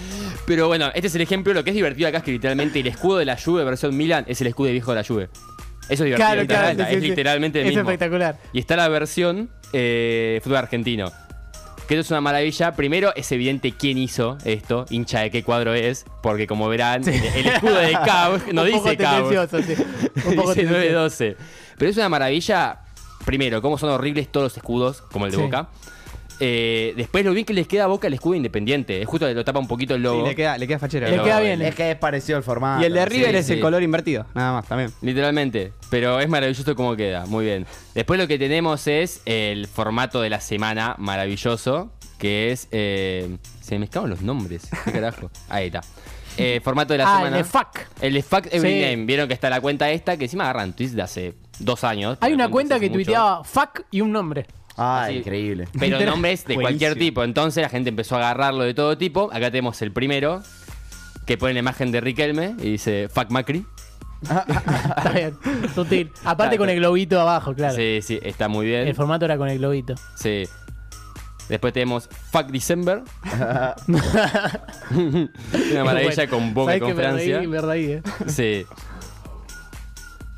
[SPEAKER 6] Pero bueno, este es el ejemplo. Lo que es divertido acá es que literalmente el escudo de la Juve versión Milan es el escudo de viejo de la Juve. Eso es divertido.
[SPEAKER 3] Claro, claro, sí,
[SPEAKER 6] literalmente, es
[SPEAKER 3] sí, sí.
[SPEAKER 6] literalmente el
[SPEAKER 3] Es
[SPEAKER 6] mismo.
[SPEAKER 3] espectacular.
[SPEAKER 6] Y está la versión eh, fútbol argentino. Que esto es una maravilla. Primero, es evidente quién hizo esto, hincha de qué cuadro es, porque como verán, el escudo de Cabo no
[SPEAKER 3] Un poco
[SPEAKER 6] dice Cabo.
[SPEAKER 3] tendencioso, sí. Un poco
[SPEAKER 6] Dice
[SPEAKER 3] tendencioso.
[SPEAKER 6] 9-12. Pero es una maravilla, primero, cómo son horribles todos los escudos, como el de
[SPEAKER 3] Sí.
[SPEAKER 6] Boca. Eh, después, lo bien que les queda a Boca el escudo independiente. Es justo que lo tapa un poquito el logo.
[SPEAKER 4] Sí, le queda, le queda fachero.
[SPEAKER 6] Le queda
[SPEAKER 3] bien.
[SPEAKER 8] Es que es parecido al formato.
[SPEAKER 4] Y el de
[SPEAKER 6] Sí,
[SPEAKER 4] River es
[SPEAKER 6] sí.
[SPEAKER 4] el color invertido, nada más también.
[SPEAKER 6] Literalmente, pero es maravilloso como queda, muy bien. Después lo que tenemos es el formato de la semana maravilloso, que es... eh, se me escapan los nombres, qué carajo. Ahí está. Eh, formato de la
[SPEAKER 3] Ah,
[SPEAKER 6] semana.
[SPEAKER 3] el de fuck.
[SPEAKER 6] El de Fuck Every
[SPEAKER 3] Sí.
[SPEAKER 6] Name. Vieron que está la cuenta esta, que encima agarran tweets de hace dos años.
[SPEAKER 3] Hay una
[SPEAKER 6] Hace
[SPEAKER 3] cuenta que
[SPEAKER 6] mucho.
[SPEAKER 3] tuiteaba fuck y un nombre.
[SPEAKER 8] Ah,
[SPEAKER 6] Sí.
[SPEAKER 8] increíble.
[SPEAKER 6] Pero nombres de
[SPEAKER 4] Buenísimo.
[SPEAKER 6] cualquier tipo. Entonces la gente empezó a agarrarlo de todo tipo. Acá tenemos el primero, que pone la imagen de Riquelme y dice Fuck Macri.
[SPEAKER 3] Está bien, sutil. Aparte
[SPEAKER 6] Claro.
[SPEAKER 3] con el globito abajo, claro.
[SPEAKER 6] Sí, sí, está muy bien.
[SPEAKER 3] El formato era con el globito.
[SPEAKER 6] Sí. Después tenemos Fuck December. Una maravilla
[SPEAKER 3] Bueno,
[SPEAKER 6] con Boca y
[SPEAKER 3] ¿sabés
[SPEAKER 6] con
[SPEAKER 3] que me
[SPEAKER 6] Francia.
[SPEAKER 3] reí, me reí, eh?
[SPEAKER 6] Sí.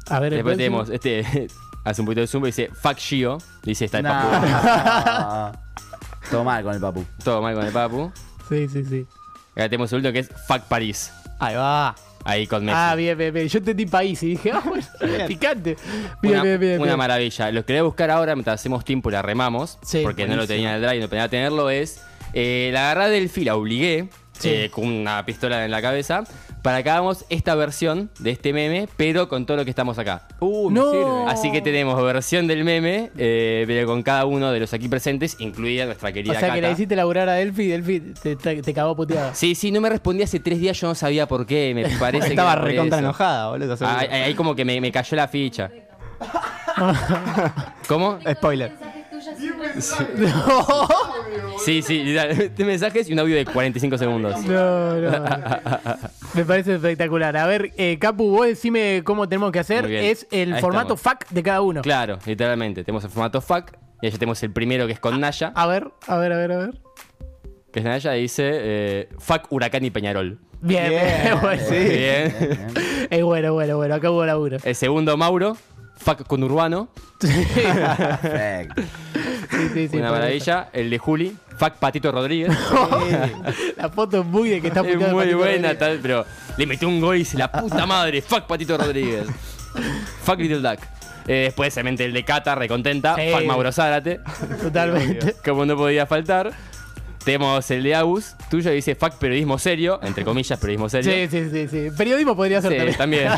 [SPEAKER 3] A ver, el
[SPEAKER 6] Después
[SPEAKER 3] próximo.
[SPEAKER 6] tenemos este. Hace un poquito de zoom y dice Fuck Gio. Dice está el
[SPEAKER 8] Nah. Todo mal con el papu.
[SPEAKER 6] Todo mal con el papu.
[SPEAKER 3] Sí, sí, sí.
[SPEAKER 6] Acá tenemos el último que es Fuck París.
[SPEAKER 3] Ahí va.
[SPEAKER 6] Ahí con Messi.
[SPEAKER 3] Ah, bien, bien, bien. Yo entendí país y dije, ah, bueno, picante. Bien,
[SPEAKER 6] una,
[SPEAKER 3] bien, bien.
[SPEAKER 6] una
[SPEAKER 3] bien.
[SPEAKER 6] maravilla. Lo que voy a buscar ahora, mientras hacemos tiempo y la remamos,
[SPEAKER 3] Sí,
[SPEAKER 6] porque no lo
[SPEAKER 3] buenísimo.
[SPEAKER 6] tenía en el drive, no tenía tenerlo, es eh, la agarré del fil, la obligué,
[SPEAKER 3] Sí.
[SPEAKER 6] eh, con una pistola en la cabeza, para que hagamos esta versión de este meme, pero con todo lo que estamos acá.
[SPEAKER 4] Uh,
[SPEAKER 3] no.
[SPEAKER 6] Así que tenemos versión del meme, eh, pero con cada uno de los aquí presentes, incluida nuestra
[SPEAKER 3] O
[SPEAKER 6] querida
[SPEAKER 3] sea que
[SPEAKER 6] Cata.
[SPEAKER 3] le hiciste laburar a Delphi y Delphi te, te, te cagó puteada.
[SPEAKER 6] Sí, sí, no me respondí hace tres días, yo no sabía por qué, me parece que
[SPEAKER 4] Estaba
[SPEAKER 6] era por
[SPEAKER 4] recontra
[SPEAKER 6] eso.
[SPEAKER 4] enojada, boludo. seguro.
[SPEAKER 6] Ah, Ahí, ahí como que me, me cayó la ficha. ¿Cómo?
[SPEAKER 4] Spoiler.
[SPEAKER 6] Sí, sí, da- este mensaje es y un audio de 45 segundos.
[SPEAKER 3] No, no. Me parece espectacular. A ver, eh, Capu, vos decime cómo tenemos que hacer.
[SPEAKER 6] Muy bien.
[SPEAKER 3] Es el
[SPEAKER 6] Ahí
[SPEAKER 3] formato
[SPEAKER 6] estamos.
[SPEAKER 3] FAC de cada uno.
[SPEAKER 6] claro, literalmente. Tenemos el formato fuck. Y allá tenemos el primero que es con Naya.
[SPEAKER 3] A ver, a ver, a ver, a ver.
[SPEAKER 6] Que es Naya y dice eh, fuck Huracán y Peñarol.
[SPEAKER 3] Bien, bien, bueno.
[SPEAKER 6] Bien.
[SPEAKER 3] Es bueno, bueno, bueno. Acá hubo laburo.
[SPEAKER 6] El segundo, Mauro. Fuck con Urbano.
[SPEAKER 8] Perfecto.
[SPEAKER 3] Sí, sí, sí.
[SPEAKER 6] Una
[SPEAKER 3] por
[SPEAKER 6] maravilla. El de Juli. Fuck Patito Rodríguez.
[SPEAKER 3] eso. La foto es muy de que está
[SPEAKER 6] es
[SPEAKER 3] puteado
[SPEAKER 6] muy
[SPEAKER 3] Patito
[SPEAKER 6] buena,
[SPEAKER 3] Rodríguez.
[SPEAKER 6] tal, pero le metió un gol y dice la puta madre. Fuck Patito Rodríguez. fuck Little Duck. Eh, después, obviamente, el de Cata, recontenta.
[SPEAKER 3] Sí.
[SPEAKER 6] Fuck Mauro Zárate.
[SPEAKER 3] Totalmente.
[SPEAKER 6] Como no podía faltar. Tenemos el de Agus, tuyo, que dice fuck periodismo serio, entre comillas, periodismo serio.
[SPEAKER 3] Sí, sí, sí, sí. Periodismo podría ser
[SPEAKER 6] Sí, también.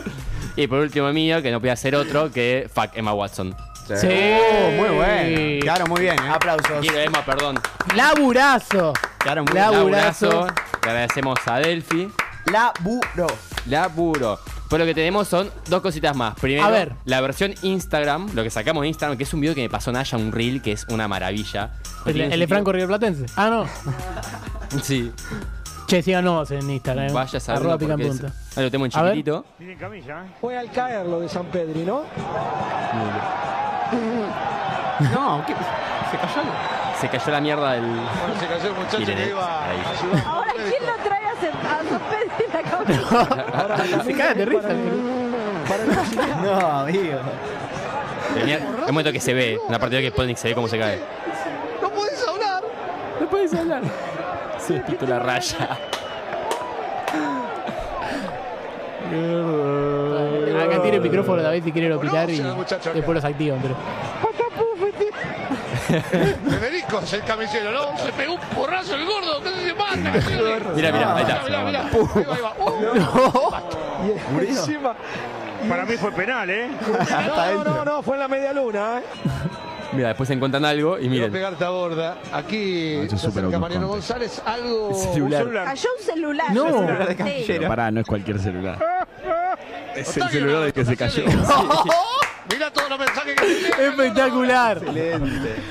[SPEAKER 6] y por último mío, que no podía ser otro, que fuck Emma Watson.
[SPEAKER 3] Sí.
[SPEAKER 4] Oh, muy bueno. Claro, muy bien. ¿eh?
[SPEAKER 8] Aplausos.
[SPEAKER 6] Digo Emma, perdón.
[SPEAKER 3] Laburazo.
[SPEAKER 4] Claro, muy bien.
[SPEAKER 3] Laburazo.
[SPEAKER 6] Le agradecemos a Delphi.
[SPEAKER 8] Laburo.
[SPEAKER 6] Laburo. Por lo que tenemos son dos cositas más. Primero,
[SPEAKER 3] A ver.
[SPEAKER 6] la versión Instagram, lo que sacamos de Instagram, que es un video que me pasó Naya, un reel, que es una maravilla. No
[SPEAKER 3] El,
[SPEAKER 6] tiene
[SPEAKER 3] el de
[SPEAKER 6] sentido.
[SPEAKER 3] Franco River Platense. Ah, no.
[SPEAKER 6] Sí.
[SPEAKER 3] Che, síganos en Instagram. eh.
[SPEAKER 6] Vaya a
[SPEAKER 3] Arroba
[SPEAKER 6] saberlo
[SPEAKER 3] pica en
[SPEAKER 6] porque es-
[SPEAKER 3] punta.
[SPEAKER 6] Ahí lo tengo en ¿eh?
[SPEAKER 3] A ver.
[SPEAKER 6] chiquitito.
[SPEAKER 14] Fue al caer lo de San Pedri, ¿no?
[SPEAKER 4] No, ¿qué? se cayó. algo?
[SPEAKER 6] Se cayó la mierda del... eh, Bueno, se cayó el muchacho que iba
[SPEAKER 9] Ahora, ¿quién lo trae a sen- a San Pedro en la cabeza?
[SPEAKER 3] Se caga de risa.
[SPEAKER 8] No, amigo.
[SPEAKER 6] Tenía- Hay un momento que se ve, una partida que Sputnik se ve cómo se cae.
[SPEAKER 9] No puedes hablar.
[SPEAKER 6] No puedes hablar. Se despintó la raya.
[SPEAKER 3] eh. Acá tiene el micrófono David si quiere lo picar y después los activan. Pero...
[SPEAKER 15] Federico es el camisero, ¿no? Se pegó un porrazo el gordo, ¿qué se manda?
[SPEAKER 6] Mira, mira, ahí está.
[SPEAKER 15] Mirá, mirá. Ahí va, ahí va.
[SPEAKER 14] oh. Y encima.
[SPEAKER 15] Para mí fue penal, ¿eh?
[SPEAKER 14] No, no, no, fue en la media luna, ¿eh?
[SPEAKER 6] Mira, después encuentran algo y miren.
[SPEAKER 15] Pegarte a borda. Aquí
[SPEAKER 6] Ah, yo
[SPEAKER 15] se
[SPEAKER 6] supero
[SPEAKER 15] acerca
[SPEAKER 6] con
[SPEAKER 15] Mariano
[SPEAKER 6] Conte.
[SPEAKER 15] González. Algo. un
[SPEAKER 13] celular.
[SPEAKER 9] Cayó un celular.
[SPEAKER 3] No.
[SPEAKER 9] Sí.
[SPEAKER 3] Celular de
[SPEAKER 13] Pero pará, no es cualquier celular. Es el celular del que se cayó.
[SPEAKER 15] Mirá todos los mensajes que tiene.
[SPEAKER 3] Espectacular.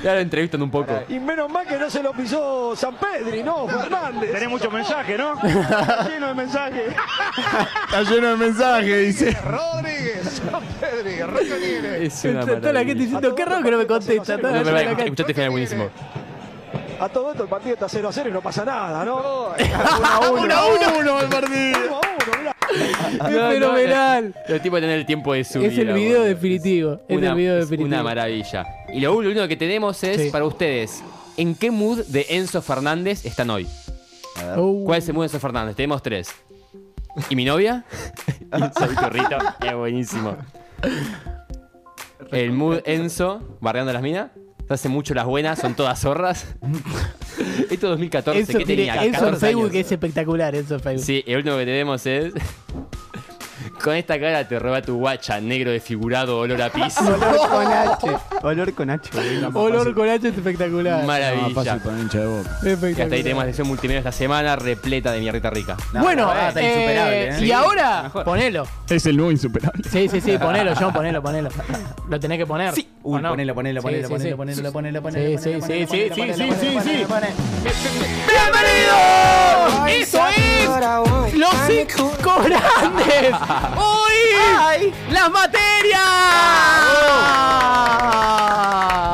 [SPEAKER 6] Ya lo entrevistan un poco.
[SPEAKER 14] Y menos mal que no se lo pisó San Pedri, ¿no? Fernández. Tenés muchos mensajes, ¿no? lleno de mensajes.
[SPEAKER 13] Está lleno de mensajes, dice.
[SPEAKER 15] Rodríguez, San Pedri, Roca Nieves.
[SPEAKER 6] Es una
[SPEAKER 3] Toda la gente
[SPEAKER 6] maravilla.
[SPEAKER 3] diciendo, qué raro que no me contesta.
[SPEAKER 6] No,
[SPEAKER 3] toda
[SPEAKER 6] no,
[SPEAKER 3] la
[SPEAKER 6] no,
[SPEAKER 3] gente acá.
[SPEAKER 6] Escuchaste que era buenísimo.
[SPEAKER 14] A todo esto el partido está 0 a 0 y no pasa nada, ¿no? 1
[SPEAKER 3] Uno a uno.
[SPEAKER 13] el partido!
[SPEAKER 3] ¡Qué fenomenal!
[SPEAKER 6] Los tipos tener el tiempo de su
[SPEAKER 3] Es el
[SPEAKER 6] vida,
[SPEAKER 3] video
[SPEAKER 6] boludo.
[SPEAKER 3] definitivo. Es
[SPEAKER 6] Una-
[SPEAKER 3] el video
[SPEAKER 6] es
[SPEAKER 3] definitivo.
[SPEAKER 6] Una maravilla. Y lo único que tenemos es
[SPEAKER 3] Sí.
[SPEAKER 6] para ustedes. ¿En qué mood de Enzo Fernández están hoy?
[SPEAKER 3] Uh,
[SPEAKER 6] ¿Cuál es el mood de Enzo Fernández? Tenemos tres. ¿Y mi novia? y un solito rito. Es buenísimo. El mood Enzo, bardeando las minas. Se hace mucho las buenas, son todas zorras. Esto 2014,
[SPEAKER 3] Enzo,
[SPEAKER 6] ¿qué
[SPEAKER 3] tiene-
[SPEAKER 6] tenía?
[SPEAKER 3] Enzo en
[SPEAKER 6] 14
[SPEAKER 3] Facebook
[SPEAKER 6] años.
[SPEAKER 3] es espectacular, Enzo en Facebook.
[SPEAKER 6] Sí, el último que tenemos es. Con esta cara te roba tu guacha, negro desfigurado, olor a pis.
[SPEAKER 4] Olor con H. Olor con H. boludo.
[SPEAKER 3] Olor con H es espectacular.
[SPEAKER 13] Más
[SPEAKER 6] Maravilla.
[SPEAKER 13] fácil para un hincha de boca.
[SPEAKER 6] Y hasta ahí tenemos
[SPEAKER 3] Espectacular.
[SPEAKER 6] la sesión multimedia esta semana repleta de mierrita rica.
[SPEAKER 3] Bueno,
[SPEAKER 8] Ah, está insuperable,
[SPEAKER 3] eh,
[SPEAKER 8] ¿eh?
[SPEAKER 3] y
[SPEAKER 8] Sí,
[SPEAKER 3] ahora, ponelo.
[SPEAKER 13] Es el nuevo insuperable.
[SPEAKER 3] Sí, sí, sí, ponelo, John, ponelo, ponelo. Lo tenés que poner.
[SPEAKER 8] Sí. Uy,
[SPEAKER 3] ¿o no?
[SPEAKER 8] ponelo, ponelo,
[SPEAKER 3] Sí,
[SPEAKER 8] ponelo,
[SPEAKER 3] sí,
[SPEAKER 8] ponelo,
[SPEAKER 3] sí.
[SPEAKER 8] ponelo, ponelo, ponelo,
[SPEAKER 3] Sí, sí,
[SPEAKER 8] ponelo. ponelo,
[SPEAKER 3] sí, sí,
[SPEAKER 8] ponelo,
[SPEAKER 3] sí,
[SPEAKER 8] ponelo,
[SPEAKER 3] sí, sí,
[SPEAKER 8] ponelo,
[SPEAKER 3] sí.
[SPEAKER 8] ponelo,
[SPEAKER 3] ¡Bienvenidos! ¡Eso es! ¡Los cinco grandes! ¡Hoy! ¡Las materias!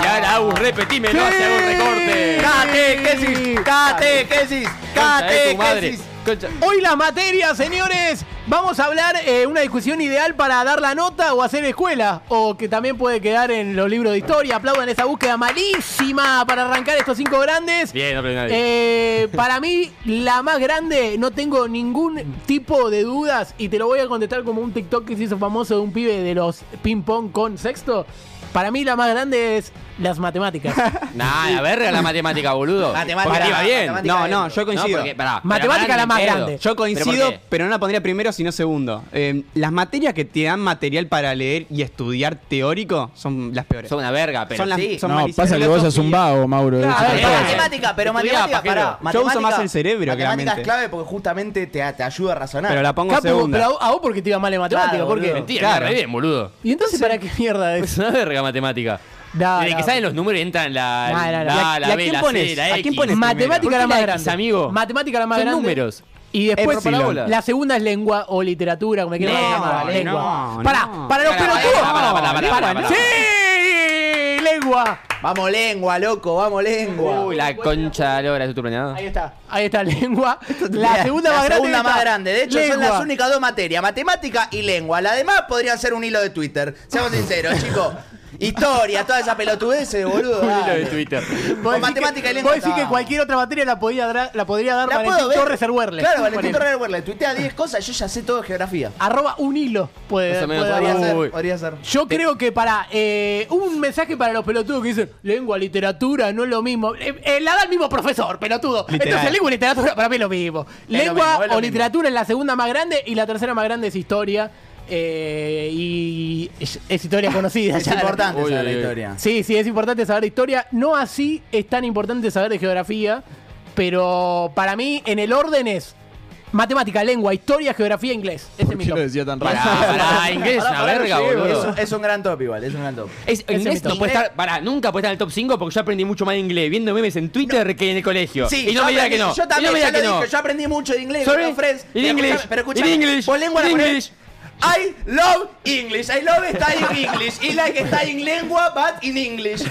[SPEAKER 6] Y ahora, Agus, repetime, no hace un recorte.
[SPEAKER 8] ponelo. Catequesis, catequesis,
[SPEAKER 6] Concha de tu madre.
[SPEAKER 8] catequesis.
[SPEAKER 6] Concha-
[SPEAKER 3] Hoy las materias, señores, Vamos a hablar eh, una discusión ideal para dar la nota o hacer escuela. O que también puede quedar en los libros de historia. Aplaudan esa búsqueda malísima para arrancar estos cinco grandes.
[SPEAKER 6] Bien, no aprendí nadie.
[SPEAKER 3] Eh, para mí, la más grande, no tengo ningún tipo de dudas y te lo voy a contestar como un TikTok que se hizo famoso de un pibe de los ping-pong con sexto. Para mí, la más grande es las matemáticas.
[SPEAKER 6] Nah, la verga la matemática, boludo.
[SPEAKER 4] Matemática,
[SPEAKER 6] Porque te iba bien.
[SPEAKER 4] matemática No, no, yo coincido.
[SPEAKER 6] porque- pará,
[SPEAKER 3] Matemática
[SPEAKER 6] pará,
[SPEAKER 3] la más
[SPEAKER 6] ni en
[SPEAKER 3] grande.
[SPEAKER 6] pedo.
[SPEAKER 4] Yo
[SPEAKER 6] ¿Pero
[SPEAKER 4] coincido,
[SPEAKER 6] por
[SPEAKER 4] pero,
[SPEAKER 6] qué?
[SPEAKER 4] no la pondría primero, sino segundo. Eh, las materias que te dan material para leer y estudiar teórico son las peores.
[SPEAKER 6] Son una verga, pero
[SPEAKER 4] Son las,
[SPEAKER 6] sí. Ah,
[SPEAKER 4] son
[SPEAKER 1] no,
[SPEAKER 4] malísimas.
[SPEAKER 1] pasa que vos sos un vago, Mauro. ¿eh?
[SPEAKER 3] Ah,
[SPEAKER 1] eso
[SPEAKER 8] Claro,
[SPEAKER 1] es
[SPEAKER 8] pero
[SPEAKER 1] otra cosa.
[SPEAKER 8] matemática, pero
[SPEAKER 4] Estudiá,
[SPEAKER 8] matemática,
[SPEAKER 4] pajero.
[SPEAKER 8] pará.
[SPEAKER 4] Yo
[SPEAKER 8] matemática-
[SPEAKER 4] uso más el cerebro que la
[SPEAKER 8] Matemática
[SPEAKER 4] mente.
[SPEAKER 8] es clave porque justamente te, te ayuda a razonar.
[SPEAKER 4] Pero la pongo
[SPEAKER 3] Capu,
[SPEAKER 4] segunda.
[SPEAKER 3] pero a vos porque te iba mal en matemática.
[SPEAKER 8] Claro,
[SPEAKER 3] ¿Por qué?
[SPEAKER 8] boludo.
[SPEAKER 6] Mentira,
[SPEAKER 3] Claro.
[SPEAKER 6] me re bien, boludo.
[SPEAKER 3] ¿Y entonces para qué mierda es?
[SPEAKER 6] Es una verga matemática.
[SPEAKER 3] No,
[SPEAKER 6] Desde
[SPEAKER 3] no.
[SPEAKER 6] que salen los números entran la,
[SPEAKER 3] No, no, no.
[SPEAKER 6] la,
[SPEAKER 3] ¿Y
[SPEAKER 6] la,
[SPEAKER 3] a- y a
[SPEAKER 6] B,
[SPEAKER 3] quién
[SPEAKER 6] la
[SPEAKER 3] pones?
[SPEAKER 6] C, la
[SPEAKER 3] ¿A
[SPEAKER 6] X.
[SPEAKER 3] quién pones Matemática
[SPEAKER 6] ¿Por
[SPEAKER 3] la
[SPEAKER 6] qué
[SPEAKER 3] más
[SPEAKER 6] X,
[SPEAKER 3] grande.
[SPEAKER 6] amigo?
[SPEAKER 3] Matemática la más
[SPEAKER 6] Son
[SPEAKER 3] grande.
[SPEAKER 6] números.
[SPEAKER 3] Y después
[SPEAKER 6] Es parábola.
[SPEAKER 3] la segunda es lengua o literatura, como quieras
[SPEAKER 6] No,
[SPEAKER 3] llamar.
[SPEAKER 6] no,
[SPEAKER 3] lengua.
[SPEAKER 6] no.
[SPEAKER 3] para, para los
[SPEAKER 6] Pará,
[SPEAKER 3] pelotudos.
[SPEAKER 6] pará, pará, pará, pará, pará, pará.
[SPEAKER 3] ¡Sí! Lengua.
[SPEAKER 8] Vamos lengua, loco, vamos lengua.
[SPEAKER 6] Uy, la concha de la hora, ¿es tu planeado?
[SPEAKER 3] Ahí está, ahí está, lengua. La segunda
[SPEAKER 8] La
[SPEAKER 3] más grande.
[SPEAKER 8] segunda
[SPEAKER 3] está
[SPEAKER 8] más grande. De hecho, son
[SPEAKER 3] lengua.
[SPEAKER 8] las únicas dos materias, matemática y lengua. Las demás podrían ser un hilo de Twitter. Seamos sinceros, chicos. Historia, toda esa pelotudez, boludo. Ah,
[SPEAKER 6] Un hilo
[SPEAKER 8] dale.
[SPEAKER 6] de Twitter.
[SPEAKER 3] Vos
[SPEAKER 8] Con
[SPEAKER 3] decís
[SPEAKER 8] matemática
[SPEAKER 3] que-
[SPEAKER 8] y lengua.
[SPEAKER 3] Vos decís que
[SPEAKER 8] está.
[SPEAKER 3] cualquier otra materia la, podía dra- la podría dar
[SPEAKER 8] La
[SPEAKER 3] Valentín
[SPEAKER 8] puedo ver.
[SPEAKER 3] Torres Werle.
[SPEAKER 8] Claro, Valentín Torres Werle. Tuitea 10 cosas, yo ya sé todo de geografía.
[SPEAKER 3] Arroba un hilo puede,
[SPEAKER 6] Eso me
[SPEAKER 3] puede
[SPEAKER 6] podría
[SPEAKER 3] dar.
[SPEAKER 6] ser, Uy.
[SPEAKER 8] podría ser.
[SPEAKER 3] Yo creo que para eh, un mensaje para los pelotudos que dicen lengua, literatura, no es lo mismo. Eh, eh, la da el mismo profesor, pelotudo.
[SPEAKER 4] Literal.
[SPEAKER 3] Entonces, lengua y literatura para mí es lo mismo.
[SPEAKER 8] lo
[SPEAKER 3] lengua
[SPEAKER 8] mismo, es lo
[SPEAKER 3] o
[SPEAKER 8] mismo.
[SPEAKER 3] literatura es la segunda más grande y la tercera más grande es historia. Eh, y es, es historia conocida.
[SPEAKER 8] Es
[SPEAKER 3] ya.
[SPEAKER 8] importante
[SPEAKER 6] Uy,
[SPEAKER 8] saber la
[SPEAKER 6] uy, uy.
[SPEAKER 8] historia.
[SPEAKER 3] Sí, sí, es importante saber de historia. No así es tan importante saber de geografía, pero para mí en el orden es matemática, lengua, historia, geografía, inglés. Ese es
[SPEAKER 1] ¿Por
[SPEAKER 3] mi
[SPEAKER 1] qué
[SPEAKER 3] top.
[SPEAKER 1] lo decía tan
[SPEAKER 6] Pará,
[SPEAKER 1] rápido?
[SPEAKER 6] pará, inglés es
[SPEAKER 8] Pará,
[SPEAKER 6] una
[SPEAKER 8] pará,
[SPEAKER 6] verga,
[SPEAKER 8] sí,
[SPEAKER 6] boludo.
[SPEAKER 8] Es, es un gran top igual, es un gran top.
[SPEAKER 6] Es,
[SPEAKER 3] es mi
[SPEAKER 6] inglés no
[SPEAKER 3] top.
[SPEAKER 6] puede estar, pará, nunca puede estar en el top 5 porque yo aprendí mucho más inglés viendo memes en Twitter que en el colegio. y
[SPEAKER 8] yo
[SPEAKER 6] no me digas que
[SPEAKER 8] aprendí-
[SPEAKER 6] no.
[SPEAKER 8] Yo también,
[SPEAKER 6] y no me
[SPEAKER 8] ya
[SPEAKER 6] digas que
[SPEAKER 8] lo
[SPEAKER 6] no.
[SPEAKER 8] dije, yo aprendí mucho de inglés.
[SPEAKER 6] Sorry,
[SPEAKER 8] con Friends.
[SPEAKER 6] in
[SPEAKER 8] Pero
[SPEAKER 6] English,
[SPEAKER 8] escuchame, Pero escúchame,
[SPEAKER 6] in English,
[SPEAKER 8] pon lengua
[SPEAKER 6] in
[SPEAKER 8] la ponés.
[SPEAKER 6] English.
[SPEAKER 8] I love English. I love studying English. I like studying lengua, but in English.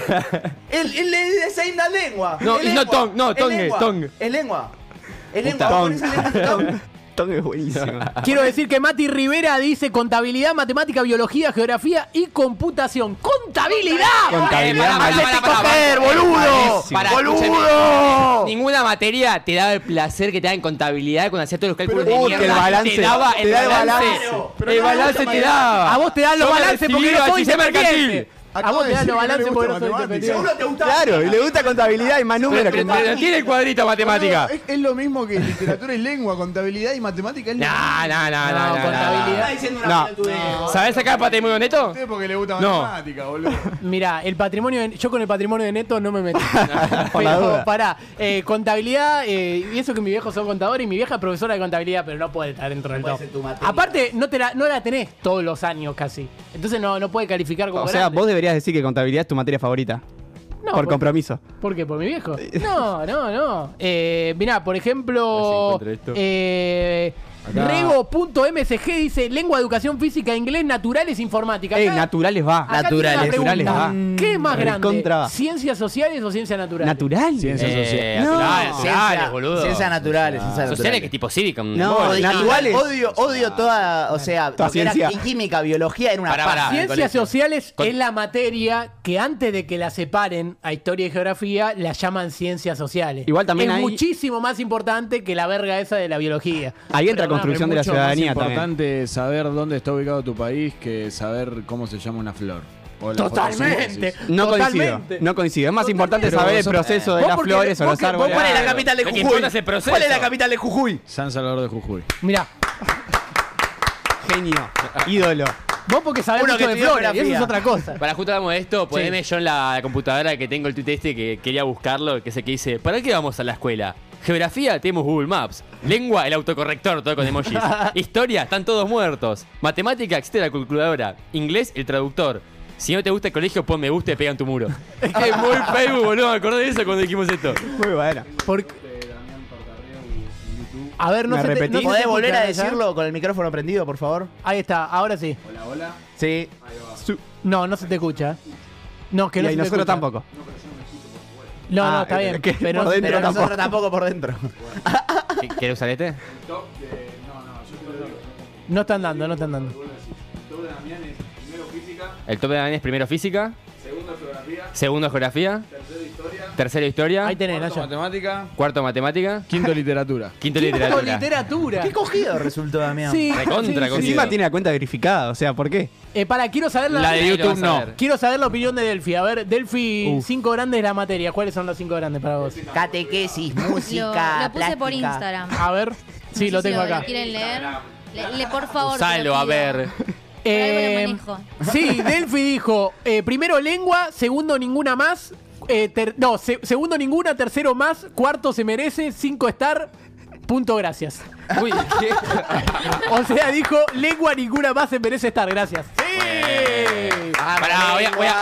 [SPEAKER 8] El, el, el same that lengua.
[SPEAKER 6] No,
[SPEAKER 8] Es
[SPEAKER 6] it's not
[SPEAKER 8] lengua,
[SPEAKER 6] tongue, no,
[SPEAKER 8] es
[SPEAKER 6] tongue,
[SPEAKER 8] lengua,
[SPEAKER 6] tongue.
[SPEAKER 8] Es lengua. Es lengua.
[SPEAKER 6] Puta.
[SPEAKER 8] vos ponés el lengua, tongue.
[SPEAKER 4] Tongue es buenísimo.
[SPEAKER 3] Quiero decir que Mati Rivera dice contabilidad, matemática, biología, geografía y computación. ¡Contabilidad!
[SPEAKER 6] Contabilidad,
[SPEAKER 3] Eh,
[SPEAKER 6] pará,
[SPEAKER 3] hacete
[SPEAKER 6] pará, pará,
[SPEAKER 3] coger,
[SPEAKER 6] pará.
[SPEAKER 3] boludo!
[SPEAKER 6] Pará,
[SPEAKER 3] ¡Boludo!
[SPEAKER 6] Ninguna materia te daba el placer que te da en contabilidad cuando hacías todos los cálculos
[SPEAKER 1] Pero,
[SPEAKER 6] de
[SPEAKER 1] uh,
[SPEAKER 6] mierda.
[SPEAKER 1] que el balance,
[SPEAKER 6] te daba
[SPEAKER 1] te
[SPEAKER 6] el
[SPEAKER 1] da el
[SPEAKER 6] balance.
[SPEAKER 1] balance.
[SPEAKER 8] Pero
[SPEAKER 6] El
[SPEAKER 8] no me gusta
[SPEAKER 6] balance te
[SPEAKER 8] matemática.
[SPEAKER 6] daba.
[SPEAKER 3] A vos te dan los
[SPEAKER 6] Yo me
[SPEAKER 3] balances porque
[SPEAKER 6] recibí
[SPEAKER 3] no
[SPEAKER 6] al
[SPEAKER 3] soy
[SPEAKER 6] sistema
[SPEAKER 3] independiente.
[SPEAKER 6] mercantil.
[SPEAKER 3] A vos te dan los balances porque no soy independiente.
[SPEAKER 8] Seguro te gusta.
[SPEAKER 1] Claro, y le gusta contabilidad y más números
[SPEAKER 6] Pero,
[SPEAKER 1] que
[SPEAKER 6] pero, pero
[SPEAKER 1] más.
[SPEAKER 6] tiene el cuadrito matemática.
[SPEAKER 16] Es, es lo mismo que literatura y lengua, contabilidad y matemática. Es
[SPEAKER 6] No, no, no, no, no.
[SPEAKER 8] Está
[SPEAKER 3] contabilidad.
[SPEAKER 8] diciendo
[SPEAKER 6] No.
[SPEAKER 8] una pelotudez.
[SPEAKER 6] no. ¿Sabés sacar patrimonio muy neto?
[SPEAKER 16] Usted porque le gusta
[SPEAKER 6] No.
[SPEAKER 16] matemática, boludo.
[SPEAKER 3] Mirá, el patrimonio de- yo con el patrimonio de neto no me meto.
[SPEAKER 1] Por la
[SPEAKER 3] pero
[SPEAKER 1] duda.
[SPEAKER 3] pará, eh, contabilidad, eh, y eso que mi viejo son contadores y mi vieja es profesora de contabilidad, pero no puede estar dentro del
[SPEAKER 8] puede
[SPEAKER 3] top.
[SPEAKER 8] ser tu materia.
[SPEAKER 3] Aparte, no, te la, no la tenés todos los años casi. Entonces no, no puede calificar como
[SPEAKER 4] O sea,
[SPEAKER 3] grande.
[SPEAKER 4] vos deberías decir que contabilidad es tu materia favorita.
[SPEAKER 3] No,
[SPEAKER 4] por
[SPEAKER 3] por-
[SPEAKER 4] compromiso.
[SPEAKER 3] ¿Por qué? ¿Por mi viejo? No, no, no. Eh, mirá, por ejemplo.
[SPEAKER 6] A ver si encuentro esto.
[SPEAKER 3] Eh,
[SPEAKER 4] Acá.
[SPEAKER 3] Rego.msg dice lengua, educación física, inglés, naturales, informática.
[SPEAKER 4] Eh,
[SPEAKER 3] Acá-
[SPEAKER 4] naturales va.
[SPEAKER 3] acá tiene una
[SPEAKER 4] Naturales ah.
[SPEAKER 3] pregunta.
[SPEAKER 4] va.
[SPEAKER 3] ¿Qué es más grande?
[SPEAKER 4] Recontra va.
[SPEAKER 3] ¿Ciencias sociales o ciencias naturales?
[SPEAKER 4] Natural.
[SPEAKER 1] Ciencias
[SPEAKER 6] Eh,
[SPEAKER 1] sociales.
[SPEAKER 6] naturales, sociales,
[SPEAKER 8] Ah, Ciencia-
[SPEAKER 6] boludo.
[SPEAKER 8] Ciencias
[SPEAKER 4] Ah.
[SPEAKER 8] naturales, ciencias
[SPEAKER 6] Sociales
[SPEAKER 8] naturales.
[SPEAKER 6] que es tipo cívica. un-
[SPEAKER 4] No,
[SPEAKER 8] Odio-
[SPEAKER 4] naturales.
[SPEAKER 8] Odio, odio toda, o sea,
[SPEAKER 4] Toda
[SPEAKER 8] lo que era
[SPEAKER 4] Ah. ciencia.
[SPEAKER 8] química, biología, era una
[SPEAKER 6] Pará,
[SPEAKER 8] paja
[SPEAKER 6] pará.
[SPEAKER 8] en el
[SPEAKER 3] Ciencias
[SPEAKER 8] colegio.
[SPEAKER 3] sociales
[SPEAKER 6] Con-
[SPEAKER 3] es la materia que antes de que la separen a historia y geografía la llaman ciencias sociales.
[SPEAKER 4] Igual también
[SPEAKER 3] es
[SPEAKER 4] ahí-
[SPEAKER 3] muchísimo más importante que la verga esa de la biología.
[SPEAKER 4] Ahí entra
[SPEAKER 3] Perdóname,
[SPEAKER 4] construcción de la
[SPEAKER 3] mucho
[SPEAKER 1] Es
[SPEAKER 3] más
[SPEAKER 4] ciudadanía también.
[SPEAKER 1] importante saber dónde está ubicado tu país que saber cómo se llama una flor. O la
[SPEAKER 3] Totalmente.
[SPEAKER 1] fotosíntesis.
[SPEAKER 4] No coincido.
[SPEAKER 3] Totalmente.
[SPEAKER 4] No coincido. Es más importante
[SPEAKER 1] Pero
[SPEAKER 4] saber el
[SPEAKER 1] vos-
[SPEAKER 4] proceso de
[SPEAKER 3] Vos
[SPEAKER 4] las
[SPEAKER 3] porque-
[SPEAKER 4] flores o
[SPEAKER 3] vos
[SPEAKER 4] los
[SPEAKER 3] que- vos
[SPEAKER 4] árboles.
[SPEAKER 8] ¿Cuál es la
[SPEAKER 6] Claro.
[SPEAKER 8] capital de
[SPEAKER 6] Lo que
[SPEAKER 8] Jujuy?
[SPEAKER 6] importa es el proceso.
[SPEAKER 8] ¿Cuál es la capital de Jujuy?
[SPEAKER 1] San Salvador de Jujuy.
[SPEAKER 3] Mirá,
[SPEAKER 4] Genio. Ídolo.
[SPEAKER 3] vos porque sabés
[SPEAKER 8] Uno
[SPEAKER 3] mucho
[SPEAKER 8] que
[SPEAKER 3] de
[SPEAKER 8] estudió
[SPEAKER 3] flores, y eso
[SPEAKER 8] geografía.
[SPEAKER 3] es otra cosa.
[SPEAKER 6] Para justo hablamos de esto, poneme yo en la computadora que tengo el tweet este que quería buscarlo, que sé que dice, ¿para qué vamos a la escuela? Geografía, tenemos Google Maps. Lengua, el autocorrector, todo con emojis. Historia, están todos muertos. Matemática, existe la calculadora. Inglés, el traductor. Si no te gusta el colegio, pon me gusta y pega en tu muro. es que es muy Facebook, boludo. Me acordé de eso cuando dijimos esto.
[SPEAKER 4] Muy buena.
[SPEAKER 3] Porque- A ver, no
[SPEAKER 4] ¿Me
[SPEAKER 3] se te, no
[SPEAKER 4] repetís?
[SPEAKER 3] se te
[SPEAKER 8] ¿Podés volver a
[SPEAKER 3] escucha, ¿ya?
[SPEAKER 8] decirlo con el micrófono prendido, por favor?
[SPEAKER 3] Ahí está, ahora sí.
[SPEAKER 8] Sí.
[SPEAKER 3] No, no se te escucha. ¿eh? No, que
[SPEAKER 4] Y
[SPEAKER 3] no
[SPEAKER 4] ahí
[SPEAKER 3] se te
[SPEAKER 4] nosotros
[SPEAKER 3] escucha.
[SPEAKER 4] tampoco.
[SPEAKER 3] No, no,
[SPEAKER 4] Ah,
[SPEAKER 3] está bien.
[SPEAKER 4] que
[SPEAKER 3] pero no
[SPEAKER 4] por
[SPEAKER 3] se-
[SPEAKER 8] Pero
[SPEAKER 4] Dentro
[SPEAKER 8] nosotros tampoco por dentro.
[SPEAKER 6] ¿Qué- ¿Querés usar este?
[SPEAKER 3] No están dando, no están dando.
[SPEAKER 6] El top de Damián es primero física. Segundo geografía. Tercero historia.
[SPEAKER 3] Ahí tenés,
[SPEAKER 6] Cuarto,
[SPEAKER 3] Nacho.
[SPEAKER 6] Ah, matemática. Cuarto matemática. Quinto literatura. Quinto
[SPEAKER 8] Quinto
[SPEAKER 6] literatura.
[SPEAKER 3] literatura.
[SPEAKER 8] Qué cogido resultó, Damián.
[SPEAKER 3] Sí.
[SPEAKER 6] Recontra
[SPEAKER 3] Sí, sí,
[SPEAKER 6] cogido.
[SPEAKER 4] Encima tiene la cuenta verificada, o sea, ¿por qué?
[SPEAKER 3] Eh, para, quiero saber la,
[SPEAKER 4] La de YouTube
[SPEAKER 3] Quiero saber.
[SPEAKER 4] no.
[SPEAKER 3] Quiero saber la opinión de Delphi. A ver, Delphi,
[SPEAKER 4] Uf.
[SPEAKER 3] cinco grandes de la materia. ¿Cuáles son los cinco grandes para vos?
[SPEAKER 8] Catequesis,
[SPEAKER 17] música, Lo- lo puse por plástica. Instagram.
[SPEAKER 3] A ver, sí,
[SPEAKER 17] No
[SPEAKER 3] lo
[SPEAKER 17] sé si
[SPEAKER 3] tengo acá.
[SPEAKER 17] ¿Quieren leer? Le, le- por favor. te
[SPEAKER 6] Usalo,
[SPEAKER 17] lo
[SPEAKER 6] a
[SPEAKER 17] pido.
[SPEAKER 6] ver.
[SPEAKER 17] Algo
[SPEAKER 3] Eh,
[SPEAKER 17] lo manejo.
[SPEAKER 3] sí, Delphi dijo, eh, primero lengua, segundo ninguna más, eh, ter- no, se- segundo ninguna, tercero más, cuarto se merece, cinco estar, punto gracias.
[SPEAKER 6] Uy, ¿qué?
[SPEAKER 3] O sea, dijo, lengua ninguna más se merece estar, gracias.
[SPEAKER 6] Pará, voy a, voy a-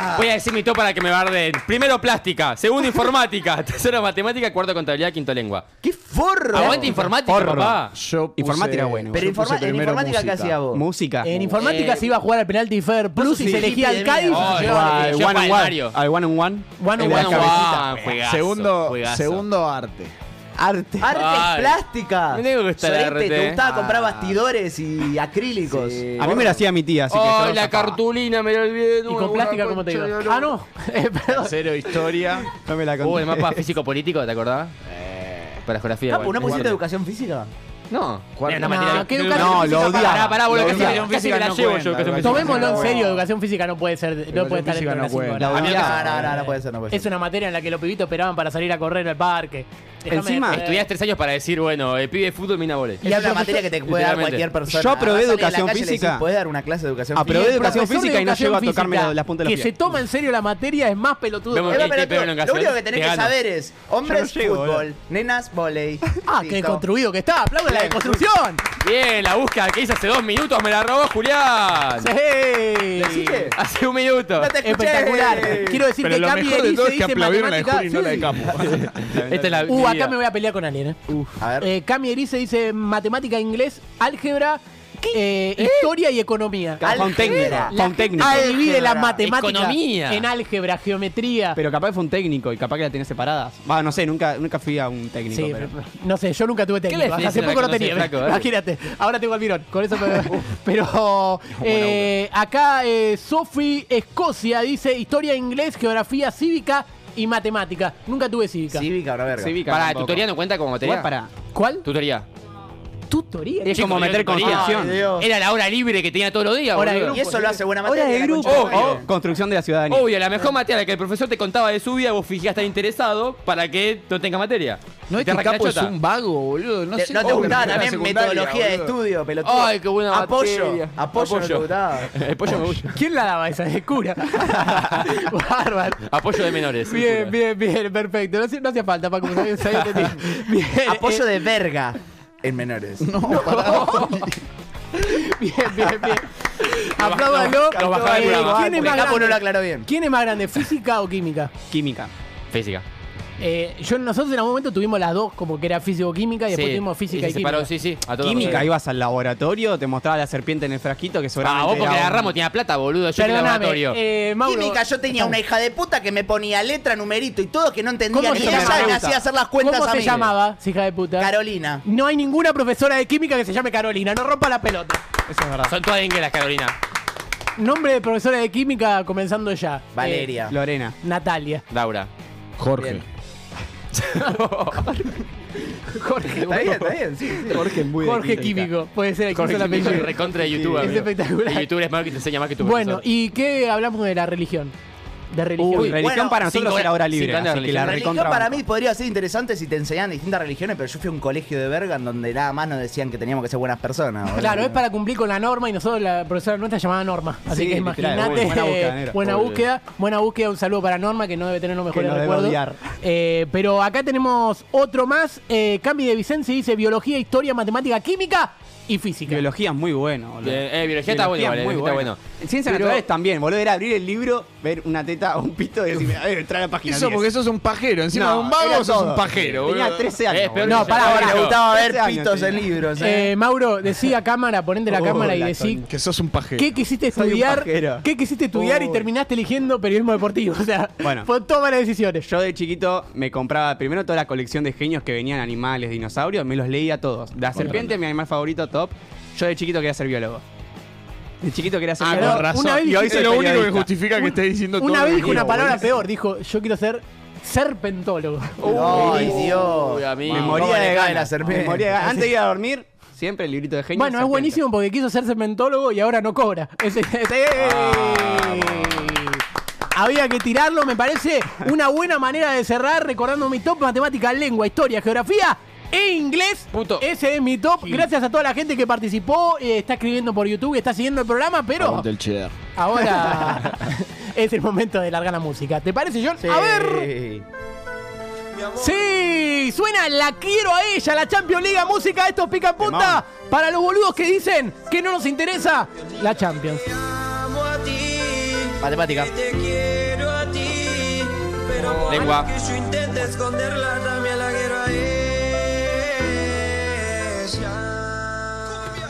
[SPEAKER 4] Ah,
[SPEAKER 6] voy a decir mi top para que me barden. Primero plástica, segundo informática, tercero matemática, cuarto contabilidad, quinto lengua.
[SPEAKER 8] ¡Qué forro!
[SPEAKER 6] Aguante informática,
[SPEAKER 4] Forro.
[SPEAKER 6] papá.
[SPEAKER 18] Yo puse-
[SPEAKER 4] Informática, bueno.
[SPEAKER 6] Pero
[SPEAKER 4] Yo puse
[SPEAKER 6] informa- en
[SPEAKER 4] primero
[SPEAKER 6] informática, ¿qué
[SPEAKER 4] música.
[SPEAKER 6] hacías vos?
[SPEAKER 4] Música.
[SPEAKER 3] En informática se iba a jugar al penalti Fer Plus y se elegía al Cádiz.
[SPEAKER 6] Oh,
[SPEAKER 4] Ay, al one on one. Al one on one.
[SPEAKER 3] One on
[SPEAKER 4] El de la
[SPEAKER 3] one.
[SPEAKER 4] cabecita.
[SPEAKER 3] One, juegazo,
[SPEAKER 18] segundo,
[SPEAKER 3] juegazo.
[SPEAKER 18] segundo arte.
[SPEAKER 4] Arte.
[SPEAKER 8] Arte
[SPEAKER 18] Ay.
[SPEAKER 8] es plástica.
[SPEAKER 18] Me tengo que gustar
[SPEAKER 8] Sorete,
[SPEAKER 18] el arte.
[SPEAKER 8] este, Te gustaba comprar
[SPEAKER 18] Ah.
[SPEAKER 8] bastidores y acrílicos.
[SPEAKER 4] A mí me lo hacía mi tía, así que.
[SPEAKER 6] Oh,
[SPEAKER 4] yo lo
[SPEAKER 6] la
[SPEAKER 4] sacaba.
[SPEAKER 6] cartulina, me la olvidé. ¿Y
[SPEAKER 3] con plástica cómo te iba? Ah, no.
[SPEAKER 18] Tercero, historia.
[SPEAKER 4] No me la conté.
[SPEAKER 6] Uh, el mapa físico-político, ¿te acordás? Para geografía.
[SPEAKER 8] Capo, Ah,
[SPEAKER 4] eh,
[SPEAKER 8] ¿no
[SPEAKER 6] igual.
[SPEAKER 8] pusiste educación física?
[SPEAKER 6] No.
[SPEAKER 8] ¿Cuál?
[SPEAKER 6] Una materia-
[SPEAKER 3] ¿qué
[SPEAKER 6] No,
[SPEAKER 3] educación física?
[SPEAKER 6] lo
[SPEAKER 4] Ah,
[SPEAKER 6] odiaba.
[SPEAKER 3] Pará, pará, boludo,
[SPEAKER 6] Lo
[SPEAKER 3] casi-
[SPEAKER 6] odiaba.
[SPEAKER 3] casi me la
[SPEAKER 6] Educación
[SPEAKER 3] llevo
[SPEAKER 6] física
[SPEAKER 3] yo,
[SPEAKER 6] no
[SPEAKER 3] educación
[SPEAKER 6] cuenta.
[SPEAKER 3] física. Tomémoslo en
[SPEAKER 6] No.
[SPEAKER 3] serio, educación física no puede ser, no puede estar
[SPEAKER 18] física
[SPEAKER 3] dentro de
[SPEAKER 18] no
[SPEAKER 3] las cinco
[SPEAKER 18] puede.
[SPEAKER 3] horas.
[SPEAKER 18] La odiaba.
[SPEAKER 8] No, no, no, no puede ser, no puede ser.
[SPEAKER 3] Es una materia en la que los pibitos esperaban para salir a correr al parque. Déjame eh,
[SPEAKER 6] Encima,
[SPEAKER 3] joder.
[SPEAKER 6] estudiás tres años para decir, bueno, el pibe de fútbol, mina volé.
[SPEAKER 8] Es una materia que te puede dar cualquier persona.
[SPEAKER 4] Yo aprobé
[SPEAKER 8] Además, sale de la
[SPEAKER 4] educación
[SPEAKER 8] calle y le decís,
[SPEAKER 4] física.
[SPEAKER 8] ¿Podés dar una clase de educación
[SPEAKER 4] Aprobé
[SPEAKER 8] física?
[SPEAKER 4] educación
[SPEAKER 3] profesor de
[SPEAKER 4] física y no
[SPEAKER 3] educación
[SPEAKER 4] llego a tocarme
[SPEAKER 3] física
[SPEAKER 4] la- las puntas de
[SPEAKER 3] Que
[SPEAKER 4] los
[SPEAKER 3] se
[SPEAKER 4] pies.
[SPEAKER 3] toma en serio la materia es más pelotudo.
[SPEAKER 6] Vemos
[SPEAKER 3] que-
[SPEAKER 8] Eva,
[SPEAKER 6] que
[SPEAKER 8] pero
[SPEAKER 6] te pega
[SPEAKER 8] tú,
[SPEAKER 6] una
[SPEAKER 8] lo
[SPEAKER 6] ocasión,
[SPEAKER 8] único que
[SPEAKER 6] te
[SPEAKER 8] tenés que
[SPEAKER 6] gano.
[SPEAKER 8] saber es hombres
[SPEAKER 4] Yo no llego,
[SPEAKER 8] fútbol,
[SPEAKER 4] boludo.
[SPEAKER 8] nenas volei.
[SPEAKER 3] Ah, qué construido que está. Aplaudo la deconstrucción.
[SPEAKER 6] Bien, la búsqueda que hice hace dos minutos me la robó Julián.
[SPEAKER 3] Sí.
[SPEAKER 6] Hace un minuto.
[SPEAKER 3] No te escuché. Espectacular. Quiero decir
[SPEAKER 18] Pero
[SPEAKER 3] que
[SPEAKER 18] lo
[SPEAKER 3] Capi
[SPEAKER 18] mejor de
[SPEAKER 3] Erice
[SPEAKER 18] todo es que
[SPEAKER 3] dice
[SPEAKER 18] aplaudieron la de Juli
[SPEAKER 3] matemática-
[SPEAKER 18] y no la de
[SPEAKER 3] sí.
[SPEAKER 18] Capo.
[SPEAKER 6] Esta es la
[SPEAKER 3] Uh,
[SPEAKER 6] mi
[SPEAKER 3] acá
[SPEAKER 6] vida.
[SPEAKER 3] me voy a pelear con alguien, ¿eh?
[SPEAKER 8] a ver.
[SPEAKER 3] Eh, Cami Erice dice matemática, inglés, álgebra, eh, historia y economía.
[SPEAKER 4] Capaz fue un técnico.
[SPEAKER 3] La
[SPEAKER 4] Fue un
[SPEAKER 3] gente
[SPEAKER 4] técnico.
[SPEAKER 3] divide las
[SPEAKER 4] Álgebra.
[SPEAKER 3] matemáticas
[SPEAKER 4] Economía.
[SPEAKER 3] en álgebra, geometría.
[SPEAKER 4] Pero capaz fue un técnico y capaz que la tenía separadas. Va, no sé, nunca, nunca fui a un técnico.
[SPEAKER 3] Sí,
[SPEAKER 4] pero-
[SPEAKER 3] pero- no sé, yo nunca tuve técnico.
[SPEAKER 4] le
[SPEAKER 3] Hasta
[SPEAKER 4] decís
[SPEAKER 3] hace
[SPEAKER 4] a la
[SPEAKER 3] poco
[SPEAKER 4] que
[SPEAKER 3] no
[SPEAKER 4] no sea
[SPEAKER 3] tenía.
[SPEAKER 4] flaco, eh? dale?
[SPEAKER 3] imagínate, ahora tengo al mirón. Con eso me- Pero eh, acá eh, Sofi Escocia dice historia inglés, geografía cívica y matemática. Nunca tuve cívica.
[SPEAKER 8] Cívica, ahora verga.
[SPEAKER 4] Cívica
[SPEAKER 6] Para,
[SPEAKER 4] tampoco.
[SPEAKER 6] tutoría no cuenta como materia.
[SPEAKER 4] Igual para-
[SPEAKER 3] ¿Cuál?
[SPEAKER 6] Tutoría.
[SPEAKER 3] Tutoría.
[SPEAKER 4] Es como meter construcción.
[SPEAKER 6] Era la hora libre que tenía todos los días,
[SPEAKER 4] Hora de
[SPEAKER 6] boludo.
[SPEAKER 4] grupo, Y eso lo hace
[SPEAKER 8] buena
[SPEAKER 4] Hora de grupo. oh,
[SPEAKER 6] Obvio.
[SPEAKER 4] Construcción de la ciudadanía.
[SPEAKER 6] Obvio, la mejor materia que el profesor te contaba de su vida, vos fingías estar interesado para que no tenga materia.
[SPEAKER 18] No
[SPEAKER 6] Y
[SPEAKER 4] este
[SPEAKER 18] es
[SPEAKER 6] te
[SPEAKER 18] que
[SPEAKER 6] arranca la
[SPEAKER 18] Capo es
[SPEAKER 6] chota.
[SPEAKER 18] un vago, boludo. No,
[SPEAKER 8] Te-
[SPEAKER 18] sé
[SPEAKER 8] Eh, no te
[SPEAKER 18] cómo
[SPEAKER 8] gustaba
[SPEAKER 18] en la
[SPEAKER 8] también
[SPEAKER 18] secundaria,
[SPEAKER 8] metodología de
[SPEAKER 18] boludo.
[SPEAKER 8] estudio, pelotudo.
[SPEAKER 6] Ay, qué buena
[SPEAKER 8] Apoyo,
[SPEAKER 6] materia.
[SPEAKER 8] apoyo, no te
[SPEAKER 6] Apoyo.
[SPEAKER 8] gustaba.
[SPEAKER 6] El pollo me gusta.
[SPEAKER 3] ¿Quién la daba esa de cura? Bárbaro.
[SPEAKER 6] Apoyo de menores.
[SPEAKER 3] Bien, bien, bien, perfecto. No, hacía- no hacía falta, Paco. sabía- sabía que tenía- Bien, eh,
[SPEAKER 8] Apoyo de verga en menores.
[SPEAKER 3] Bien, bien, bien. Apláudalo.
[SPEAKER 8] Lo bajaba del
[SPEAKER 3] Eh,
[SPEAKER 8] programa,
[SPEAKER 3] ¿Quién es
[SPEAKER 8] porque
[SPEAKER 3] más
[SPEAKER 8] Capo
[SPEAKER 3] grande?
[SPEAKER 8] no lo aclaró bien.
[SPEAKER 3] ¿Quién es más grande, física o química?
[SPEAKER 4] Química.
[SPEAKER 6] Física.
[SPEAKER 3] Eh, yo nosotros en algún momento tuvimos las dos, como que era físico-química y después
[SPEAKER 4] Sí.
[SPEAKER 3] tuvimos física y,
[SPEAKER 6] Y se
[SPEAKER 3] química.
[SPEAKER 6] separó, sí, sí. A todos.
[SPEAKER 4] Química, ibas al laboratorio, te mostraba la serpiente en el frasquito que
[SPEAKER 6] Ah,
[SPEAKER 4] seguramente.
[SPEAKER 6] vos
[SPEAKER 4] era
[SPEAKER 6] porque
[SPEAKER 4] un-
[SPEAKER 6] agarramos, tenía plata, boludo. Yo en el laboratorio.
[SPEAKER 3] eh.
[SPEAKER 8] Química, yo tenía una hija de puta que me ponía letra, numerito y todo que no entendía
[SPEAKER 3] ¿Cómo
[SPEAKER 8] ni
[SPEAKER 3] se llama?
[SPEAKER 8] ella y
[SPEAKER 3] Me
[SPEAKER 8] me
[SPEAKER 3] gusta.
[SPEAKER 8] hacía hacer las cuentas
[SPEAKER 3] ¿Cómo
[SPEAKER 8] a
[SPEAKER 3] se Eh,
[SPEAKER 8] mí.
[SPEAKER 3] llamaba, hija de puta?
[SPEAKER 8] Carolina.
[SPEAKER 3] No hay ninguna profesora de química que se llame Carolina. No rompa la pelota.
[SPEAKER 4] Eso es verdad.
[SPEAKER 6] Son todas inglesas, Carolina.
[SPEAKER 3] Nombre de profesora de química comenzando ya.
[SPEAKER 8] Valeria.
[SPEAKER 4] Lorena.
[SPEAKER 3] Eh, Natalia.
[SPEAKER 6] Laura.
[SPEAKER 18] Jorge.
[SPEAKER 3] Jorge.
[SPEAKER 8] Está bien, está bien, sí, sí.
[SPEAKER 4] Jorge muy de
[SPEAKER 3] Jorge Químico. Puede ser el que hizo el
[SPEAKER 6] Química,
[SPEAKER 3] apellido.
[SPEAKER 6] recontra de YouTube.
[SPEAKER 3] Es
[SPEAKER 6] amigo.
[SPEAKER 3] espectacular.
[SPEAKER 6] El youtuber es más que te enseña más que tu
[SPEAKER 3] Bueno,
[SPEAKER 6] profesor.
[SPEAKER 3] ¿y qué hablamos de la religión? De religión.
[SPEAKER 4] Uy, religión para nosotros
[SPEAKER 6] cinco-
[SPEAKER 4] era hora libre.
[SPEAKER 6] cinco años de
[SPEAKER 4] así que la
[SPEAKER 6] religión.
[SPEAKER 8] Religión
[SPEAKER 4] recontra-
[SPEAKER 8] para mí podría ser interesante si te enseñaban distintas religiones, pero yo fui a un colegio de verga en donde nada más nos decían que teníamos que ser buenas personas. boludo.
[SPEAKER 3] Claro, es para cumplir con la norma y nosotros la profesora nuestra llamaba Norma. Así
[SPEAKER 4] Sí,
[SPEAKER 3] que
[SPEAKER 4] literal,
[SPEAKER 3] imagínate.
[SPEAKER 4] buena búsqueda,
[SPEAKER 3] eh,
[SPEAKER 4] negro.
[SPEAKER 3] buena
[SPEAKER 4] Pobre.
[SPEAKER 3] búsqueda, buena búsqueda, un saludo para Norma que no debe tener los mejores
[SPEAKER 4] nos debe
[SPEAKER 3] recuerdos.
[SPEAKER 4] odiar.
[SPEAKER 3] Eh, pero acá tenemos otro más. Eh, Cami de Vicenzi dice biología, historia, matemática, química y física.
[SPEAKER 4] Biología es muy bueno, boludo.
[SPEAKER 6] Eh, eh, biología está bueno, vale, está bueno.
[SPEAKER 4] En Ciencias
[SPEAKER 6] Pero-
[SPEAKER 4] naturales también, boludo. Era abrir el libro, ver una teta o un pito y decirme, a ver, entrar a la página.
[SPEAKER 18] Eso
[SPEAKER 4] 10.
[SPEAKER 18] porque sos un pajero. Encima
[SPEAKER 4] No,
[SPEAKER 18] de un vago
[SPEAKER 4] era
[SPEAKER 18] sos
[SPEAKER 4] todo.
[SPEAKER 18] un pajero, boludo.
[SPEAKER 4] Tenía 13 años.
[SPEAKER 6] Eh, peor
[SPEAKER 4] boludo.
[SPEAKER 3] No, pará, pará.
[SPEAKER 8] Le gustaba ver
[SPEAKER 4] 13 años
[SPEAKER 8] pitos
[SPEAKER 4] tenía.
[SPEAKER 8] en libros.
[SPEAKER 3] Eh, Mauro, decí a cámara, ponente la
[SPEAKER 18] Oh,
[SPEAKER 3] cámara y
[SPEAKER 18] la
[SPEAKER 3] decí
[SPEAKER 18] con- Que sos un pajero.
[SPEAKER 3] qué quisiste
[SPEAKER 4] Soy un
[SPEAKER 3] estudiar,
[SPEAKER 4] pajero.
[SPEAKER 3] qué quisiste estudiar y
[SPEAKER 4] Uy.
[SPEAKER 3] terminaste eligiendo periodismo deportivo. O sea,
[SPEAKER 4] Bueno.
[SPEAKER 3] fue todas las decisiones.
[SPEAKER 4] Yo de chiquito me compraba primero toda la colección de genios que venían animales, dinosaurios, me los leía todos. La serpiente, mi animal favorito, top. Yo de chiquito quería ser biólogo. De chiquito quería ser
[SPEAKER 3] Ah,
[SPEAKER 4] biólogo.
[SPEAKER 3] con razón. Y hoy
[SPEAKER 4] soy
[SPEAKER 3] es lo único que
[SPEAKER 4] periodista.
[SPEAKER 3] justifica que
[SPEAKER 4] Un-
[SPEAKER 3] esté diciendo Una vez dijo una palabra peor, dijo, yo quiero ser serpentólogo.
[SPEAKER 4] Ay,
[SPEAKER 8] Dios.
[SPEAKER 4] Me moría de ganas. Me moría de ganas. Antes de ir a
[SPEAKER 3] dormir.
[SPEAKER 4] dormir, siempre el librito de genio.
[SPEAKER 3] Bueno, es buenísimo porque quiso ser serpentólogo y ahora no cobra. Ese- ese- Había que tirarlo, me parece una buena manera de cerrar recordando mi top matemática, lengua, historia, geografía e inglés. Ese es mi top. Gracias a toda la gente que participó, eh, está escribiendo por YouTube, está siguiendo el programa, pero
[SPEAKER 18] Aguante el cheddar.
[SPEAKER 3] ahora es el momento de largar la música. ¿Te parece, John? A ver. Sí, suena la quiero a ella, la Champions League música, esto pica en punta para los boludos que dicen que no nos interesa la Champions.
[SPEAKER 8] Matemática.
[SPEAKER 19] quiero a ti, pero por
[SPEAKER 4] Lengua.
[SPEAKER 19] más que yo intente esconderla, también la quiero a ella.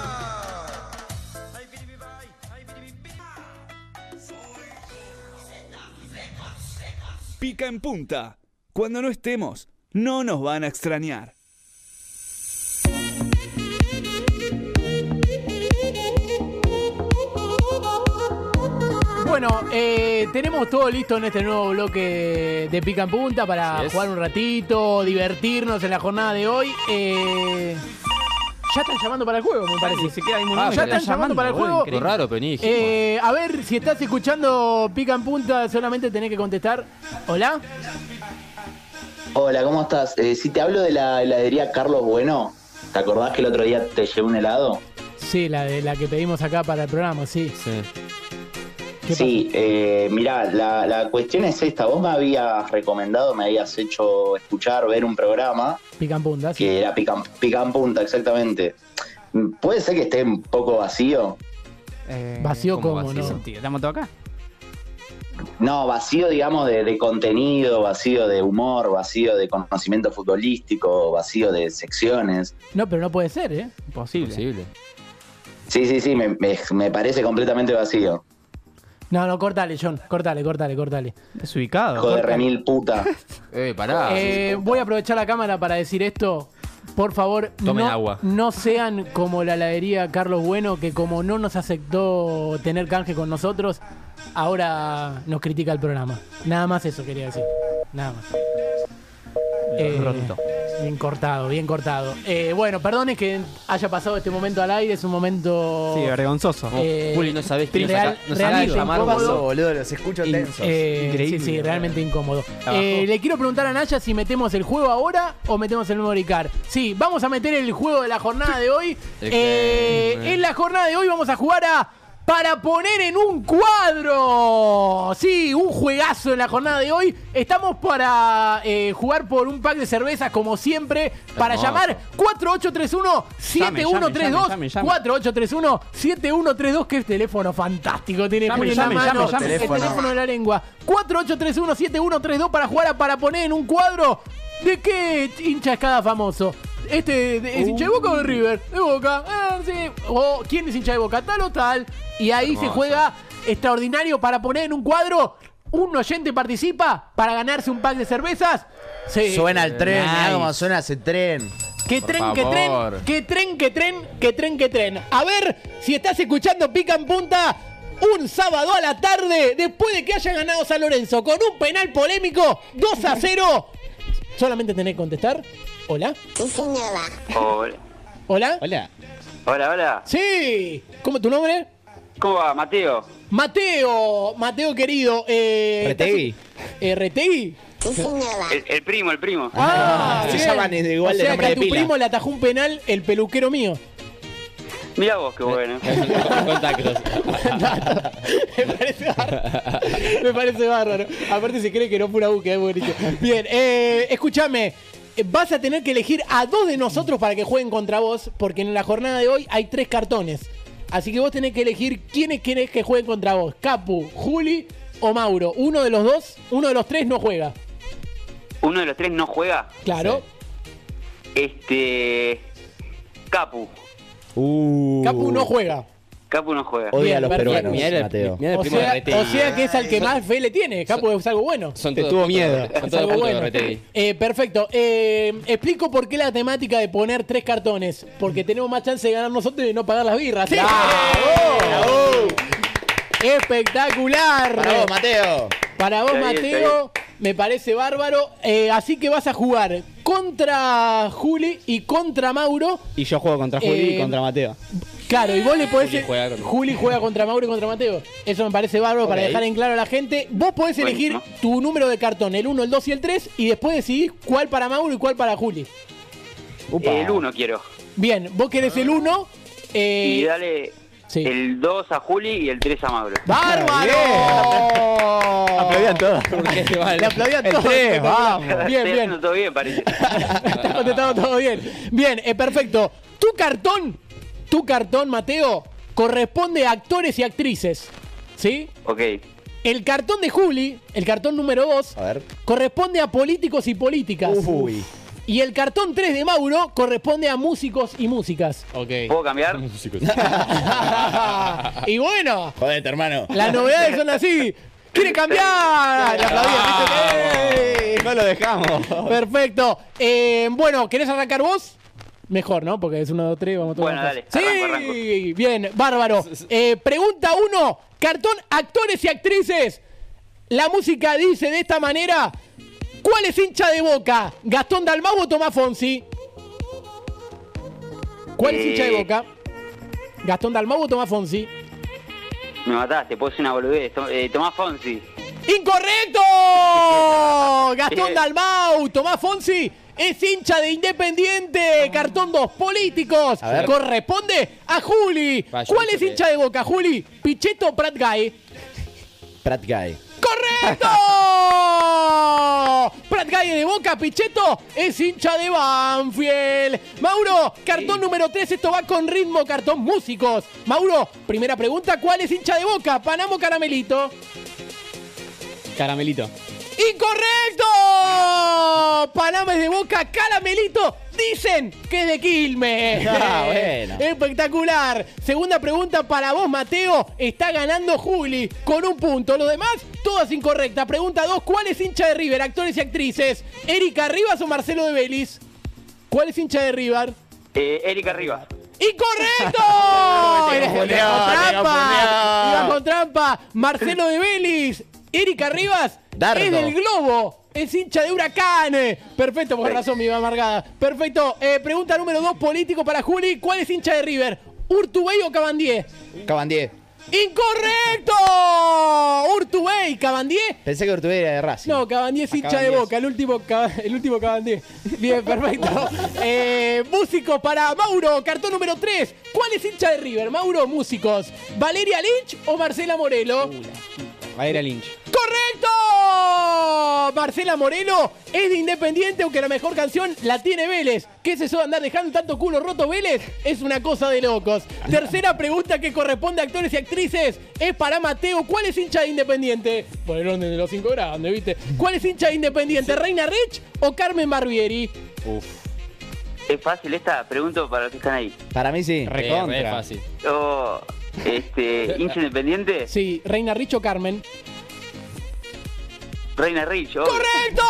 [SPEAKER 12] Pica en punta. Cuando no estemos, no nos van a extrañar.
[SPEAKER 3] Bueno, eh, tenemos todo listo en este nuevo bloque de pica en punta para
[SPEAKER 6] Así es.
[SPEAKER 3] jugar un ratito, divertirnos en la jornada de hoy. Eh, ya están llamando para el juego, me parece. Ah, ya están llamando para el juego.
[SPEAKER 6] Qué raro, pero ni dijimos.
[SPEAKER 3] Eh, a ver, si estás escuchando Pica en Punta, solamente tenés que contestar. Hola.
[SPEAKER 20] Hola, ¿cómo estás? Eh, si te hablo de la heladería Carlos Bueno, ¿te acordás que el otro día te llevé un helado?
[SPEAKER 3] Sí, la de la que pedimos acá para el programa, sí.
[SPEAKER 20] Sí, eh, mirá, la, la cuestión es esta. Vos me habías recomendado, me habías hecho escuchar, ver un programa
[SPEAKER 3] Pica en Punta, sí.
[SPEAKER 20] que era Pican, Pican Punta, exactamente. Puede ser que esté un poco vacío.
[SPEAKER 6] Eh,
[SPEAKER 3] Vacío como, ¿no?
[SPEAKER 4] ¿Estamos todos acá?
[SPEAKER 20] No, vacío, digamos, de, de contenido, vacío de humor, vacío de conocimiento futbolístico, vacío de secciones.
[SPEAKER 3] No, pero no puede ser, ¿eh?
[SPEAKER 4] Imposible.
[SPEAKER 20] Sí, sí, sí, me, me- me parece completamente vacío.
[SPEAKER 3] No, no, cortale, John. Cortale, cortale, cortale.
[SPEAKER 4] Desubicado.
[SPEAKER 20] Hijo de remil puta.
[SPEAKER 6] Eh, pará.
[SPEAKER 3] Eh, voy a aprovechar la cámara para decir esto. Por favor,
[SPEAKER 6] Tomen
[SPEAKER 3] no,
[SPEAKER 6] agua.
[SPEAKER 3] no sean como la heladería Carlos Bueno, que como no nos aceptó tener canje con nosotros, ahora nos critica el programa. Nada más eso quería decir. Nada más. Eh, Bien cortado, bien cortado. Eh, bueno, perdón es que haya pasado este momento al aire, es un momento...
[SPEAKER 4] Sí, vergonzoso.
[SPEAKER 3] Eh,
[SPEAKER 4] Juli, no sabés quién nos
[SPEAKER 3] real-
[SPEAKER 4] acá- nos
[SPEAKER 3] realmente
[SPEAKER 4] acaba de llamar,
[SPEAKER 3] incómodo.
[SPEAKER 4] boludo.
[SPEAKER 8] Boludo, los escucho
[SPEAKER 4] In-
[SPEAKER 8] tensos.
[SPEAKER 3] Eh, sí, sí, realmente incómodo.
[SPEAKER 8] Abajo.
[SPEAKER 3] Eh, le quiero preguntar a Naya si metemos el juego ahora o metemos el memory card. Sí, vamos a meter el juego de la jornada de hoy. Eh, en la jornada de hoy vamos a jugar a para poner en un cuadro. Sí, un juegazo en la jornada de hoy. Estamos para eh, jugar por un pack de cervezas como siempre. Para
[SPEAKER 4] Hermoso.
[SPEAKER 3] llamar 4831 7132
[SPEAKER 4] Llame, llame, llame, llame.
[SPEAKER 3] 4831 7132 que teléfono fantástico tiene
[SPEAKER 4] Llame,
[SPEAKER 3] Julio en Este
[SPEAKER 4] llame,
[SPEAKER 3] la mano.
[SPEAKER 4] llame, llame.
[SPEAKER 3] El teléfono teléfono de la lengua. 48317132 para jugar a para poner en un cuadro. ¿De qué hincha es cada famoso? ¿Este de- es hincha de Boca o de River? De Boca. Ah, sí. O, ¿Quién es hincha de Boca? Tal o tal. Y ahí se
[SPEAKER 4] Hermoso.
[SPEAKER 3] juega extraordinario para poner en un cuadro. Un oyente participa para ganarse un pack de cervezas. Sí.
[SPEAKER 8] Suena el tren, mirá
[SPEAKER 3] Nice.
[SPEAKER 8] cómo suena ese tren.
[SPEAKER 3] Que
[SPEAKER 8] Por
[SPEAKER 3] tren, que tren,
[SPEAKER 8] favor.
[SPEAKER 3] que tren, que tren, que tren, que tren. A ver si estás escuchando Pica en Punta un sábado a la tarde después de que haya ganado San Lorenzo con un penal polémico 2 a 0. Solamente tenés que contestar. Hola.
[SPEAKER 5] Hola,
[SPEAKER 3] Hola. Hola.
[SPEAKER 5] hola, hola.
[SPEAKER 3] Sí. ¿Cómo es tu nombre?
[SPEAKER 5] ¿Cómo va, Mateo?
[SPEAKER 3] Mateo, Mateo querido. Eh,
[SPEAKER 5] Retegui.
[SPEAKER 3] estás- Eh, Retegui.
[SPEAKER 5] El, el primo, el primo.
[SPEAKER 3] Ah, bien. o sea, que a tu
[SPEAKER 5] Mira
[SPEAKER 3] primo le atajó un penal el peluquero mío.
[SPEAKER 5] Mirá vos, qué bueno.
[SPEAKER 6] Contactos.
[SPEAKER 3] Me parece bárbaro. Aparte se cree que no fue una búsqueda, es buenísimo. Bien, eh, escúchame. Eh, Vas a tener que elegir a dos de nosotros para que jueguen contra vos, porque en la jornada de hoy hay tres cartones. Así que vos tenés que elegir quiénes querés que jueguen contra vos. Capu, Juli o Mauro. Uno de los dos, uno de los tres no juega.
[SPEAKER 5] Uno de los tres no juega.
[SPEAKER 3] Claro.
[SPEAKER 5] Este. Capu.
[SPEAKER 8] Uh,
[SPEAKER 3] Capu no juega.
[SPEAKER 5] Capu no juega.
[SPEAKER 20] Odia a los
[SPEAKER 3] perfecto.
[SPEAKER 20] peruanos,
[SPEAKER 3] Mirá el-
[SPEAKER 20] Mateo.
[SPEAKER 3] mirá el O primo de sea- Retegui. o sea que es al que más fe le tiene. Capo es algo bueno.
[SPEAKER 6] Son
[SPEAKER 3] Te
[SPEAKER 6] todos
[SPEAKER 3] tuvo
[SPEAKER 6] puntos
[SPEAKER 3] miedo.
[SPEAKER 6] de- Son
[SPEAKER 3] Es
[SPEAKER 6] todos
[SPEAKER 3] algo
[SPEAKER 6] puntos de
[SPEAKER 3] bueno.
[SPEAKER 6] Retegui.
[SPEAKER 3] Eh, perfecto. Eh, explico por qué la temática de poner tres cartones. Porque tenemos más chance de ganar nosotros y no pagar las birras. ¿sí? Espectacular.
[SPEAKER 8] Para vos, Mateo.
[SPEAKER 3] Para vos,
[SPEAKER 8] Está bien, está
[SPEAKER 3] Mateo. Me parece bárbaro. Eh, así que vas a jugar contra Juli y contra Mauro.
[SPEAKER 4] Y yo juego contra Juli
[SPEAKER 3] Eh,
[SPEAKER 4] y contra Mateo.
[SPEAKER 3] Claro, y vos le podés. e- Juli
[SPEAKER 4] juega
[SPEAKER 3] juega,
[SPEAKER 4] contra-
[SPEAKER 3] contra... Mauro y contra Mateo. Eso me parece bárbaro para
[SPEAKER 4] Ok.
[SPEAKER 3] dejar en claro a la gente. Vos podés elegir
[SPEAKER 4] Buenísimo.
[SPEAKER 3] tu número de cartón, el 1, el 2 y el 3, y después decidís cuál para Mauro y cuál para Juli.
[SPEAKER 5] El 1 quiero.
[SPEAKER 3] Bien, vos querés el eh, 1.
[SPEAKER 5] Y dale el 2 a Juli y el 3 a Mauro.
[SPEAKER 3] ¡Bárbaro!
[SPEAKER 8] Aplaudían todos.
[SPEAKER 6] Eh,
[SPEAKER 3] Le aplaudían todos. Bien,
[SPEAKER 5] Estoy
[SPEAKER 3] bien.
[SPEAKER 5] haciendo todo bien, parece.
[SPEAKER 3] Está contestado todo bien. Bien, eh, perfecto. Tu cartón, tu cartón, Mateo, corresponde a actores y actrices. ¿Sí?
[SPEAKER 5] Ok.
[SPEAKER 3] El cartón de Juli, el cartón número 2, corresponde a políticos y políticas.
[SPEAKER 8] Uy.
[SPEAKER 3] Y el cartón 3 de Mauro corresponde a músicos y músicas. Ok.
[SPEAKER 5] ¿Puedo cambiar?
[SPEAKER 3] Y bueno,
[SPEAKER 8] Jodete, hermano.
[SPEAKER 3] las novedades son así. ¡Quiere cambiar! Le aplaudían, ¿viste? ¡Eh!
[SPEAKER 4] Ah. No lo dejamos.
[SPEAKER 3] Perfecto. Eh, bueno, ¿querés arrancar vos? Mejor, ¿no? Porque es 1, 2, 3, vamos todos.
[SPEAKER 5] Bueno,
[SPEAKER 3] juntos.
[SPEAKER 5] dale,
[SPEAKER 3] Sí,
[SPEAKER 5] arranco, arranco.
[SPEAKER 3] bien, bárbaro. Eh, pregunta 1. Cartón, actores y actrices. La música dice de esta manera. ¿Cuál es hincha de boca? ¿Gastón Dalmau o Tomás Fonsi? ¿Cuál es hincha de
[SPEAKER 5] Eh.
[SPEAKER 3] boca? ¿Gastón Dalmau o Tomás Fonsi?
[SPEAKER 5] Me mataste, puedo ser una boludez. Tom- eh, Tomás Fonsi.
[SPEAKER 3] ¡Incorrecto! Gastón
[SPEAKER 5] Eh.
[SPEAKER 3] Dalmau, Tomás Fonsi es hincha de Independiente. Cartón 2, políticos.
[SPEAKER 5] A ver.
[SPEAKER 3] Corresponde a Juli.
[SPEAKER 8] Vaya,
[SPEAKER 3] ¿Cuál
[SPEAKER 8] yo
[SPEAKER 3] es
[SPEAKER 8] que-
[SPEAKER 3] hincha de boca, Juli? ¿Pichetto o Prat Guy?
[SPEAKER 8] Prat Guy.
[SPEAKER 3] ¡Correcto! Prat Guy es de boca, Pichetto es hincha de Banfield. Mauro, cartón número 3. Esto va con ritmo, cartón músicos. Mauro, primera pregunta: ¿cuál es hincha de boca? ¿Panamo Caramelito?
[SPEAKER 4] Caramelito.
[SPEAKER 3] ¡Incorrecto! Panamá es de Boca, Caramelito, dicen que es de Quilmes.
[SPEAKER 8] Ah, bueno.
[SPEAKER 3] Espectacular. Segunda pregunta para vos, Mateo. Está ganando Juli con un punto. Lo demás, todas incorrectas. Pregunta 2. ¿Cuál es hincha de River, actores y actrices? ¿Erika Rivas o Marcelo de Vélez? ¿Cuál es hincha de River?
[SPEAKER 5] Eh, Erika Rivas.
[SPEAKER 3] ¡Incorrecto! Eres
[SPEAKER 5] caponeaba,
[SPEAKER 3] con
[SPEAKER 5] te
[SPEAKER 3] trampa.
[SPEAKER 5] caponeaba.
[SPEAKER 8] Ah.
[SPEAKER 3] Ibas con trampa. Marcelo de Vélez. Erika Rivas.
[SPEAKER 8] Dardo.
[SPEAKER 3] Es del Globo. Es hincha de Huracán. Perfecto, por razón mi iba amargada. Perfecto. Eh, pregunta número 2, político para Juli. ¿Cuál es hincha de River? ¿Urtubey o Cabandier?
[SPEAKER 8] Cabandier.
[SPEAKER 3] ¡Incorrecto! Urtubey, Cabandier.
[SPEAKER 8] Pensé que Urtubey era de Racing.
[SPEAKER 3] No, Cabandier es hincha de
[SPEAKER 8] Cabandier.
[SPEAKER 3] boca, el último, Caba- el último Cabandier. Bien, perfecto. Eh, músicos para Mauro, cartón número 3. ¿Cuál es hincha de River, Mauro? Músicos. ¿Valeria Lynch o Marcela Morelo?
[SPEAKER 4] Valeria Lynch.
[SPEAKER 3] ¡Correcto! Marcela Morelo es de Independiente, aunque la mejor canción la tiene Vélez. ¿Qué es eso de andar dejando tanto culo roto Vélez? Es una cosa de locos. Tercera pregunta que corresponde a actores y actrices es para Mateo. ¿Cuál es hincha de Independiente? Por el orden de los cinco grandes, ¿viste? ¿Cuál es hincha de Independiente? ¿Reina Rich o Carmen Barbieri?
[SPEAKER 5] ¿Es fácil esta? Pregunto para los que están ahí.
[SPEAKER 8] Para mí sí.
[SPEAKER 3] Eh,
[SPEAKER 5] Recontra.
[SPEAKER 6] re fácil.
[SPEAKER 5] Oh, este, hincha independiente,
[SPEAKER 3] Sí, Reina Rich o Carmen.
[SPEAKER 5] Reina Rich. oh, obvio.
[SPEAKER 3] ¡Correcto!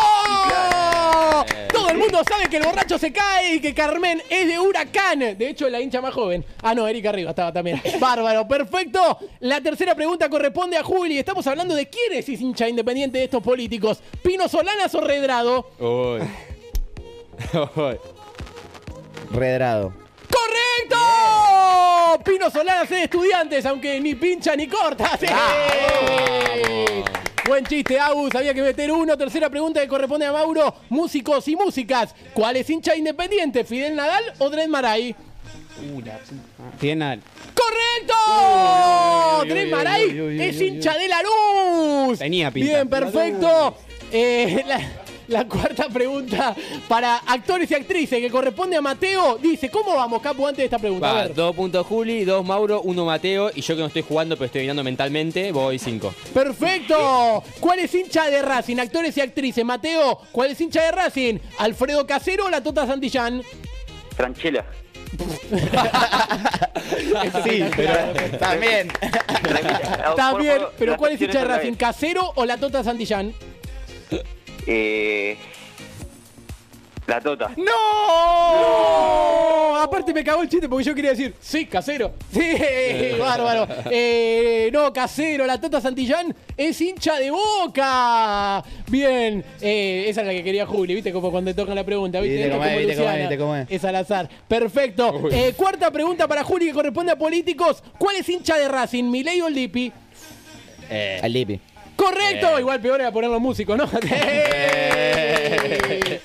[SPEAKER 3] Todo el mundo sabe que el borracho se cae y que Carmen es de huracán. De hecho, es la hincha más joven. Ah, no, Erika Rivas estaba también. Bárbaro, perfecto. La tercera pregunta corresponde a Juli. Estamos hablando de quién es ese hincha independiente de estos políticos. ¿Pino Solanas o Redrado?
[SPEAKER 6] Uy. Uy.
[SPEAKER 8] Redrado.
[SPEAKER 3] ¡Correcto! Pino Solanas es de estudiantes, aunque ni pincha ni corta. ¡Sí! Buen chiste, Agus. Había que meter uno. Tercera pregunta que corresponde a Mauro. Músicos y músicas. ¿Cuál es hincha independiente? ¿Fidel Nadal o Dred Maray?
[SPEAKER 4] Tiene al-
[SPEAKER 3] ¡Correcto!
[SPEAKER 4] uy, uy,
[SPEAKER 3] Dred
[SPEAKER 4] uy, uy, uy,
[SPEAKER 3] Maray
[SPEAKER 4] uy,
[SPEAKER 3] es
[SPEAKER 4] uy, uy.
[SPEAKER 3] hincha de la luz.
[SPEAKER 4] Tenía pinta.
[SPEAKER 3] Bien, perfecto. Eh, la, la cuarta pregunta para actores y actrices que corresponde a Mateo. Dice, ¿cómo vamos, Capo, antes de esta pregunta? A
[SPEAKER 6] Va,
[SPEAKER 3] ver.
[SPEAKER 6] dos puntos Juli, dos Mauro, uno Mateo y yo que no estoy jugando pero estoy mirando mentalmente, voy cinco.
[SPEAKER 3] Perfecto. ¿Cuál es hincha de Racing? Actores y actrices. Mateo, ¿cuál es hincha de Racing? ¿Alfredo Casero o la Tota Santillán?
[SPEAKER 5] Franchella.
[SPEAKER 8] Sí, pero también.
[SPEAKER 3] Está bien, pero ¿cuál es ficha de Racing? ¿Casero o la Tota Santillán?
[SPEAKER 5] Eh, la Tota.
[SPEAKER 3] ¡No! Aparte me cagó el chiste porque yo quería decir, sí, casero. Sí, bárbaro. Eh, no, casero, la Tota Santillán es hincha de boca. Bien, eh, esa es la que quería Juli, ¿viste? Como cuando te tocan la pregunta, ¿viste?
[SPEAKER 8] Viste
[SPEAKER 3] Esta
[SPEAKER 8] cómo es,
[SPEAKER 3] como
[SPEAKER 8] viste cómo es,
[SPEAKER 3] Luciana.
[SPEAKER 8] viste cómo es.
[SPEAKER 3] Es al azar. Perfecto.
[SPEAKER 8] Uy.
[SPEAKER 3] Eh, cuarta pregunta para Juli que corresponde a políticos. ¿Cuál es hincha de Racing, Milei o Lipi?
[SPEAKER 8] Al Lipi.
[SPEAKER 3] Correcto,
[SPEAKER 8] Eh.
[SPEAKER 3] igual peor era ponerlo músico, ¿no?
[SPEAKER 6] Eh.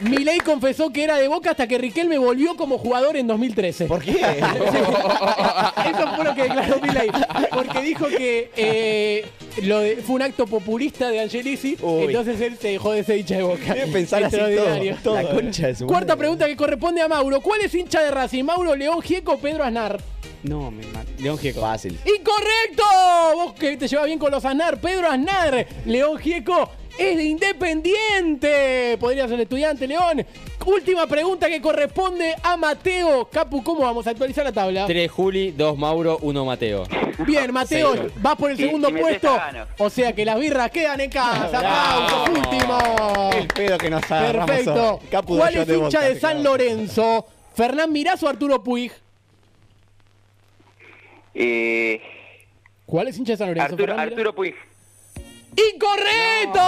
[SPEAKER 3] Milei confesó que era de Boca hasta que Riquelme volvió como jugador en 2013. ¿Por qué? Eso fue lo que declaró Milei. Porque dijo que eh, lo de- fue un acto populista de Angelici, entonces él se dejó de ser hincha de Boca.
[SPEAKER 8] pensar así
[SPEAKER 3] Extraordinario.
[SPEAKER 8] todo, La concha de su madre.
[SPEAKER 3] Cuarta pregunta que corresponde a Mauro. ¿Cuál es hincha de Racing? ¿Mauro León Gieco o Pedro Aznar?
[SPEAKER 4] No, me mata. León Gieco.
[SPEAKER 8] Fácil.
[SPEAKER 3] ¡Incorrecto! Vos que te llevas bien con los Aznar, Pedro Aznar, León Gieco es de Independiente. Podría ser estudiante, León. Última pregunta que corresponde a Mateo. Capu, ¿cómo vamos a actualizar la tabla?
[SPEAKER 6] 3 Juli, 2 Mauro, 1 Mateo.
[SPEAKER 3] Bien, Mateo,
[SPEAKER 6] Seguro.
[SPEAKER 3] vas por el
[SPEAKER 6] Si-
[SPEAKER 3] segundo
[SPEAKER 6] si me
[SPEAKER 3] puesto.
[SPEAKER 6] pesa, gano.
[SPEAKER 3] O sea que las birras quedan en casa. Aplausos,
[SPEAKER 4] Bravo.
[SPEAKER 3] último.
[SPEAKER 4] El pedo que nos agarramos
[SPEAKER 3] Perfecto.
[SPEAKER 4] hoy. Capu
[SPEAKER 3] ¿Cuál
[SPEAKER 4] yo
[SPEAKER 3] es
[SPEAKER 4] de
[SPEAKER 3] hincha
[SPEAKER 4] Boca,
[SPEAKER 3] de San Lorenzo? ¿Fernán Mirás o Arturo Puig?
[SPEAKER 5] Eh,
[SPEAKER 3] ¿Cuál es hincha de San Lorenzo?
[SPEAKER 5] Arturo,
[SPEAKER 3] Fernán Mirás?
[SPEAKER 5] Arturo Puig.
[SPEAKER 3] ¡Incorrecto!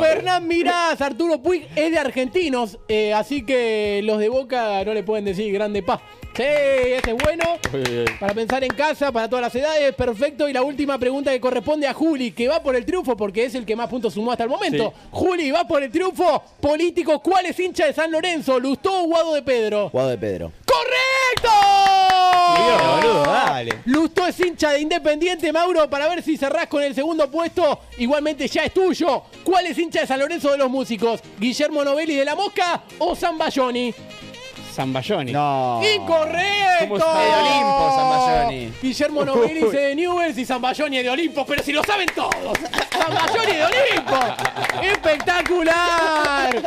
[SPEAKER 3] Fernán Mirás, Arturo Puig es de argentinos, eh, así que los de Boca no le pueden decir grande paz. Sí, este es bueno. Para pensar en casa, para todas las edades, perfecto. Y la última pregunta que corresponde a Juli, que va por el triunfo porque es el que más puntos sumó hasta el momento. Juli, va por el triunfo. Político, ¿cuál es hincha de San Lorenzo? ¿Lustó o Guado de Pedro?
[SPEAKER 8] Guado de Pedro.
[SPEAKER 3] ¡Correcto!
[SPEAKER 8] boludo, dale.
[SPEAKER 3] Lustó es hincha de Independiente, Mauro, para ver si cerrás con el segundo puesto. Igualmente ya es tuyo. ¿Cuál es hincha de San Lorenzo de los músicos? ¿Guillermo Novelli de la Mosca o Zambayoni?
[SPEAKER 4] Zambayoni.
[SPEAKER 8] No.
[SPEAKER 3] ¡Incorrecto!
[SPEAKER 4] ¿Cómo sabe?
[SPEAKER 8] De Olimpo, Zambayoni.
[SPEAKER 3] Guillermo Novelli dice de Newells y Zambayoni es de Olimpo, pero si lo saben todos. Zambayoni es de Olimpo. ¡Espectacular!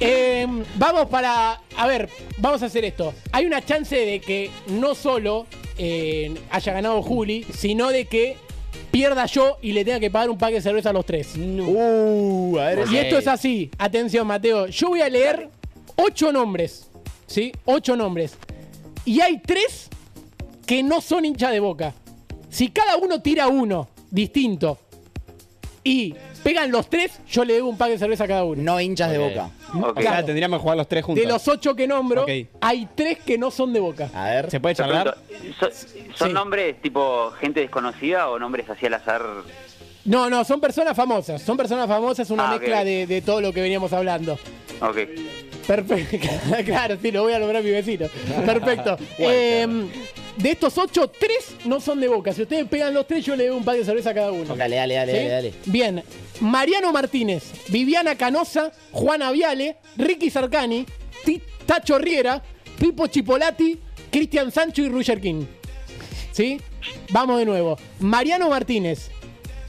[SPEAKER 3] Eh, vamos para. A ver, vamos a hacer esto. Hay una chance de que no solo eh, haya ganado Juli, sino de que pierda yo y le tenga que pagar un pack de cerveza a los tres.
[SPEAKER 8] Uh, a ver.
[SPEAKER 3] Y esto es así. Atención, Mateo. Yo voy a leer ocho nombres. ¿Sí? Ocho nombres. Y hay tres que no son hincha de boca. Si cada uno tira uno distinto y pegan los tres, yo le debo un pack de cerveza a cada uno.
[SPEAKER 8] No hinchas de boca.
[SPEAKER 4] O sea, tendríamos que jugar los tres juntos.
[SPEAKER 3] De los ocho que nombro,
[SPEAKER 4] Ok.
[SPEAKER 3] hay tres que no son de boca.
[SPEAKER 8] A ver.
[SPEAKER 4] ¿Se puede
[SPEAKER 5] Te
[SPEAKER 4] charlar?
[SPEAKER 5] pregunto, ¿so- ¿Son nombres tipo gente desconocida o nombres así al azar?
[SPEAKER 3] No, no, son personas famosas. Son personas famosas, una
[SPEAKER 5] Ah, ok.
[SPEAKER 3] mezcla de, de todo lo que veníamos hablando.
[SPEAKER 5] Ok.
[SPEAKER 3] Perfecto. claro, sí, lo voy a nombrar a mi vecino. Perfecto. Eh, de estos ocho, tres no son de boca. Si ustedes pegan los tres, yo le doy un par de cerveza a cada uno.
[SPEAKER 8] Dale, dale, dale,
[SPEAKER 3] ¿Sí?
[SPEAKER 8] dale, dale.
[SPEAKER 3] Bien. Mariano Martínez, Viviana Canosa, Juana Viale, Ricky Sarcani, Ti- Tacho Riera, Pipo Chipolati, Cristian Sancho y Roger King. ¿Sí? Vamos de nuevo. Mariano Martínez,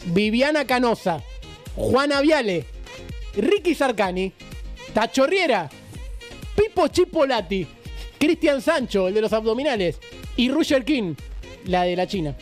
[SPEAKER 3] Viviana Canosa, Juana Viale, Ricky Sarcani, Tacho Riera, Pipo Chipolati, Cristian Sancho, el de los abdominales, y Roger King, la de la China.